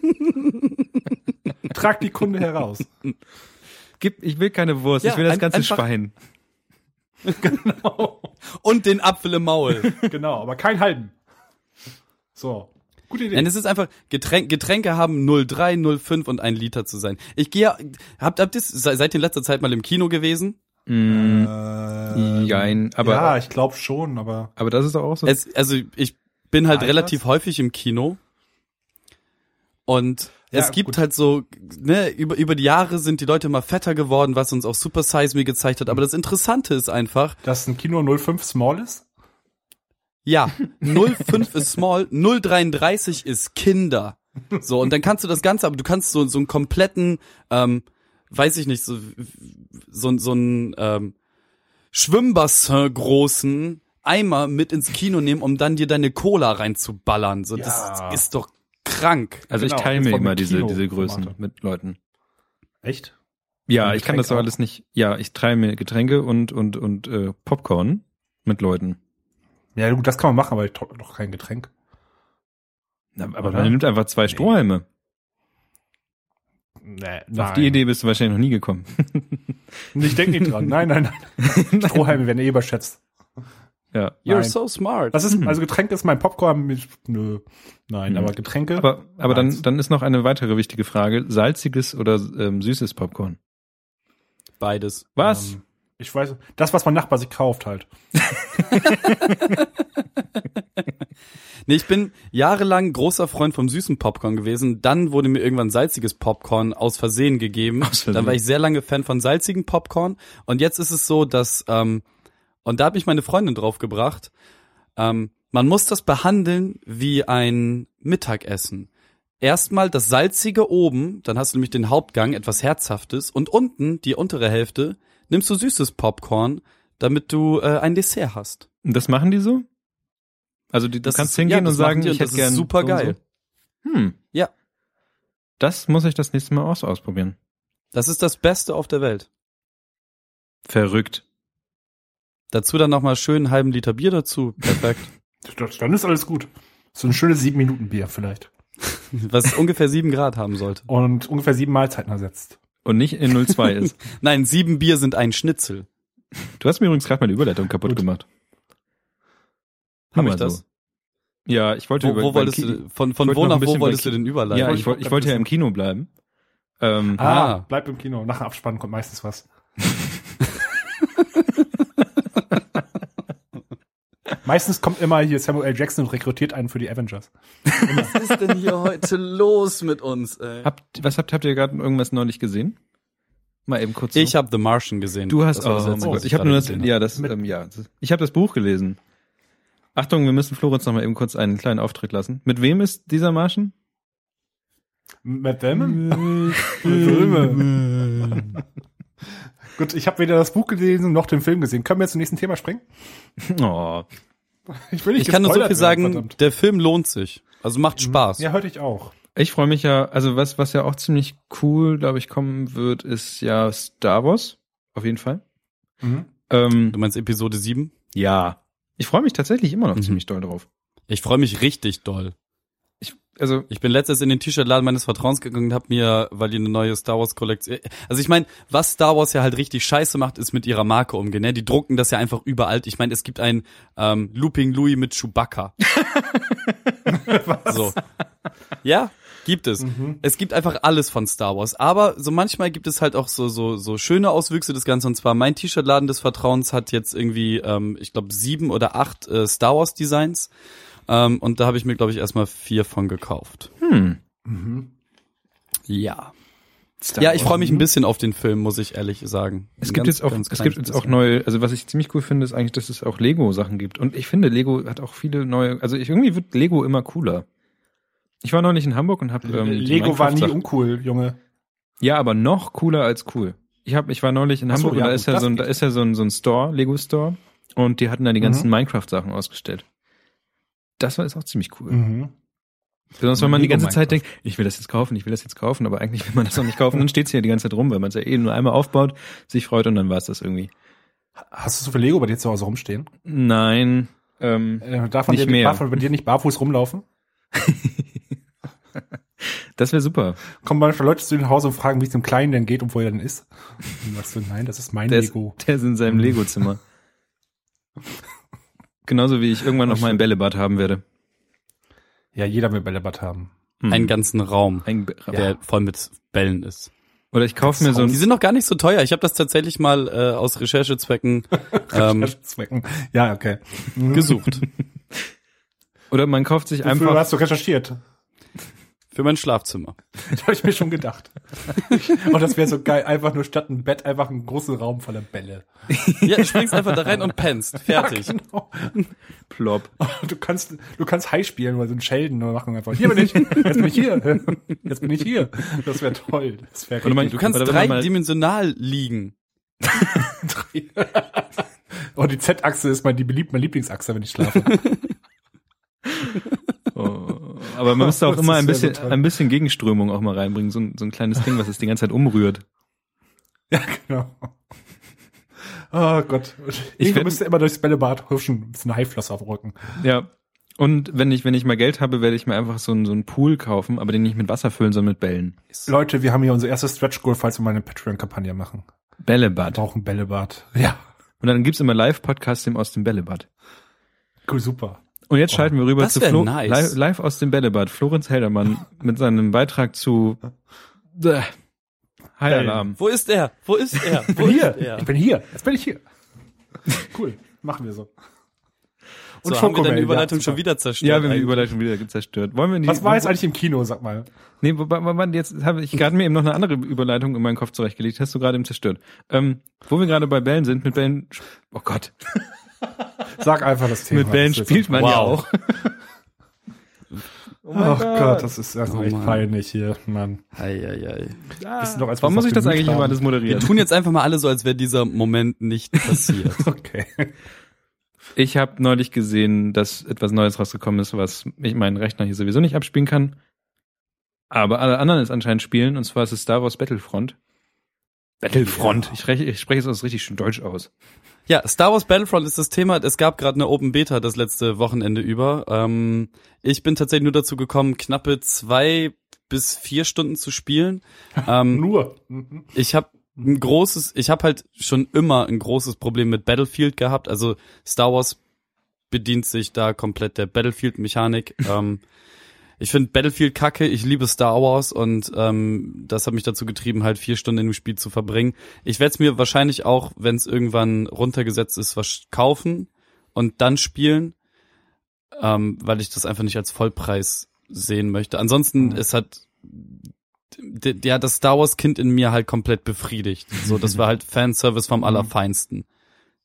S1: Trag die Kunde heraus.
S2: Gib, ich will keine Wurst.
S3: Ja,
S2: ich will das
S3: ein-
S2: ganze
S3: einfach-
S2: Schwein.
S3: Und den Apfel im Maul.
S1: Genau, aber keinen halben. So. Gute Idee.
S3: Nein, es ist einfach, Getränk, Getränke haben 03, 05 und ein Liter zu sein. Ich gehe, habt, habt ihr, se- seid ihr in letzter Zeit mal im Kino gewesen?
S2: Mm,
S1: Ähm,
S2: jein. Aber,
S1: ja, ich glaube schon, aber
S2: aber das ist doch auch so.
S3: Es, also ich bin halt
S1: Alters?
S3: relativ häufig im Kino. Und
S1: Ja,
S3: es gibt
S1: gut.
S3: halt so, ne, über, über die Jahre sind die Leute immer fetter geworden, was uns auch Super Size Me gezeigt hat. Aber das Interessante ist einfach,
S1: dass ein Kino 05 small ist?
S3: ja, 05 ist small, 033 ist Kinder. So, und dann kannst du das Ganze, aber du kannst so, so einen kompletten, ähm, weiß ich nicht, so, so, so einen ähm, Schwimmbassin großen Eimer mit ins Kino nehmen, um dann dir deine Cola reinzuballern. So,
S1: Ja.
S3: das ist doch krank.
S2: Also
S1: Genau,
S2: ich teile mir
S1: von
S2: immer
S1: dem
S2: diese,
S1: Kino-
S2: diese Größen
S1: Formate.
S2: mit Leuten.
S1: Echt? Und
S2: Ja, ich
S1: Getränk
S2: kann das doch
S1: auch.
S2: alles nicht. Ja, ich teile mir Getränke und, und, und äh, Popcorn mit Leuten.
S1: Ja, gut, das kann man machen, aber ich tro- doch kein Getränk.
S2: Na, aber
S1: Oder?
S2: man nimmt einfach zwei Strohhalme.
S1: Nee,
S2: Auf die Idee bist du wahrscheinlich noch nie gekommen.
S1: Ich denke nicht dran. Nein, nein, nein. Strohhalme werden eh überschätzt.
S2: ja.
S3: You're
S1: Nein.
S3: so smart.
S1: Das ist,
S2: Mhm.
S1: also Getränk ist mein Popcorn mit, nö. Nein,
S2: Mhm.
S1: aber Getränke.
S2: Aber, aber dann,
S1: Nice.
S2: dann ist noch eine weitere wichtige Frage. Salziges oder ähm, süßes Popcorn?
S3: Beides.
S2: Was?
S1: Ähm, ich weiß, das, was mein Nachbar sich kauft halt.
S3: Nee, ich bin jahrelang großer Freund vom süßen Popcorn gewesen. Dann wurde mir irgendwann salziges Popcorn aus Versehen gegeben.
S2: Aus Versehen.
S3: Dann war ich sehr lange Fan von salzigem Popcorn. Und jetzt ist es so, dass, ähm, und da hat mich meine Freundin drauf gebracht, ähm, man muss das behandeln wie ein Mittagessen. Erstmal das Salzige oben, dann hast du nämlich den Hauptgang, etwas Herzhaftes. Und unten, die untere Hälfte, nimmst du süßes Popcorn, damit du äh, ein Dessert hast.
S2: Und das machen die so? Also die, du
S3: Das
S2: kannst
S3: ist- ja,
S2: hingehen
S3: das
S2: und sagen,
S3: machen die und
S2: ich hätte
S3: das ist
S2: gern
S3: super
S2: so und
S3: geil.
S2: So. Hm.
S3: Ja.
S2: Das muss ich das nächste Mal auch so ausprobieren.
S3: Das ist das Beste auf der Welt.
S2: Verrückt.
S3: Dazu dann nochmal schön einen halben Liter Bier dazu. Perfekt.
S1: Das- Dann ist alles gut. So ein schönes sieben Minuten Bier vielleicht.
S3: Was ungefähr sieben Grad haben sollte.
S1: Und ungefähr sieben Mahlzeiten ersetzt.
S2: Und nicht in 02 ist.
S3: Nein, sieben Bier sind ein Schnitzel.
S2: Du hast mir übrigens gerade meine Überleitung kaputt
S1: Gut.
S2: gemacht. Nur
S3: Habe ich
S2: mal
S3: das?
S2: So. Ja, ich wollte
S3: Wo,
S2: über
S3: wo
S2: beim
S3: wolltest
S2: Ki-
S3: du, von,
S2: Ich
S3: von
S2: wollte noch
S3: wo
S2: ein
S3: nach wo
S2: bisschen
S3: wolltest
S2: bei
S3: du denn überleiten?
S2: Ja,
S1: Nein,
S2: ich,
S1: ich
S2: woll- ich
S1: wollte
S2: wollte ja
S1: wissen.
S2: im Kino bleiben. Ähm,
S3: Ah.
S1: Bleibt im Kino. Nach dem Abspann kommt meistens was. meistens kommt immer hier Samuel L. Jackson und rekrutiert einen für die Avengers.
S3: was ist denn hier heute los mit uns, ey?
S2: Habt, was habt, habt ihr gerade irgendwas neulich gesehen? Mal eben kurz. so.
S3: Ich habe The Martian gesehen.
S2: Du hast
S3: Das war das
S2: oh,
S3: Letzte,
S2: mein
S3: was
S2: Gott. Ich habe nur
S3: gerade
S2: das,
S3: gesehen
S2: ja, das, ähm, ja, das- ich habe das Buch gelesen. Achtung, wir müssen Florenz noch mal eben kurz einen kleinen Auftritt lassen. Mit wem ist dieser Marschen?
S1: Matt Damon? Filme. Gut, ich habe weder das Buch gelesen noch den Film gesehen. Können wir jetzt zum nächsten Thema springen?
S2: Oh,
S1: Ich will
S3: habe.
S1: nicht
S3: Ich kann nur so viel
S1: gespoilert
S3: sagen,
S1: werden, verdammt. Mhm.
S3: der Film lohnt sich. Also
S2: Mhm.
S3: macht Spaß.
S1: Ja, hörte ich auch.
S2: ich freue mich ja. Also was, was ja auch ziemlich cool, glaube ich, kommen wird, ist ja Star Wars. Auf jeden Fall.
S1: Mhm.
S2: Ähm,
S3: Du meinst Episode sieben?
S2: ja, ich freue mich tatsächlich immer noch
S3: Mhm.
S2: ziemlich doll drauf.
S3: Ich freue mich richtig doll.
S2: Also
S3: Ich bin letztens in den T-Shirt-Laden meines Vertrauens gegangen und habe mir, weil die eine neue Star Wars-Kollektion. Also ich meine, was Star Wars ja halt richtig scheiße macht, ist mit ihrer Marke umgehen. Ne? Die drucken das ja einfach überall. Ich meine, es gibt ein ähm, Looping Louis mit Chewbacca. So. Ja, gibt es. Es gibt einfach alles von Star Wars. Aber so manchmal gibt es halt auch so, so, so schöne Auswüchse des Ganzen. Und zwar mein T-Shirt-Laden des Vertrauens hat jetzt irgendwie, ähm, ich glaube, sieben oder acht äh, Star Wars-Designs. Ähm, und da habe ich mir, glaube ich, erstmal vier von gekauft.
S2: hm.
S3: Ja. ja, ich freue mich ein bisschen auf den Film, muss ich ehrlich sagen.
S2: Es
S3: Ein
S2: gibt
S3: ganz,
S2: jetzt auch,
S3: ganz
S2: es
S3: kleines
S2: gibt jetzt auch
S3: bisschen.
S2: neue, also was ich ziemlich cool finde, ist eigentlich, dass es auch Lego-Sachen gibt. Und ich finde, Lego hat auch viele neue, also ich, irgendwie wird Lego immer cooler. Ich war neulich in Hamburg und habe ähm, die
S1: Lego war nie
S2: Minecraft-Sachen-
S1: uncool, Junge.
S2: Ja, aber noch cooler als cool. Ich habe, ich war neulich in
S1: Ach so,
S2: Hamburg und
S1: ja,
S2: da
S1: gut,
S2: ist ja
S1: das
S2: so ein, da
S1: geht. Mhm.
S2: ist ja so ein, so ein Store, Lego-Store, und die hatten da die ganzen Minecraft-Sachen ausgestellt. Das war ist auch ziemlich
S1: Mhm.
S2: cool. Besonders wenn man die
S3: Lego
S2: ganze Zeit denkt, ich will das jetzt kaufen, ich will das jetzt kaufen, aber eigentlich will man das auch nicht kaufen, dann steht's hier die ganze Zeit rum, weil man es ja eh nur einmal aufbaut, sich freut und dann war's das irgendwie.
S1: Hast du so viel Lego bei dir zu Hause rumstehen?
S2: Nein. Ähm,
S1: Äh, darf man
S2: Nicht
S1: dir
S2: mehr.
S1: Barfuß, bei dir nicht barfuß rumlaufen?
S2: das wäre super.
S1: Kommen manchmal Leute zu dir nach Hause und fragen, wie es dem Kleinen denn geht und wo er denn ist. Und dann sagst du, nein, das ist mein
S2: Der ist,
S1: Lego.
S2: der ist in seinem Lego-Zimmer. Genauso wie ich irgendwann noch mal ein Bällebad haben werde.
S1: Ja, jeder will Bällebad haben.
S2: Hm.
S3: Einen ganzen Raum,
S2: Ein Bä-
S3: der voll mit Bällen ist.
S2: Oder ich kaufe mir so
S3: Und die
S2: ein,
S3: sind noch gar nicht so teuer. Ich habe das tatsächlich mal äh, aus Recherchezwecken ähm,
S1: Zwecken. Ja, okay.
S3: gesucht.
S2: oder man kauft sich
S1: Einfach.
S2: einfach,
S1: hast du recherchiert?
S3: Für mein Schlafzimmer.
S1: Das habe ich mir schon gedacht. und das wäre so geil, einfach nur statt ein Bett einfach einen großen Raum voller Bälle.
S3: Ja, du springst einfach da rein und pennst. Fertig.
S1: Genau. Oh,
S2: plopp.
S1: Du kannst, du kannst High spielen oder so ein Sheldon oder machen einfach. Hier bin ich, jetzt bin ich hier, jetzt bin ich hier. Das wäre toll. Das wäre
S2: Oder man-
S3: Du kannst
S2: Oder wenn man mal-
S3: dreidimensional liegen.
S1: Oh, die Z-Achse ist mein, die beliebt, meine Lieblingsachse, wenn ich schlafe.
S2: Oh, aber man müsste auch
S1: Das
S2: immer
S1: ist
S2: ein
S1: ja
S2: bisschen,
S1: total.
S2: ein bisschen Gegenströmung auch mal reinbringen. So ein, so ein kleines Ding, was es die ganze Zeit umrührt.
S1: ja, genau. Oh Gott. Ich
S2: werd-
S1: müsste immer durchs Bällebad huschen, ein bisschen Haiflosse auf dem Rücken.
S2: Ja. Und wenn ich, wenn ich mal Geld habe, werde ich mir einfach so einen, so einen Pool kaufen, aber den nicht mit Wasser füllen, sondern mit Bällen.
S1: Leute, wir haben hier unser erstes Stretch Goal, falls wir mal eine Patreon-Kampagne machen.
S2: Bällebad.
S1: Wir brauchen Bällebad. Ja.
S2: Und dann gibt's immer Live-Podcasts aus dem Bällebad.
S1: Cool, super.
S2: Und jetzt schalten wir rüber
S3: das
S2: zu
S3: wär
S2: Flo
S3: nice.
S2: live, live aus dem Bällebad. Florenz Heldermann mit seinem Beitrag zu Bäh. High
S1: Bällen.
S2: Alarm.
S3: Wo ist er? Wo ist er?
S1: Ich
S3: Wo
S1: bin
S3: ist
S1: hier.
S3: er?
S1: Ich bin hier. Jetzt bin ich hier. Cool. Machen wir so.
S3: Und so, haben
S1: Schokomel,
S3: wir dann die
S1: ja,
S3: Überleitung
S1: super.
S3: schon wieder zerstört.
S2: Ja, wir haben die
S3: eigentlich.
S2: Überleitung wieder zerstört. Wollen wir in die,
S1: Was war jetzt eigentlich im Kino, sag mal?
S2: Nee, wobei, wobei, jetzt habe ich gerade mir eben noch eine andere Überleitung in meinen Kopf zurechtgelegt. Hast du gerade eben zerstört. Ähm, wo wir gerade bei Bällen sind, mit Bällen, sp- oh Gott,
S1: Sag einfach das Thema.
S2: mit Bällen
S1: Das ist-
S2: spielt man ja
S3: Wow.
S2: auch.
S1: Oh Ach Gott, das ist also
S3: Oh
S1: echt
S3: Mann.
S1: peinlich hier, Mann.
S3: Ei, ei, ei.
S1: Wissen doch, als wir
S2: Warum
S1: uns
S2: muss ich
S1: auf
S2: das
S1: dem
S2: eigentlich
S1: Mut
S2: immer
S1: haben.
S2: alles moderieren?
S3: Tun jetzt einfach mal alle so, als wäre dieser Moment nicht passiert.
S1: Okay.
S2: Ich habe neulich gesehen, dass etwas Neues rausgekommen ist, was ich meinen Rechner hier sowieso nicht abspielen kann. Aber alle anderen es anscheinend spielen, und zwar ist es Star Wars Battlefront. Battlefront. Ich, rech, ich spreche es aus richtig schön deutsch aus.
S3: Ja, Star Wars Battlefront ist das Thema. Es gab gerade eine Open Beta das letzte Wochenende über. Ähm, ich bin tatsächlich nur dazu gekommen, knappe zwei bis vier Stunden zu spielen. Ähm,
S1: Nur. Mhm.
S3: ich habe ein großes, ich habe halt schon immer ein großes Problem mit Battlefield gehabt. Also Star Wars bedient sich da komplett der Battlefield-Mechanik. ähm, ich finde Battlefield kacke, ich liebe Star Wars und ähm, das hat mich dazu getrieben, halt vier Stunden im Spiel zu verbringen. Ich werde es mir wahrscheinlich auch, wenn es irgendwann runtergesetzt ist, was kaufen und dann spielen, ähm, weil ich das einfach nicht als Vollpreis sehen möchte. Ansonsten,
S1: Mhm.
S3: es hat d- ja, das Star Wars Kind in mir halt komplett befriedigt. So, das war halt Fanservice vom Allerfeinsten.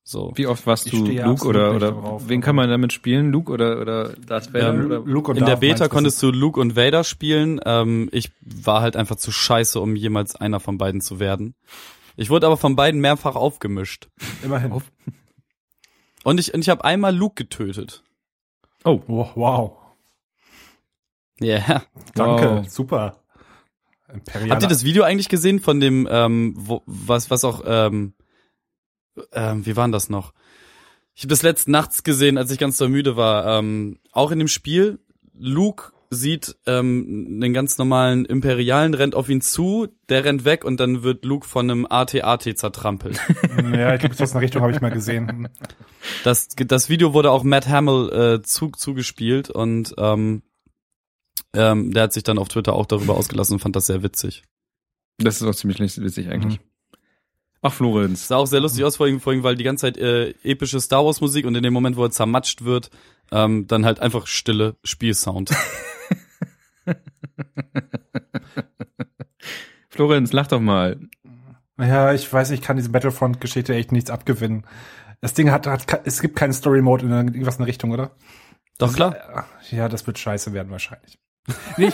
S3: So.
S2: Wie oft warst
S1: Ich
S2: du
S1: stehe
S2: Luke
S1: absolut
S2: oder,
S1: nicht
S2: oder
S1: darauf,
S2: wen
S1: aber-
S2: kann man damit spielen? Luke oder, oder Darth Vader?
S3: Ähm,
S2: oder?
S1: Luke und
S3: In der
S1: Darth
S3: Beta
S1: meinst du,
S3: konntest du Luke und Vader spielen. Ähm, ich war halt einfach zu scheiße, um jemals einer von beiden zu werden. Ich wurde aber von beiden mehrfach aufgemischt.
S1: immerhin.
S2: Auf-
S3: Und ich, und ich habe einmal Luke getötet.
S2: Oh,
S1: Wow, wow.
S3: Ja. Yeah.
S1: Danke.
S2: Wow.
S1: Super. Imperial.
S3: Habt ihr das Video eigentlich gesehen von dem, ähm, wo, was, was auch, ähm, ähm, wie war denn das noch? Ich habe das letzte nachts gesehen, als ich ganz so müde war. Ähm, auch in dem Spiel, Luke sieht ähm, einen ganz normalen Imperialen, rennt auf ihn zu, der rennt weg und dann wird Luke von einem AT-AT zertrampelt.
S1: Ja, ich glaube, aus einer Richtung habe ich mal gesehen.
S3: Das, das Video wurde auch Matt Hamill äh, zu, zugespielt und ähm, ähm, der hat sich dann auf Twitter auch darüber ausgelassen und fand das sehr witzig.
S2: das ist auch ziemlich witzig eigentlich.
S1: Mhm.
S2: Ach, Florenz.
S3: Sah auch sehr lustig aus vor ihm, vor ihm, weil die ganze Zeit äh, epische Star Wars Musik und in dem Moment, wo er zermatscht wird, ähm, dann halt einfach stille Spielsound.
S2: Florenz, lach doch mal.
S1: Ja, ich weiß, ich kann diese Battlefront-Geschichte echt nichts abgewinnen. Das Ding hat, hat ke- es gibt keinen Story-Mode in irgendwas in der Richtung, oder?
S3: Doch klar.
S1: Ah, Ja, das wird scheiße werden wahrscheinlich. Nee,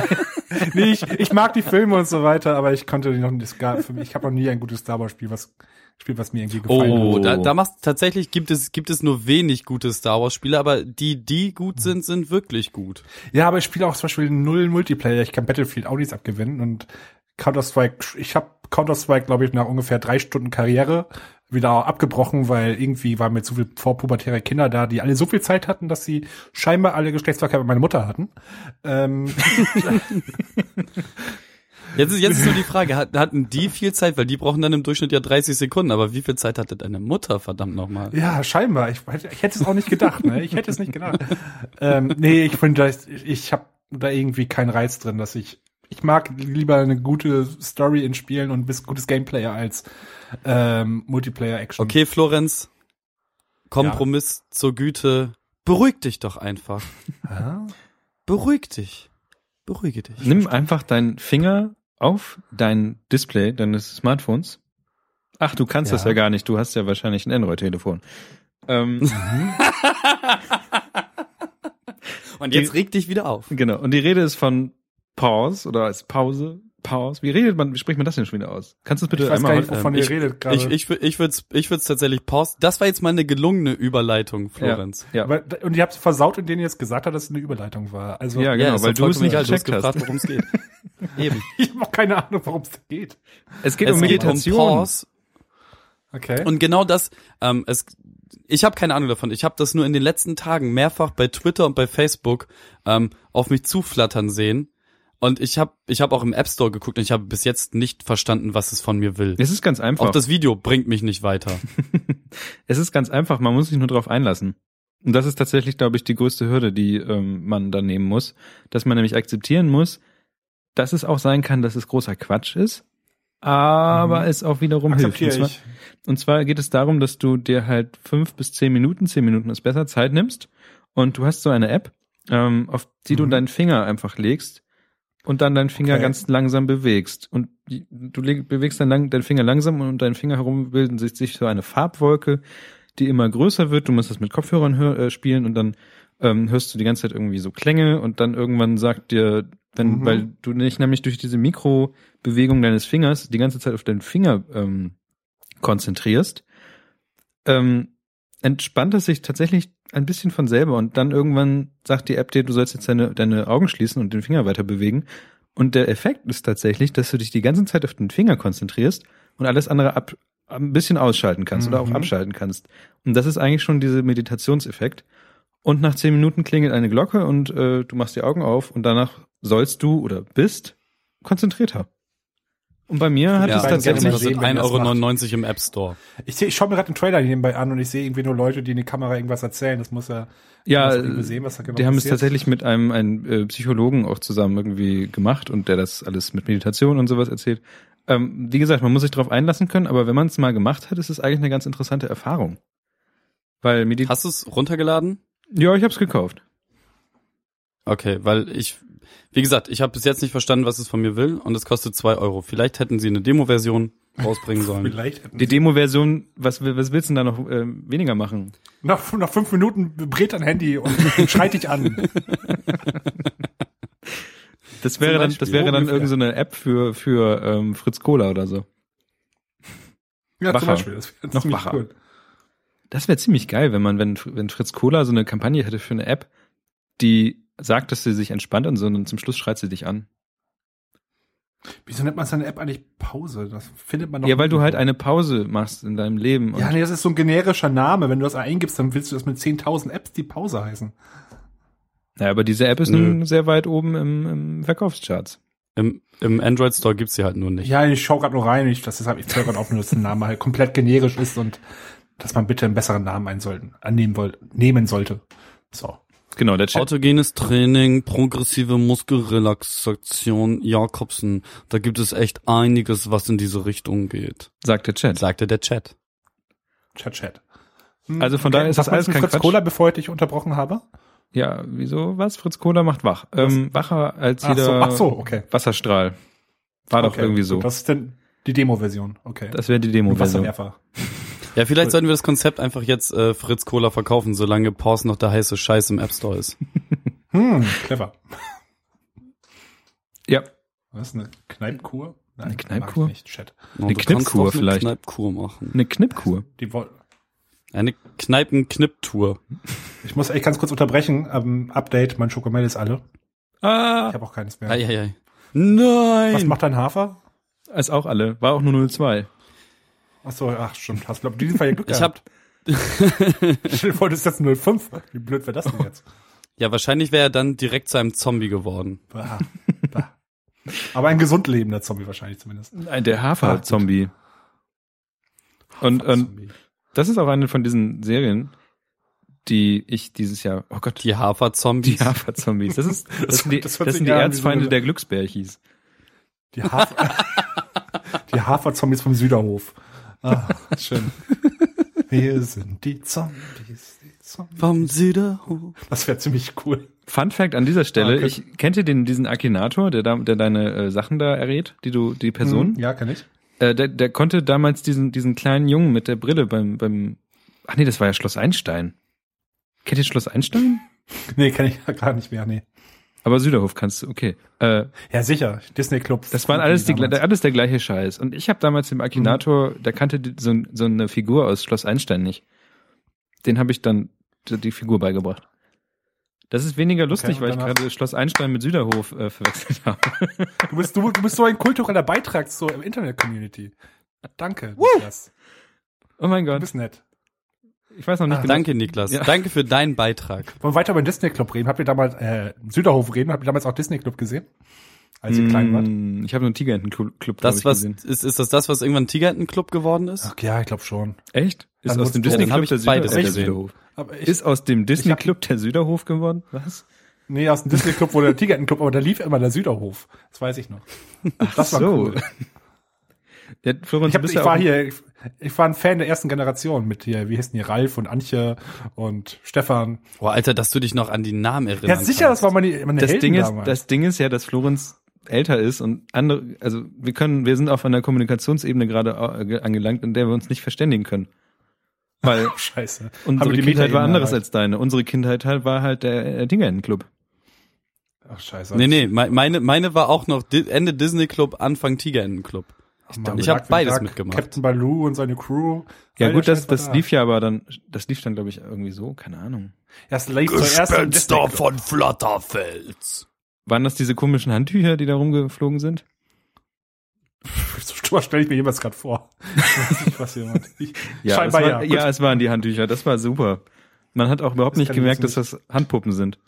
S1: ich, nee, ich, ich mag die Filme und so weiter, aber ich konnte die noch nicht. es gab für mich- Ich habe noch nie ein gutes Star Wars-Spiel, was, Spiel, was mir irgendwie gefallen
S3: Oh,
S1: hat.
S3: da, da machst tatsächlich gibt es gibt es nur wenig gute Star Wars Spiele, aber die die
S1: Mhm.
S3: gut sind, sind wirklich gut.
S1: Ja, aber ich spiele auch zum Beispiel null Multiplayer. Ich kann Battlefield auch nichts abgewinnen und Counter-Strike, ich habe Counter-Strike, glaube ich, nach ungefähr drei Stunden Karriere wieder abgebrochen, weil irgendwie waren mir zu viel vorpubertäre Kinder da, die alle so viel Zeit hatten, dass sie scheinbar alle Geschlechtsverkehr mit meiner Mutter hatten. Ähm,
S3: Jetzt ist jetzt ist nur die Frage, hat, hatten die viel Zeit, weil die brauchen dann im Durchschnitt ja 30 Sekunden, aber wie viel Zeit hatte deine Mutter verdammt nochmal?
S1: Ja, scheinbar. Ich, hätte- ich hätte es auch nicht gedacht, ne? Ich hätte es nicht gedacht. ähm, nee, ich finde, da ist- ich habe da irgendwie keinen Reiz drin, dass ich. Ich mag lieber eine gute Story in Spielen und bis gutes Gameplayer als ähm, Multiplayer-Action.
S3: Okay, Florenz, Kompromiss zur Güte. Beruhig dich doch einfach.
S1: Ah,
S2: Äh,
S3: Beruhig dich. Beruhige dich.
S2: Nimm einfach deinen Finger auf dein Display deines Smartphones. Ach, du kannst das
S1: Ja.
S2: ja gar nicht. Du hast ja wahrscheinlich ein Android-Telefon. Ähm,
S3: Und
S2: jetzt
S3: reg dich wieder auf.
S2: genau. Und die Rede ist von Pause oder als Pause Pause. Wie redet man, wie spricht man das denn schon wieder aus? Kannst du es bitte
S1: Ich weiß
S2: einmal halt, ähm,
S1: gar nicht, wovon ihr
S3: ich-
S1: redet gerade.
S3: Ich, ich, wür- ich würde es ich würd's tatsächlich pausen. Das war jetzt mal eine gelungene Überleitung, Florenz.
S2: Ja, ja.
S1: Aber, und ihr habt versaut, indem ihr jetzt gesagt habt, dass es eine Überleitung war. Also
S2: Ja, genau,
S3: ist
S2: weil
S3: doch
S2: du es
S3: vollkommen
S2: nicht
S3: egal. Du hast
S2: gecheckt hast. um
S3: gefragt, worum es geht. Eben.
S1: ich habe auch keine Ahnung, worum es geht.
S2: Es geht
S3: es
S2: um
S3: geht um
S2: Meditation.
S3: Pause.
S1: Okay.
S3: Und genau das, ähm, es, ich habe keine Ahnung davon. Ich habe das nur in den letzten Tagen mehrfach bei Twitter und bei Facebook ähm, auf mich zuflattern sehen. Und ich habe ich hab auch im App Store geguckt und ich habe bis jetzt nicht verstanden, was es von mir will.
S2: es ist ganz
S3: Auch
S2: einfach.
S3: das Video bringt mich nicht weiter.
S2: Es ist ganz einfach, man muss sich nur darauf einlassen. Und das ist tatsächlich, glaube ich, die größte Hürde, die ähm, man da nehmen muss, dass man nämlich akzeptieren muss, dass es auch sein kann, dass es großer Quatsch ist, aber
S1: Mhm.
S2: es auch wiederum hilft. Und
S1: Akzeptiere
S2: zwar,
S1: ich.
S2: und zwar geht es darum, dass du dir halt fünf bis zehn Minuten, zehn Minuten ist besser, Zeit nimmst und du hast so eine App, ähm, auf die du
S1: Mhm.
S2: deinen Finger einfach legst und dann deinen Finger
S1: Okay.
S2: ganz langsam bewegst. Und die- du leg, bewegst dann lang, deinen Finger langsam und um deinen Finger herum bilden sich, sich so eine Farbwolke, die immer größer wird. Du musst das mit Kopfhörern hör, äh, spielen und dann ähm, hörst du die ganze Zeit irgendwie so Klänge und dann irgendwann sagt dir, wenn,
S1: Mhm.
S2: weil du nicht nämlich durch diese Mikrobewegung deines Fingers die ganze Zeit auf deinen Finger ähm, konzentrierst, ähm, entspannt es sich tatsächlich ein bisschen von selber und dann irgendwann sagt die App dir, du sollst jetzt deine, deine Augen schließen und den Finger weiter bewegen. Und der Effekt ist tatsächlich, dass du dich die ganze Zeit auf den Finger konzentrierst und alles andere ab, ein bisschen ausschalten kannst oder auch
S1: Mhm.
S2: abschalten kannst. Und das ist eigentlich schon dieser Meditationseffekt. Und nach zehn Minuten klingelt eine Glocke und äh, du machst die Augen auf und danach sollst du oder bist konzentrierter. Und bei mir hat
S1: Ja,
S2: es
S1: beim
S2: tatsächlich
S1: Gänsemarsch.
S3: kostet
S1: sehen, wenn das
S3: 1,99 Euro im App Store.
S1: Ich, seh- ich schaue mir gerade einen Trailer nebenbei an und ich sehe irgendwie nur Leute, die in die Kamera irgendwas erzählen. Das muss ja
S2: Ja,
S1: muss irgendwie sehen, was da genau
S2: die haben es
S1: passiert.
S2: tatsächlich mit einem, einem äh, Psychologen auch zusammen irgendwie gemacht und der das alles mit Meditation und sowas erzählt. Ähm, wie gesagt, man muss sich darauf einlassen können, aber wenn man es mal gemacht hat, ist es eigentlich eine ganz interessante Erfahrung. Weil Medi
S3: Hast du es runtergeladen?
S2: Ja, ich hab's gekauft.
S3: Okay, weil ich, wie gesagt, ich habe bis jetzt nicht verstanden, was es von mir will und es kostet 2 Euro. Vielleicht hätten sie eine Demo-Version rausbringen sollen.
S1: Vielleicht hätten
S2: Die Demo-Version, was, will- was willst du denn da noch ähm, weniger machen?
S1: nach, nach fünf Minuten brät dein Handy und schreit dich an.
S2: Das wäre dann, das
S3: Beispiel.
S2: wäre dann
S1: Ungefähr.
S2: irgendeine so eine App für, für ähm, Fritz Cola oder so.
S1: Ja,
S2: Wacher.
S1: Das wäre
S2: Noch
S1: ziemlich
S2: wacher.
S1: cool.
S2: Das wäre ziemlich geil, wenn man, wenn, wenn Fritz Cola so eine Kampagne hätte für eine App, die sagt, dass sie sich entspannt und so, und zum Schluss schreit sie dich an.
S1: Wieso nennt man seine App eigentlich Pause? Das findet man doch
S2: ja, weil du halt
S1: nirgendwo.
S2: eine Pause machst in deinem Leben. Und
S1: Ja, ne. nee, das ist so ein generischer Name. Wenn du das eingibst, dann willst du das mit 10.000 Apps, die Pause heißen.
S2: ja, aber diese App ist
S3: Nö.
S2: nun sehr weit oben im, im Verkaufscharts.
S3: Im, im Android Store gibt's sie halt nur nicht.
S1: Ja, ich schau gerade nur rein. Ich, das deshalb, ich höre gerade auf, nur, dass der Name halt komplett generisch ist und dass man bitte einen besseren Namen ein sollten, annehmen wollte, nehmen sollte. So.
S2: Genau, der Chat.
S3: Autogenes Training, progressive Muskelrelaxation, Jakobsen. Da gibt es echt einiges, was in diese Richtung geht.
S2: sagt der Chat.
S3: Sagte der Chat.
S1: Chat, Chat. Hm,
S2: Also von daher ist
S1: sag
S2: das
S1: mal
S2: alles
S1: zu
S2: kein
S1: Fritz
S2: Quatsch.
S1: Cola, bevor ich dich unterbrochen habe?
S2: Ja, wieso was? Fritz Cola macht wach. Ähm, wacher als
S1: Ach
S2: jeder
S1: so, ach so, okay.
S2: Wasserstrahl. War doch
S1: okay.
S2: irgendwie so.
S1: Gut,
S2: Das,
S1: Das ist denn die Demo-Version. Okay.
S2: wäre die Demo-Version.
S1: Wasserwerfer.
S3: Ja, vielleicht sollten wir das Konzept einfach jetzt äh, Fritz Cola verkaufen, solange Pause noch der heiße Scheiß im App Store ist.
S1: Hm, clever.
S2: Ja,
S1: Was, eine Kneipkur? Nein,
S2: Eine
S1: mag
S2: Kneipkur?
S1: ich Nicht, Chat.
S3: No,
S2: Eine Kneipkur vielleicht.
S3: Eine Kneipkur machen.
S2: eine Knippkur.
S1: Die woll-
S3: Eine Kneipen-Knipp-Tour.
S1: ich muss echt ganz kurz unterbrechen. Ähm, Update, mein Schokomel ist alle. Ich
S2: Ah,
S1: habe auch keines mehr.
S3: Ei, ei, ei. Nein!
S1: Was macht dein Hafer?
S2: ist auch alle. War auch nur 02.
S1: Ach so, ach stimmt. Hast du in diesem Fall ja Glück
S3: ich hab,
S1: Ich wollte es jetzt 05. Wie blöd wäre das denn jetzt?
S3: ja, wahrscheinlich wäre er dann direkt zu einem Zombie geworden.
S1: Bah. Bah. Aber ein gesund lebender Zombie wahrscheinlich zumindest.
S2: Nein, der Hafer-Zombie.
S1: Ah,
S2: Und, und
S1: Zombie.
S2: das ist auch eine von diesen Serien, die ich dieses Jahr. Oh Gott,
S3: Die Hafer-Zombies.
S2: die Hafer-Zombies. Das, ist, das, sind die,
S1: das
S2: das,
S1: hört sich
S2: sind die
S1: an wie so
S2: Erzfeinde
S1: eine-
S2: der Glücksbärchis.
S1: Die Hafer, die Hafer-Zombies vom Süderhof. Ah, schön. Wir sind die Zombies, die Zombies.
S3: Vom Süderhof.
S1: Das wäre ziemlich cool.
S2: Fun Fact an dieser Stelle:
S1: Ah, okay.
S2: Ich kennt ihr den diesen Akinator, der da, der deine äh, Sachen da errät, die du die Person?
S1: Ja, kann ich.
S2: Äh, der, der konnte damals diesen diesen kleinen Jungen mit der Brille beim beim. Ach nee, das war ja Schloss Einstein. Kennt ihr Schloss Einstein?
S1: Nee, kann ich ja gar nicht mehr. Nee.
S2: Aber Süderhof kannst du, okay. Äh,
S1: Ja, sicher. Disney Club.
S2: das waren alles, die,
S1: Damals. Mhm.
S2: alles der gleiche Scheiß. Und ich habe damals im Akinator, da kannte die- so, ein- so eine Figur aus Schloss Einstein nicht. Den habe ich dann d- die Figur beigebracht. Das ist weniger lustig,
S1: und
S2: weil ich
S1: danach-
S2: gerade Schloss Einstein mit Süderhof äh, verwechselt habe.
S1: Du bist, du, du bist so ein kultureller Beitrag zur Internet-Community. Danke. Niklas.
S2: Oh mein
S1: Du
S2: Gott.
S1: bist nett.
S2: Ich weiß noch nicht
S1: Ah,
S2: genau.
S3: Danke, Niklas.
S2: Ja.
S3: Danke für deinen Beitrag.
S1: Wollen wir weiter über den Disney Club reden? Habt ihr damals, äh, Süderhof reden? Habt ihr damals auch Disney Club gesehen? Als ihr klein wart?
S2: Mm, Ich habe nur einen Tigerentenclub glaub
S3: Das,
S2: ich,
S3: was,
S2: gesehen.
S3: ist, ist das das, was irgendwann Tigerentenclub geworden ist?
S1: Ach ja, ich glaube schon.
S2: Echt? Ist
S1: Dann
S2: aus dem
S1: wurdest du-
S2: Disney
S3: Dann hab
S2: Club
S3: ich
S2: der, Süder
S3: beides
S2: der
S3: gesehen.
S2: Süderhof.
S1: Aber ich,
S2: Ist aus dem Disney
S1: hab-
S2: Club der Süderhof geworden? Was?
S1: nee, aus dem Disney Club wurde der Tigerentenclub, aber da lief immer der Süderhof. Das weiß ich noch. Das
S2: so. Der Florian,
S1: Ich,
S2: du
S1: hab,
S2: bist
S1: ich
S2: ja
S1: war
S2: auch-
S1: hier, ich, ich war ein Fan der ersten Generation mit hier, wie hießen die, Ralf und Antje und Stefan.
S3: Boah, Alter, dass du dich noch an die Namen erinnerst.
S1: Ja, sicher, das war meine, meine
S2: Das
S1: Helden
S2: Ding, ist,
S1: damals.
S2: das Ding ist ja, dass Florenz älter ist und andere, also wir können, wir sind auf einer Kommunikationsebene gerade äh, ge- angelangt, in der wir uns nicht verständigen können. Weil
S1: Scheiße. Haben
S2: unsere
S1: wir die
S2: Kindheit war
S1: Metaebene
S2: anderes
S1: erreicht?
S2: als deine. Unsere Kindheit halt war halt der äh, Dingerentenclub.
S1: Ach, scheiße.
S3: Nee, nee, me- meine, meine war auch noch Di Ende Disney Club, Anfang Tigerentenclub.
S1: Mann,
S3: ich hab
S1: Darkwing
S3: beides
S1: Duck,
S3: mitgemacht.
S1: Captain Baloo und seine Crew.
S2: Ja
S1: All
S2: gut,
S1: der
S2: das,
S1: Scheiß war
S2: das
S1: da.
S2: lief ja aber dann, das lief dann glaube ich irgendwie so, keine Ahnung.
S1: Das lief zuerst im Disney Club.
S3: von Flatterfels.
S2: Waren das diese komischen Handtücher, die da rumgeflogen sind?
S1: So stelle ich mir jemals gerade vor. Ich weiß nicht, was jemand. Ich,
S2: es
S1: scheinbar
S2: war,
S1: ja.
S2: Ja, es waren die Handtücher, das war super. Man hat auch überhaupt
S1: Das
S2: nicht
S1: kann ich
S2: gemerkt, dass
S1: jetzt
S2: das Handpuppen sind.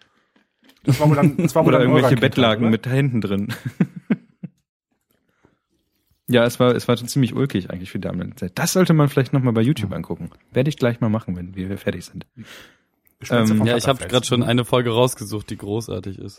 S1: Das war wohl dann, das war wohl
S2: Oder
S1: dann
S2: irgendwelche
S1: eurer Kindheit,
S2: Bettlaken
S1: oder?
S2: mit Händen drin. ja, es war, es war schon ziemlich ulkig eigentlich für die damalige Zeit. Das sollte man vielleicht nochmal bei YouTube angucken. Werde ich gleich mal machen, wenn wir fertig sind.
S1: Spitze
S2: Ähm,
S1: von
S3: Ja, ich habe
S1: Butterflies.
S3: gerade schon eine Folge rausgesucht, die großartig ist.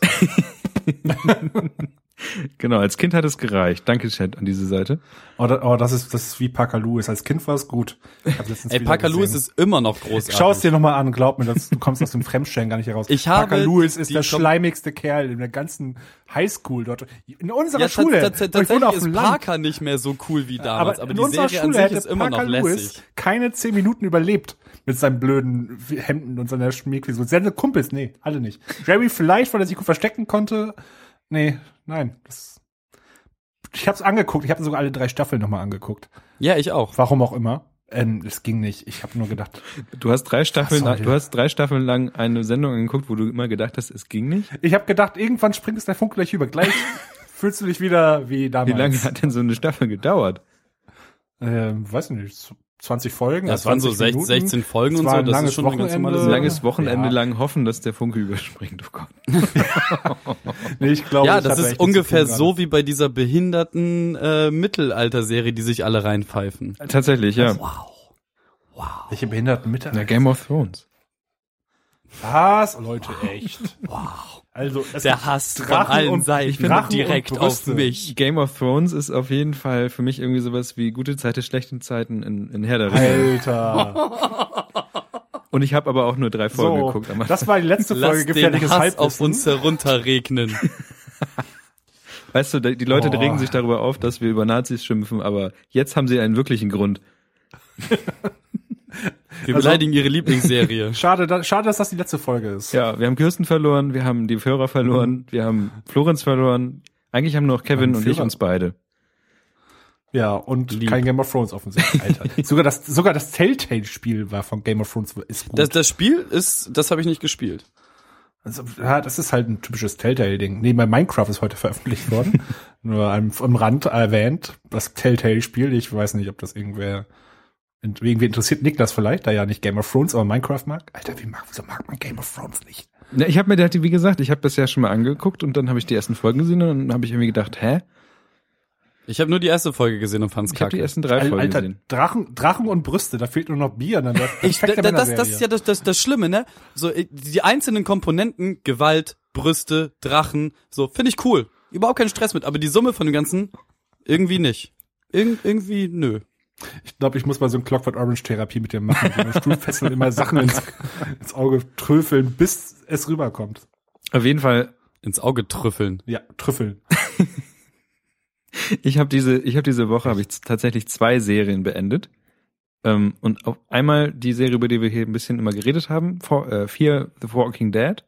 S2: Genau, als Kind hat es gereicht. Danke, Chat, an diese Seite.
S1: Oh, da, oh, das ist, das ist wie Pakalu ist. Als Kind war es gut. Ich hab letztens
S3: Ey,
S1: wieder
S3: Parker Lewis
S1: gesehen.
S3: ist immer noch großartig.
S1: Schau es dir nochmal an, glaub mir, das, du kommst aus dem Fremdschäden gar nicht heraus.
S3: Ich habe
S1: Parker Lewis ist
S3: die
S1: der
S3: Kom-
S1: schleimigste Kerl in der ganzen Highschool dort. In unserer
S3: ja,
S1: Schule.
S3: tats- tats-
S1: Und ich wohne
S3: tatsächlich
S1: auf dem
S3: ist
S1: Land.
S3: Parker nicht mehr so cool wie damals, aber,
S1: in
S3: die
S1: unserer
S3: Serie an sich
S1: hätte
S3: ist immer noch
S1: Parker
S3: lässig.
S1: keine zehn Minuten überlebt mit seinen blöden Hemden und seiner Schmiegfrisur. Seine Kumpels, nee, alle nicht. Jerry vielleicht, weil er sich gut verstecken konnte. Nee, nein. Das, ich hab's angeguckt. Ich habe sogar alle drei Staffeln nochmal angeguckt.
S3: Ja, ich auch.
S1: Warum auch immer. Ähm, es ging nicht. Ich habe nur gedacht,
S2: Du hast drei Staffeln,
S1: sorry.
S2: du hast drei Staffeln lang eine Sendung angeguckt, wo du immer gedacht hast, es ging nicht.
S1: Ich habe gedacht, irgendwann springt es der Funke gleich über. Gleich fühlst du dich wieder wie
S2: Wie
S1: damals.
S2: lange hat denn so eine Staffel gedauert?
S1: Ähm, weiß nicht, 20 Folgen?
S3: Das waren so
S1: 20
S3: 16,
S1: Minuten.
S3: 16 Folgen
S1: Es
S3: und
S1: war
S3: so,
S1: ein
S3: das ist
S1: langes
S3: schon eine ganz normale
S1: Wochenende.
S2: Ein
S3: Serie.
S2: langes Wochenende
S1: Ja.
S2: lang hoffen, dass der Funke überspringt. Oh Gott.
S1: Nee, ich glaube,
S3: Ja,
S1: ich
S3: das
S1: hatte
S3: ist
S1: echt nichts
S3: ungefähr
S1: zu tun
S3: so wie bei dieser behinderten äh, Mittelalter-Serie, die sich alle reinpfeifen.
S2: Tatsächlich, ja.
S1: Also,
S3: Wow. Wow.
S1: gerade. Welche behinderten Mitte?
S2: Na, Game of Thrones.
S1: Was? Leute, echt.
S3: Wow.
S1: Also, es
S3: Der Hass
S1: Drachen
S3: von allen
S1: und- ich
S3: Seiten
S1: finde Drachen
S3: direkt
S1: und
S3: auf
S1: Brüste.
S3: mich.
S2: Game of Thrones ist auf jeden Fall für mich irgendwie sowas wie gute Zeiten, schlechte Zeiten in, in Herr der Ringe.
S1: Alter.
S2: Und ich habe aber auch nur drei Folgen
S1: so,
S2: geguckt. Aber
S1: das war die letzte Folge
S3: Lass den
S1: gefährliches
S3: Hass auf
S1: Halbwissen.
S3: uns herunterregnen.
S2: weißt du, die Leute
S1: Oh.
S2: regen sich darüber auf, dass wir über Nazis schimpfen, aber jetzt haben sie einen wirklichen Grund.
S3: Wir
S1: Also-
S3: beleidigen ihre Lieblingsserie.
S1: Schade, da, schade, dass das die letzte Folge ist.
S2: Ja, wir haben Kirsten verloren, wir haben die Hörer verloren, wir haben Florenz verloren. Eigentlich Mhm. haben nur noch Kevin
S1: Mein
S2: und ich
S1: Führer.
S2: uns beide.
S1: Ja, und
S3: Lieb.
S1: kein Game of Thrones offensichtlich, Alter. sogar das, sogar das Telltale-Spiel war von Game of Thrones ist gut.
S3: Das, das Spiel ist, das habe ich nicht gespielt.
S1: Also, ja, das ist halt ein typisches Telltale-Ding. Nebenbei Minecraft ist heute veröffentlicht worden. Nur am, am Rand erwähnt. Das Telltale-Spiel. Ich weiß nicht, ob das irgendwer, int- irgendwie interessiert Niklas vielleicht, da ja nicht Game of Thrones, aber Minecraft mag. Alter, wie mag, wieso mag man Game of Thrones nicht?
S2: Na, ich habe mir gedacht, wie gesagt, ich habe das ja schon mal angeguckt und dann habe ich die ersten Folgen gesehen und dann habe ich irgendwie gedacht, hä?
S3: Ich habe nur die erste Folge gesehen und fand's
S2: Ich habe die
S3: kacke.
S2: ersten drei
S1: Al-
S2: Folgen
S1: Alter,
S2: gesehen.
S1: Drachen, Drachen und Brüste, da fehlt nur noch Bier. Dann wär-
S3: Ich, da,
S1: perfekte
S3: da, das, das
S1: Männerserie.
S3: ist ja das, das, das Schlimme, ne? So, äh, die einzelnen Komponenten, Gewalt, Brüste, Drachen, so, finde ich cool. Überhaupt keinen Stress mit, aber die Summe von dem Ganzen irgendwie nicht. Irg irgendwie nö.
S1: Ich glaube, ich muss mal so ein Clockwork Orange Therapie mit dir machen. Die mit Stuhlfesseln immer Sachen ins, ins Auge tröfeln, bis es rüberkommt.
S2: Auf jeden Fall
S3: Ins Auge trüffeln.
S1: Ja, trüffeln.
S2: Ich habe diese, ich habe diese Woche habe ich z- tatsächlich zwei Serien beendet. Ähm, und auf einmal die Serie, über die wir hier ein bisschen immer geredet haben, vor, äh, vier The Walking Dead.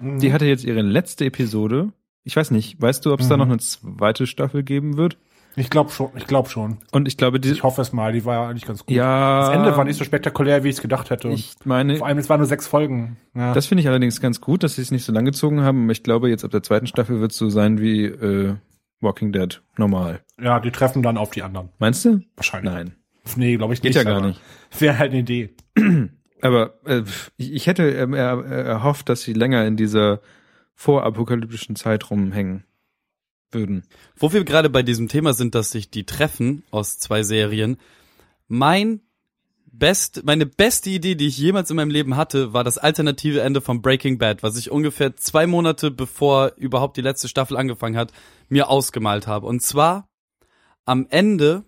S1: Mhm.
S2: Die hatte jetzt ihre letzte Episode. Ich weiß nicht, weißt du, ob es da
S1: Mhm.
S2: noch eine zweite Staffel geben wird?
S1: Ich glaube schon, ich glaube schon.
S2: Und ich glaube, die,
S1: Ich hoffe es mal, die war ja eigentlich ganz gut.
S2: ja,
S1: Das Ende war nicht so spektakulär, wie ich es gedacht hätte.
S2: Ich meine,
S1: Vor allem, es waren nur sechs Folgen. ne? Ja.
S2: das finde ich allerdings ganz gut, dass sie es nicht so lang gezogen haben. Aber Ich glaube, jetzt ab der zweiten Staffel wird es so sein wie äh, Walking Dead normal.
S1: ja, die treffen dann auf die anderen.
S2: Meinst du?
S1: Wahrscheinlich.
S2: Nein,
S1: Nee, glaube ich
S2: geht
S1: nicht.
S2: ja gar
S1: aber
S2: nicht.
S1: Wäre halt eine Idee.
S2: Aber äh, pf, ich ich hätte ähm, er, er- erhofft, dass sie länger in dieser vorapokalyptischen Zeit rumhängen würden.
S3: Wo wir gerade bei diesem Thema sind, dass sich die treffen aus zwei Serien. Mein best, meine beste Idee, die ich jemals in meinem Leben hatte, war das alternative Ende von Breaking Bad, was ich ungefähr zwei Monate bevor überhaupt die letzte Staffel angefangen hat, mir ausgemalt habe. Und zwar am Ende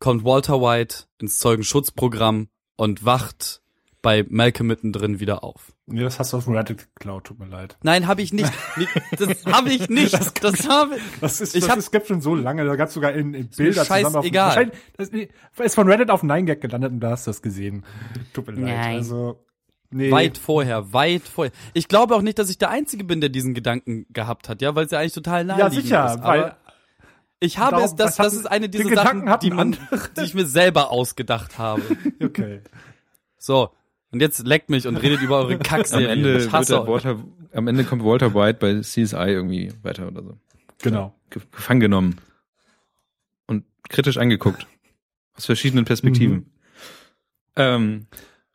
S3: kommt Walter White ins Zeugenschutzprogramm und wacht bei Malcolm mittendrin wieder auf.
S1: Nee, das hast du auf dem Reddit geklaut, tut mir leid.
S3: Nein, habe ich nicht. Nee, Das habe ich nicht. Das, habe
S1: Das ist,
S3: Ich
S1: das
S3: hab-
S1: ist gibt schon so lange, da gab's sogar in, in Bilder
S3: mir
S1: zusammen auf
S3: scheißegal.
S1: Wahrscheinlich- Das nee, ist von Reddit auf 9gag gelandet und da hast du das gesehen. Tut mir leid.
S5: Nein.
S1: Also, nee.
S3: weit vorher, weit vorher. Ich glaube auch nicht, dass ich der Einzige bin, der diesen Gedanken gehabt hat, ja, weil es ja eigentlich total
S1: Ja,
S3: naheliegend ist.
S1: sicher,
S3: aber
S1: weil
S3: ich habe
S1: darum-
S3: es, das,
S1: das hatten-
S3: das ist eine
S1: den
S3: dieser
S1: Gedanken
S3: Sachen,
S1: hatten
S3: die, man, die ich mir selber ausgedacht habe.
S1: okay.
S3: So. Und jetzt leckt mich und redet über eure
S2: Am
S3: Kackserie.
S2: Ende,
S3: ich
S2: wird
S3: hasse
S2: der
S3: euch.
S2: Walter, am Ende kommt Walter White bei CSI irgendwie weiter oder so.
S1: Genau.
S2: Ge- Gefangen genommen. Und kritisch angeguckt. Aus verschiedenen Perspektiven. Ähm,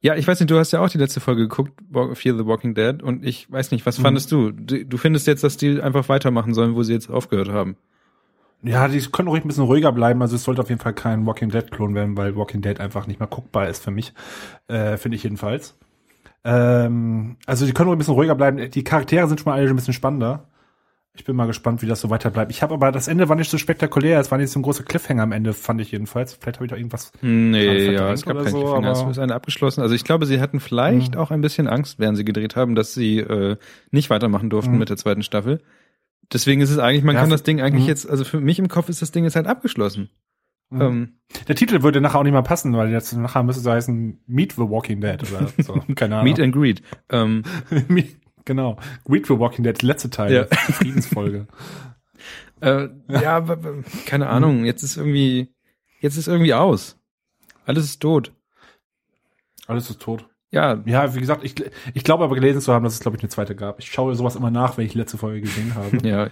S2: ja, ich weiß nicht, du hast ja auch die letzte Folge geguckt, Wa- Fear the Walking Dead, und ich weiß nicht, was fandest du? Du du findest jetzt, dass die einfach weitermachen sollen, wo sie jetzt aufgehört haben.
S1: Ja, die können ruhig ein bisschen ruhiger bleiben. Also es sollte auf jeden Fall kein Walking Dead Klon werden, weil Walking Dead einfach nicht mehr guckbar ist für mich. Äh, Finde ich jedenfalls. Ähm, also die können ruhig ein bisschen ruhiger bleiben. Die Charaktere sind schon mal alle ein bisschen spannender. Ich bin mal gespannt, wie das so weiterbleibt. Ich habe aber das Ende war nicht so spektakulär. Es war nicht so ein großer Cliffhanger am Ende, fand ich jedenfalls. Vielleicht habe ich auch irgendwas.
S2: Nee,
S1: Dann
S2: ja,
S1: verdrängt
S2: es gab
S1: oder
S2: keinen
S1: so,
S2: Cliffhanger. Es
S1: aber- Hm.
S2: ist eine abgeschlossen. Also ich glaube, sie hatten vielleicht auch ein bisschen Angst, während sie gedreht haben, dass sie äh, nicht weitermachen durften
S1: Mhm.
S2: mit der zweiten Staffel. Deswegen ist es eigentlich, man
S1: Ja,
S2: kann
S1: für-
S2: das Ding eigentlich
S1: Mhm.
S2: jetzt, also für mich im Kopf ist das Ding jetzt halt abgeschlossen.
S1: Hm.
S2: Ähm,
S1: Der Titel würde nachher auch nicht mal passen, weil jetzt nachher müsste es heißen Meet the Walking Dead oder so. Keine Ahnung.
S2: Meet and Greet. Ähm,
S1: Meet- genau. Meet the Walking Dead, letzte Teil,
S2: Ja.
S1: die Friedensfolge.
S2: äh, ja, w- w-
S1: Hm.
S2: keine Ahnung. Jetzt ist irgendwie, jetzt ist irgendwie aus. Alles ist tot.
S1: Alles ist tot.
S2: Ja,
S1: Ja, wie gesagt, ich, gl- ich glaube aber gelesen zu haben, dass es, glaube ich, eine zweite gab. Ich schaue sowas immer nach, wenn ich die letzte Folge gesehen habe.
S2: ja.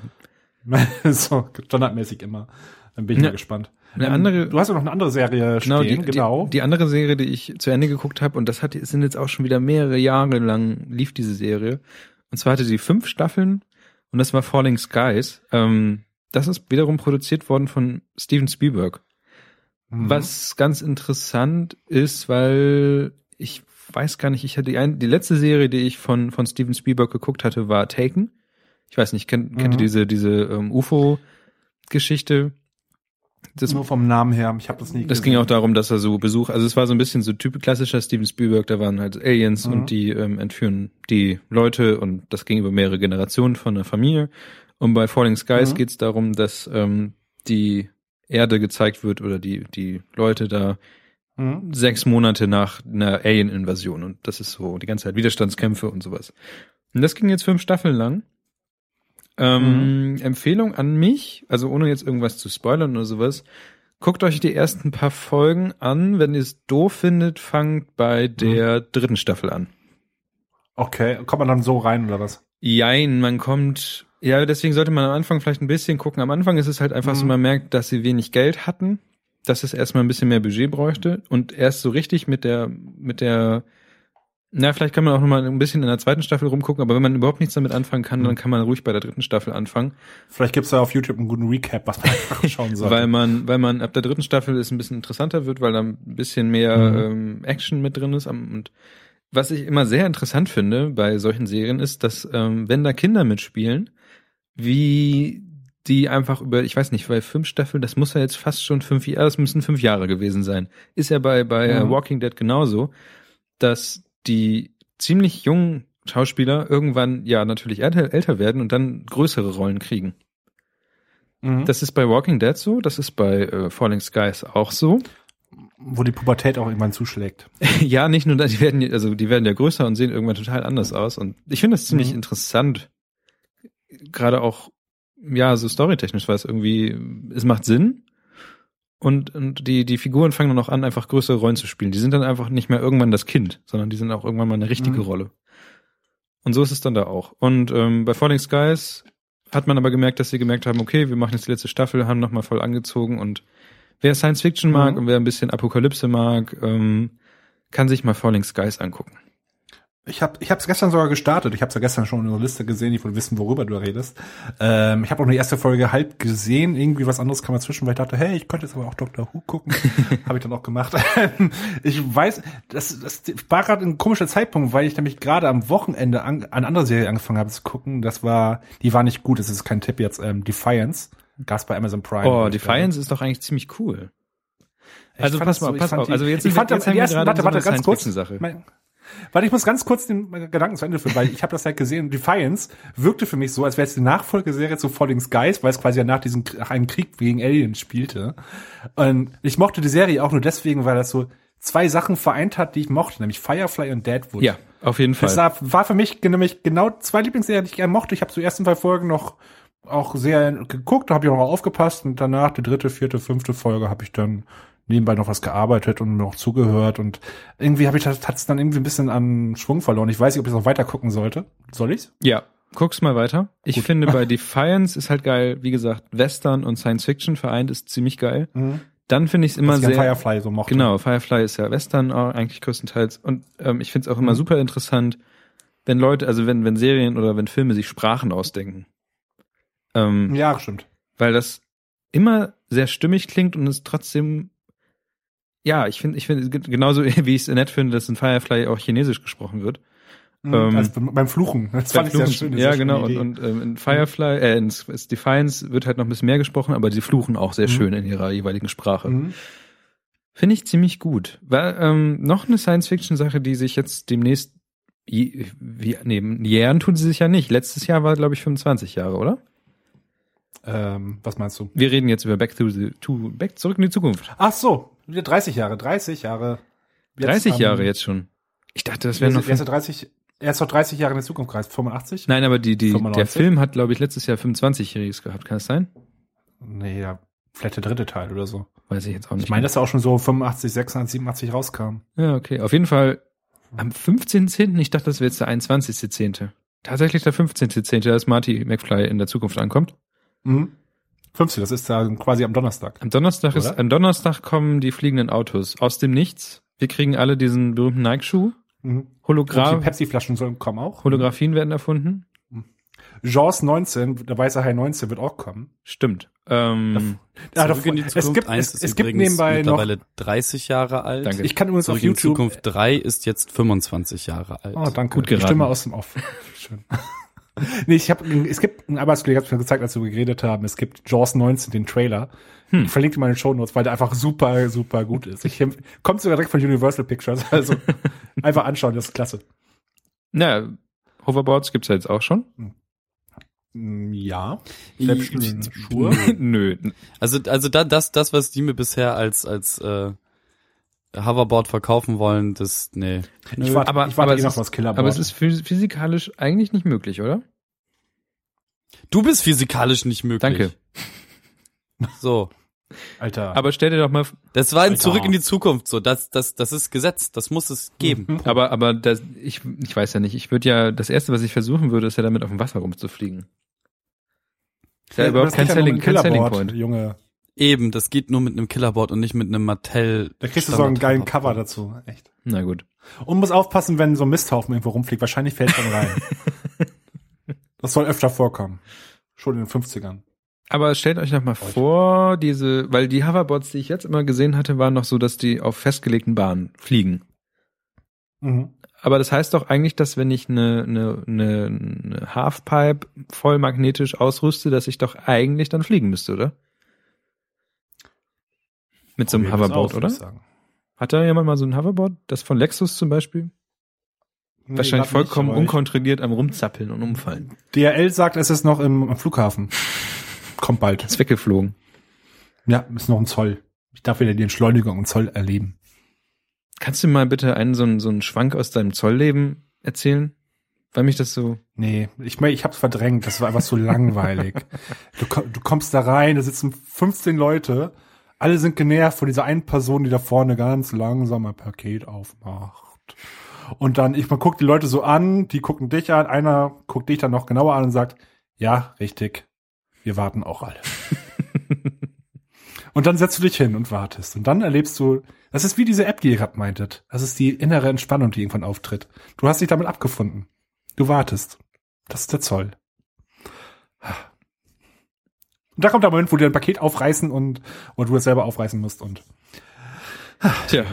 S1: so, standardmäßig immer. Dann bin ich
S2: Ja.
S1: mal gespannt.
S2: Eine andere,
S1: du hast ja noch eine andere Serie stehen,
S2: Genau,
S1: genau.
S2: die, Die, die andere Serie, die ich zu Ende geguckt habe, und das hat, es sind jetzt auch schon wieder mehrere Jahre lang, lief diese Serie. Und zwar hatte sie fünf Staffeln und das war Falling Skies. Ähm, das ist wiederum produziert worden von Steven Spielberg.
S1: Mhm.
S2: Was ganz interessant ist, weil ich weiß gar nicht, ich hatte die, ein, die letzte Serie, die ich von, von Steven Spielberg geguckt hatte, war Taken. Ich weiß nicht, kennt, kennt ihr
S1: Mhm.
S2: diese, diese ähm, UFO-Geschichte? Das
S1: Nur vom Namen her, ich habe das nie
S2: das ging auch darum, dass er so Besuch, also es war so ein bisschen so typisch klassischer Steven Spielberg, da waren halt Aliens
S1: Mhm.
S2: und die ähm, entführen die Leute und das ging über mehrere Generationen von der Familie. Und bei Falling Skies
S1: Mhm.
S2: geht es darum, dass ähm, die Erde gezeigt wird oder die, die Leute da
S1: Mhm.
S2: sechs Monate nach einer Alien-Invasion und das ist so die ganze Zeit Widerstandskämpfe und sowas. Und das ging jetzt fünf Staffeln lang. Ähm, Empfehlung an mich, also ohne jetzt irgendwas zu spoilern oder sowas, guckt euch die ersten paar Folgen an. Wenn ihr es doof findet, fangt bei der dritten Staffel an.
S1: Okay, kommt man dann so rein oder was?
S2: Jein, man kommt. Ja, deswegen sollte man am Anfang vielleicht ein bisschen gucken. Am Anfang ist es halt einfach so,
S1: Mhm.
S2: man merkt, dass sie wenig Geld hatten, dass es erstmal ein bisschen mehr Budget bräuchte und erst so richtig mit der, mit der, na, vielleicht kann man auch nochmal ein bisschen in der zweiten Staffel rumgucken, aber wenn man überhaupt nichts damit anfangen kann, dann kann man ruhig bei der dritten Staffel anfangen,
S1: Vielleicht gibt's da auf YouTube einen guten Recap, was man einfach schauen sollte.
S2: weil man, weil man ab der dritten Staffel es ein bisschen interessanter wird, weil da ein bisschen mehr
S1: Mhm.
S2: ähm, Action mit drin ist am- und was ich immer sehr interessant finde bei solchen Serien ist, dass ähm, wenn da Kinder mitspielen, wie die einfach über, ich weiß nicht, bei fünf Staffeln, das muss ja jetzt fast schon fünf Jahre, das müssen fünf Jahre gewesen sein. Ist ja bei, bei äh,
S1: Mhm.
S2: Walking Dead genauso, dass die ziemlich jungen Schauspieler irgendwann ja natürlich älter, älter werden und dann größere Rollen kriegen.
S1: Mhm.
S2: Mhm. Das ist bei Walking Dead so, das ist bei äh, Falling Skies auch so.
S1: wo die Pubertät auch irgendwann zuschlägt.
S2: ja, nicht nur, das, die werden, also die werden ja größer und sehen irgendwann total anders aus. Und ich finde das ziemlich
S1: Mhm.
S2: interessant. Gerade auch, ja, so storytechnisch, weil es irgendwie, es macht Sinn. Und, und die, die Figuren fangen dann auch an, einfach größere Rollen zu spielen. Die sind dann einfach nicht mehr irgendwann das Kind, sondern die sind auch irgendwann mal eine richtige
S1: Mhm.
S2: Rolle. Und so ist es dann da auch. Und ähm, bei Falling Skies hat man aber gemerkt, dass sie gemerkt haben, okay, wir machen jetzt die letzte Staffel, haben nochmal voll angezogen und wer Science Fiction mag
S1: Mhm.
S2: und wer ein bisschen Apokalypse mag, ähm, kann sich mal Falling Skies angucken.
S1: Ich habe ich hab's gestern sogar gestartet. Ich habe es ja gestern schon in der Liste gesehen. Ich wollte wissen, worüber du redest. Ähm, ich habe auch nur die erste Folge halb gesehen. Irgendwie was anderes kam dazwischen, weil ich dachte, hey, ich könnte jetzt aber auch Doctor Who gucken. habe ich dann auch gemacht. Ähm, ich weiß, das, das war gerade ein komischer Zeitpunkt, weil ich nämlich gerade am Wochenende an, an andere Serie angefangen habe zu gucken. Das war, die war nicht gut. Das ist kein Tipp jetzt. Ähm, Defiance. Gab's bei Amazon Prime.
S2: Oh,
S1: Ich
S2: Defiance ist doch eigentlich ziemlich cool.
S1: Ich
S2: also
S1: fand
S2: pass
S1: das so,
S2: mal,
S1: ich
S2: pass
S1: fand
S2: auf.
S1: die-
S2: Also jetzt,
S1: ich fand
S2: jetzt
S1: am
S2: haben wir
S1: ersten-
S2: gerade
S1: warte,
S2: so eine
S1: warte, ganz kurz.
S2: Science-Fiction-Sache.
S1: Mein, warte, ich muss ganz kurz den meinen Gedanken zu Ende führen, weil ich habe das halt gesehen. Defiance wirkte für mich so, als wäre es die Nachfolgeserie zu Falling Skies, weil es quasi ja nach diesem nach einem Krieg gegen Aliens spielte. Und ich mochte die Serie auch nur deswegen, weil das so zwei Sachen vereint hat, die ich mochte, nämlich Firefly und Deadwood.
S2: Ja, auf jeden
S1: Das
S2: Fall.
S1: war, war für mich nämlich genau zwei Lieblingsserien, die ich gerne mochte. Ich habe die ersten zwei Folgen noch auch sehr geguckt, da habe ich auch noch aufgepasst und danach die dritte, vierte, fünfte Folge habe ich dann nebenbei noch was gearbeitet und noch zugehört und irgendwie habe ich das hat's dann irgendwie ein bisschen an Schwung verloren. Ich weiß nicht, ob ich es noch weiter gucken sollte. Soll ich's?
S2: Ja, guck's mal weiter. Ich
S1: Gut.
S2: finde bei Defiance ist halt geil, wie gesagt, Western und Science-Fiction vereint ist ziemlich geil. Dann finde ich es immer
S1: Was ich an
S2: sehr
S1: Firefly so mochte.
S2: Genau, Firefly ist ja Western auch eigentlich größtenteils. Und ähm, ich finde es auch
S1: Mhm.
S2: immer super interessant, wenn Leute, also wenn, wenn Serien oder wenn Filme sich Sprachen ausdenken. Ähm,
S1: Ja, stimmt.
S2: Weil das immer sehr stimmig klingt und es trotzdem, ja, ich finde, ich finde, genauso wie ich es nett finde, dass in Firefly auch Chinesisch gesprochen wird.
S1: Mhm.
S2: Ähm,
S1: also beim Fluchen. Das fand ich sehr schön. eine
S2: ja,
S1: sehr schöne
S2: genau.
S1: Idee.
S2: Und, und ähm, in Firefly, äh, in S- Defiance wird halt noch ein bisschen mehr gesprochen, aber die fluchen auch sehr
S1: Mhm.
S2: schön in ihrer jeweiligen Sprache.
S1: Mhm.
S2: Finde ich ziemlich gut. Weil, ähm, noch eine Science-Fiction-Sache, die sich jetzt demnächst, je, wie, nee, jähren tut sie sich ja nicht. Letztes Jahr war, glaube ich, 25 Jahre, oder?
S1: Ähm, was meinst du?
S2: Wir reden jetzt über Back to the, to, Back zurück in die Zukunft.
S1: Ach so, wir 30 Jahre, 30 Jahre. Jetzt
S2: 30
S1: am-
S2: Jahre jetzt schon. Ich dachte, das
S1: Er
S2: wären
S1: ähm, ist,
S2: noch.
S1: er ist doch 30, er ist doch 30 Jahre in der Zukunft gereist, 85?
S2: Nein, aber die, die, der
S1: 95?
S2: Film hat, glaube ich, letztes Jahr 25-Jähriges gehabt. Kann das sein?
S1: Nee, ja, vielleicht der dritte Teil oder so.
S2: Weiß ich jetzt auch nicht.
S1: Ich meine, dass er auch schon so 85, 86, 87 rauskam.
S2: Ja, okay. Auf jeden Fall am 15.10., ich dachte, das wäre jetzt der 21.10. Tatsächlich der 15.10., dass Marty McFly in der Zukunft ankommt.
S1: Mhm. 15, das ist da quasi am Donnerstag.
S2: Am Donnerstag ist,
S1: Oder?
S2: am Donnerstag kommen die fliegenden Autos aus dem Nichts. Wir kriegen alle diesen berühmten Nike-Schuh.
S1: Mhm. Und die
S2: Hologra
S1: Pepsi-Flaschen sollen- kommen auch.
S2: Holographien werden erfunden.
S1: Jaws 19, der weiße Hai 19 wird auch kommen.
S2: Stimmt. Ähm,
S1: Ah, doch,
S3: Zurück in die Zukunft
S1: es gibt,
S3: 1
S1: es,
S3: ist
S1: es gibt
S3: übrigens
S1: nebenbei noch,
S3: mittlerweile 30 Jahre alt.
S2: Danke.
S1: ich kann übrigens
S3: Zurück
S1: auf
S3: in die
S1: YouTube,
S3: Zukunft 3 ist jetzt 25 Jahre alt.
S1: Oh, danke.
S2: Gut
S1: Die
S2: geraten.
S1: Stimme aus dem Off. Schön. nee, ich habe, es gibt einen Arbeitskollege, hat mir gezeigt, als wir geredet haben, es gibt Jaws 19, den Trailer.
S2: Hm.
S1: Ich verlinke dir mal in den Show Notes, weil der einfach super, super gut ist. Ich, empf- kommt sogar direkt von Universal Pictures, also einfach anschauen, das ist klasse.
S2: na, Hoverboards gibt's ja jetzt auch schon.
S1: Hm, Ja.
S2: Nö.
S3: Also, also da, das, das, was die mir bisher als, als äh, Hoverboard verkaufen wollen, das, nee.
S1: Ich warte,
S2: aber-
S1: ich warte
S2: aber
S1: eh
S2: es
S1: noch
S2: ist-
S1: was Killerboard.
S2: Aber es ist phys- physikalisch eigentlich nicht möglich, oder?
S3: Du bist physikalisch nicht möglich.
S2: Danke.
S3: So.
S1: Alter.
S2: Aber stell dir doch mal
S3: Das war ein
S1: Alter.
S3: Zurück in die Zukunft, so. Das, das, das ist Gesetz. Das muss es geben.
S2: Aber, aber das, ich, ich weiß ja nicht. Ich würde ja, das erste, was ich versuchen würde, ist ja damit auf dem Wasser rumzufliegen. Ist ja, überhaupt kein, Selling, kein Selling Point.
S1: Junge.
S3: Eben, das geht nur mit einem Killerboard und nicht mit einem Mattel.
S1: Da kriegst du so einen geilen Cover
S3: Standard-Hoverboard.
S1: dazu. Echt.
S2: Na gut.
S1: Und muss aufpassen, wenn so ein Misthaufen irgendwo rumfliegt. Wahrscheinlich fällt man rein. das soll öfter vorkommen. Schon in den 50ern.
S2: Aber stellt euch noch mal vor, diese, weil die Hoverboards, die ich jetzt immer gesehen hatte, waren noch so, dass die auf festgelegten Bahnen fliegen.
S1: Mhm.
S2: Aber das heißt doch eigentlich, dass wenn ich eine, eine, eine, eine Halfpipe voll magnetisch ausrüste, dass ich doch eigentlich dann fliegen müsste, oder? Mit so einem
S1: Probier das
S2: Hoverboard,
S1: aus,
S2: oder?
S1: würd ich sagen.
S2: Hat da jemand mal so ein Hoverboard? Das von Lexus zum Beispiel?
S1: Nee,
S2: Wahrscheinlich
S1: grad nicht,
S2: vollkommen
S1: aber ich-
S2: unkontrolliert am Rumzappeln und Umfallen.
S1: DRL sagt, es ist noch im, am Flughafen. Kommt bald.
S2: Ist weggeflogen.
S1: Ja, ist noch ein Zoll. Ich darf wieder die Entschleunigung im Zoll erleben.
S2: Kannst du mal bitte einen so einen, so einen Schwank aus deinem Zollleben erzählen? Weil mich das so.
S1: Nee, ich mein, ich hab's verdrängt. Das war einfach so langweilig. Du, ko- du kommst da rein, da sitzen 15 Leute. Alle sind genervt von dieser einen Person, die da vorne ganz langsam ein Paket aufmacht. Und dann, ich, man guckt die Leute so an, die gucken dich an, einer guckt dich dann noch genauer an und sagt, ja, richtig, wir warten auch alle. und dann setzt du dich hin und wartest. Und dann erlebst du, das ist wie diese App, die ihr gerade meintet. Das ist die innere Entspannung, die irgendwann auftritt. Du hast dich damit abgefunden. Du wartest. Das ist der Zoll. Und da kommt der Moment, wo die ein Paket aufreißen und, und du es selber aufreißen musst und
S2: Tja,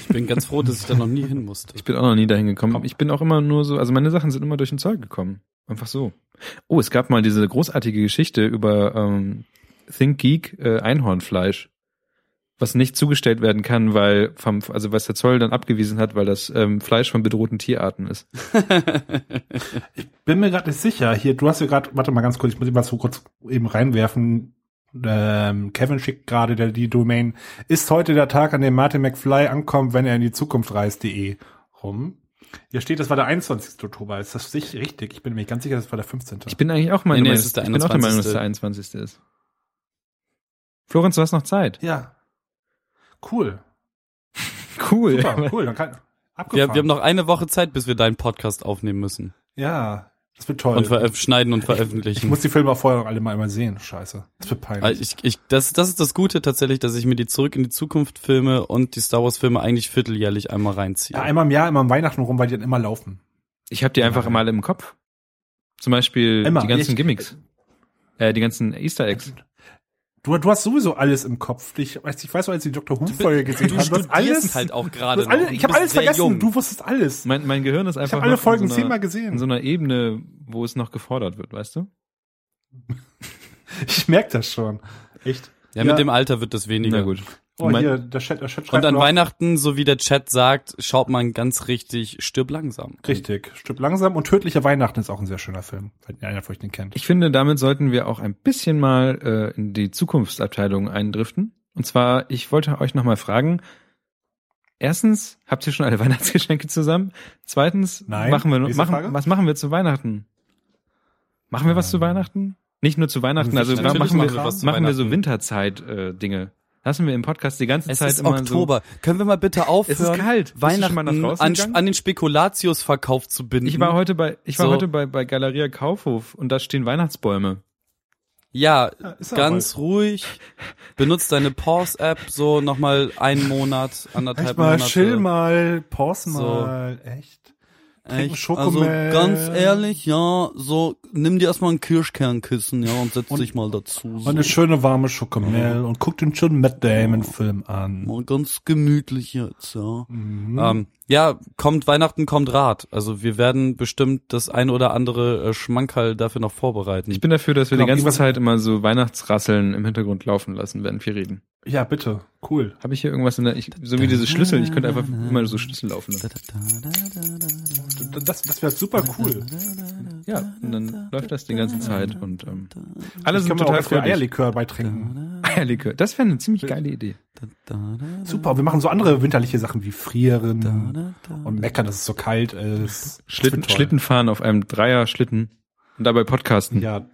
S3: Ich bin ganz froh, dass ich da noch nie hin musste.
S2: ich bin auch noch nie dahin gekommen. Ich bin auch immer nur so, also meine Sachen sind immer durch den Zoll gekommen. Einfach so. Oh, es gab mal diese großartige Geschichte über ähm, Think Geek äh, Einhornfleisch, was nicht zugestellt werden kann, weil vom, also was der Zoll dann abgewiesen hat, weil das ähm, Fleisch von bedrohten Tierarten ist.
S1: bin mir gerade nicht sicher. Hier, du hast ja gerade, warte mal ganz kurz, ich muss mal so kurz eben reinwerfen. Ähm, Kevin schickt gerade der- die Domain. Ist heute der Tag, an dem Martin McFly ankommt, wenn er in die Zukunft reist.de rum? Hier steht, das war der 21. Oktober. Ist das sich- richtig? Ich bin mir nicht ganz sicher, das war der 15.
S2: Ich bin eigentlich auch mal
S3: Nee, nee,
S2: Meinung,
S3: es ist der
S2: ich bin auch der Meinung, dass
S3: 21..
S2: der 21. ist. Florenz, du hast noch Zeit.
S1: ja. Cool.
S2: Cool.
S1: Super, cool. Dann kann, abgefahren.
S3: Wir, wir haben noch eine Woche Zeit, bis wir deinen Podcast aufnehmen müssen.
S1: ja, das wird toll.
S3: Und veröf- schneiden und
S1: ich
S3: veröffentlichen.
S1: muss die Filme auch vorher noch alle mal einmal sehen. Scheiße. Das wird peinlich.
S3: Also ich, ich, das, das ist das Gute tatsächlich, dass ich mir die Zurück in die Zukunft Filme und die Star Wars Filme eigentlich vierteljährlich einmal reinziehe.
S1: ja, einmal im Jahr, immer am Weihnachten rum, weil die dann immer laufen.
S2: Ich habe die einfach mal im Kopf. Zum Beispiel
S1: Immer.
S2: die ganzen
S1: Ich-
S2: Gimmicks. Äh, die ganzen Easter Eggs.
S1: Du, du hast sowieso alles im Kopf. Ich weiß, ich weiß noch, als ich die Dr. Who-Folge gesehen
S3: du
S1: habe, du hast
S3: studierst
S1: alles,
S3: halt auch
S1: du
S3: gerade
S1: hast alle,
S3: noch.
S1: ich
S3: Du
S1: habe
S3: bist
S1: alles
S3: sehr
S1: vergessen,
S3: jung.
S1: du wusstest alles.
S2: Mein, mein Gehirn ist einfach
S1: hab alle
S2: noch in
S1: Folgen
S2: so einer-
S1: zehnmal gesehen.
S2: In so einer Ebene, wo es noch gefordert wird, weißt du?
S1: Ich merk das schon. Echt?
S3: Ja, mit dem Alter wird das weniger.
S2: Na gut.
S1: Oh,
S2: Mein-
S1: hier, der Chat, der Chat schreibt
S3: Und an
S1: noch,
S3: Weihnachten, so wie der Chat sagt, schaut man ganz richtig, stirb langsam.
S1: Richtig, stirb langsam und Tödliche Weihnachten ist auch ein sehr schöner Film, wenn einer von euch den kennt.
S2: Ich finde, damit sollten wir auch ein bisschen mal äh, in die Zukunftsabteilung eindriften. Und zwar, ich wollte euch nochmal fragen. Erstens, habt ihr schon alle Weihnachtsgeschenke zusammen? Zweitens,
S1: Nein.
S2: machen wir,
S1: Nächste Frage.
S2: machen, was machen wir zu Weihnachten? Machen wir was zu Weihnachten? Nicht nur zu Weihnachten, also
S1: Natürlich machen
S2: machen wir, machen
S1: wir
S2: wir,
S1: was
S3: zu
S2: so
S3: Weihnachten.
S2: Winterzeit-Dinge. Lassen wir im Podcast die ganze
S3: Es
S2: Zeit
S3: ist
S2: immer
S3: Oktober. Können wir mal bitte aufhören,
S2: Es ist kalt. Bist du schon
S3: Weihnachten
S2: mal nach draußen
S3: an,
S2: gegangen?
S3: an den Spekulatius-Verkauf zu
S2: so.
S3: binden?
S2: Ich war
S1: Mhm.
S2: heute bei, ich war
S3: So.
S2: heute bei, bei Galeria Kaufhof und da stehen Weihnachtsbäume.
S3: ja,
S1: ist ja
S3: ganz ruhig. Benutzt deine Pause-App so nochmal einen Monat,
S1: Echt
S3: anderthalb
S1: mal,
S3: Monate.
S1: chill mal, pause
S3: So.
S1: mal, echt. Trinken
S3: Echt? Also
S1: Schokomel.
S3: ganz ehrlich, ja, so nimm dir erstmal ein Kirschkernkissen, ja, und setz
S1: Und-
S3: dich mal dazu.
S1: Und
S3: So.
S1: eine schöne warme Schokomel und guck den schönen Matt Damon-Film an.
S3: Mal ganz gemütlich jetzt, ja.
S1: Mhm.
S3: Ähm, ja, kommt Weihnachten, kommt Rat. Also wir werden bestimmt das ein oder andere äh, Schmankerl dafür noch vorbereiten.
S2: Ich bin dafür, dass wir
S1: Genau,
S2: die ganze
S1: irgendwas-
S2: Zeit immer so Weihnachtsrasseln im Hintergrund laufen lassen, während wir reden.
S1: Ja, bitte, cool.
S2: Habe ich hier irgendwas in der, ich, so wie diese Schlüssel, ich könnte einfach immer so Schlüssel laufen lassen.
S1: Das, das wäre super cool.
S2: Ja, und dann läuft das die ganze Zeit und ähm, alle
S1: Ich
S2: sind
S1: kann mir auch
S2: total
S1: ganz viel
S2: fröhlich.
S1: Eierlikör beitrinken.
S2: Eierlikör. Das wäre eine ziemlich geile Idee.
S1: Super, wir machen so andere winterliche Sachen wie frieren und meckern, dass es so kalt ist.
S2: Schlitten,
S1: Das wird toll.
S2: Schlitten fahren auf einem Dreier-Schlitten und dabei podcasten.
S1: Ja,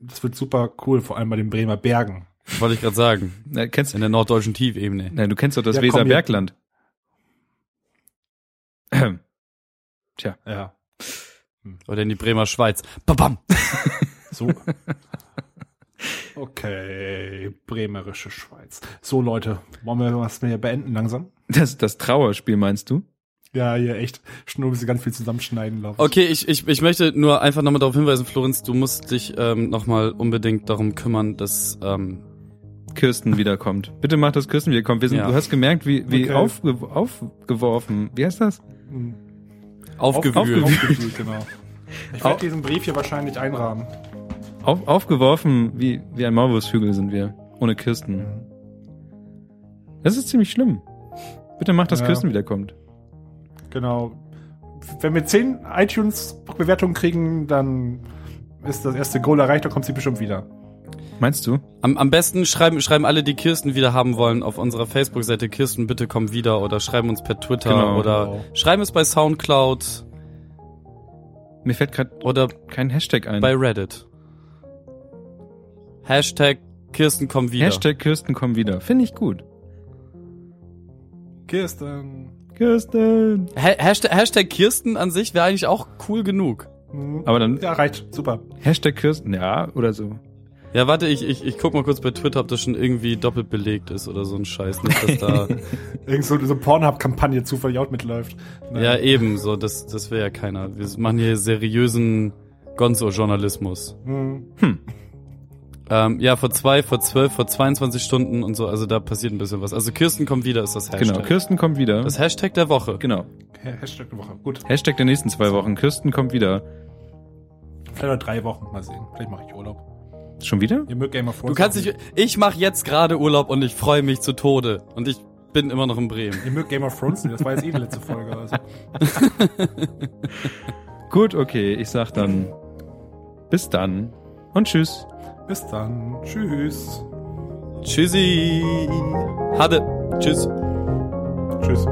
S1: das wird super cool, vor allem bei den Bremer Bergen.
S3: Wollte ich gerade sagen.
S2: Na, kennst,
S3: In der norddeutschen Tiefebene.
S2: na, du kennst doch das
S1: Ja, komm,
S2: Weserbergland. Ahem.
S1: Ja,
S3: Oder in die Bremer Schweiz. Babam!
S1: so. okay, bremerische Schweiz. So Leute, wollen wir was mehr beenden langsam?
S2: Das, das Trauerspiel meinst du?
S1: Ja, hier echt. Schnur sie ganz viel zusammenschneiden, glaube ich.
S3: Okay, ich, ich, ich möchte nur einfach nochmal darauf hinweisen, Florenz, du musst dich ähm, nochmal unbedingt darum kümmern, dass ähm,
S2: Kirsten wiederkommt. Bitte mach, dass Kirsten wiederkommt. Wir sind,
S3: Ja.
S2: Du hast gemerkt, wie, wie
S1: Okay.
S2: aufge, aufgeworfen, wie heißt das?
S1: Hm.
S3: aufgewühlt.
S2: aufgewühlt.
S1: Aufgewühlt, genau. Ich
S2: Au-
S1: werde diesen Brief hier wahrscheinlich einrahmen.
S2: Auf, aufgeworfen, wie, wie ein Maulwurfshügel sind wir. Ohne Kirsten. Das ist ziemlich schlimm. Bitte mach, dass
S1: Ja.
S2: Kirsten wiederkommt.
S1: Genau. Wenn wir 10 iTunes-Bewertungen kriegen, dann ist das erste Goal erreicht, dann kommt sie bestimmt wieder.
S2: Meinst du?
S3: Am, am besten schreiben, schreiben alle, die Kirsten wieder haben wollen, auf unserer Facebook-Seite Kirsten, bitte komm wieder oder schreiben uns per Twitter
S2: Genau.
S3: oder schreiben es bei Soundcloud
S2: Mir fällt gerade
S3: oder
S2: kein Hashtag ein.
S3: bei Reddit. Hashtag Kirsten komm wieder.
S2: Hashtag Kirsten komm wieder. Finde ich gut.
S1: Kirsten.
S2: Kirsten.
S3: Ha- Hashtag, Hashtag Kirsten an sich wäre eigentlich auch cool genug.
S1: Mhm.
S2: Aber dann
S1: Ja, reicht. Super.
S2: Hashtag Kirsten, ja, oder so.
S3: Ja, warte, ich, ich, ich guck mal kurz bei Twitter, ob das schon irgendwie doppelt belegt ist oder so ein Scheiß. Nicht, dass da,
S1: Irgend so so Pornhub-Kampagne zufällig auch mitläuft.
S3: ja, eben, so, das, das will ja keiner. Wir machen hier seriösen Gonzo-Journalismus.
S1: Mhm.
S3: Ähm, ja, vor zwei, vor zwölf, vor 22 Stunden und so, also da passiert ein bisschen was. Also Kirsten kommt wieder, ist das Hashtag.
S2: Genau, Kirsten kommt wieder.
S3: das Hashtag der Woche.
S2: genau.
S1: Ha- Hashtag eine Woche. Gut.
S2: Hashtag der nächsten zwei Wochen. Kirsten kommt wieder.
S1: Vielleicht noch drei Wochen. Mal sehen. Vielleicht mache ich Urlaub.
S2: Schon wieder?
S1: Ihr mögt ja immer vor.
S3: Du kannst dich, ich mache jetzt gerade Urlaub und ich freue mich zu Tode. Und ich bin immer noch in Bremen.
S1: Ihr mögt Game of Thrones nicht, das war jetzt eh die letzte Folge. Also.
S2: Gut, okay. Ich sag dann bis dann und tschüss.
S1: Bis dann. Tschüss.
S3: Tschüssi. Hatte. Tschüss.
S1: Tschüss.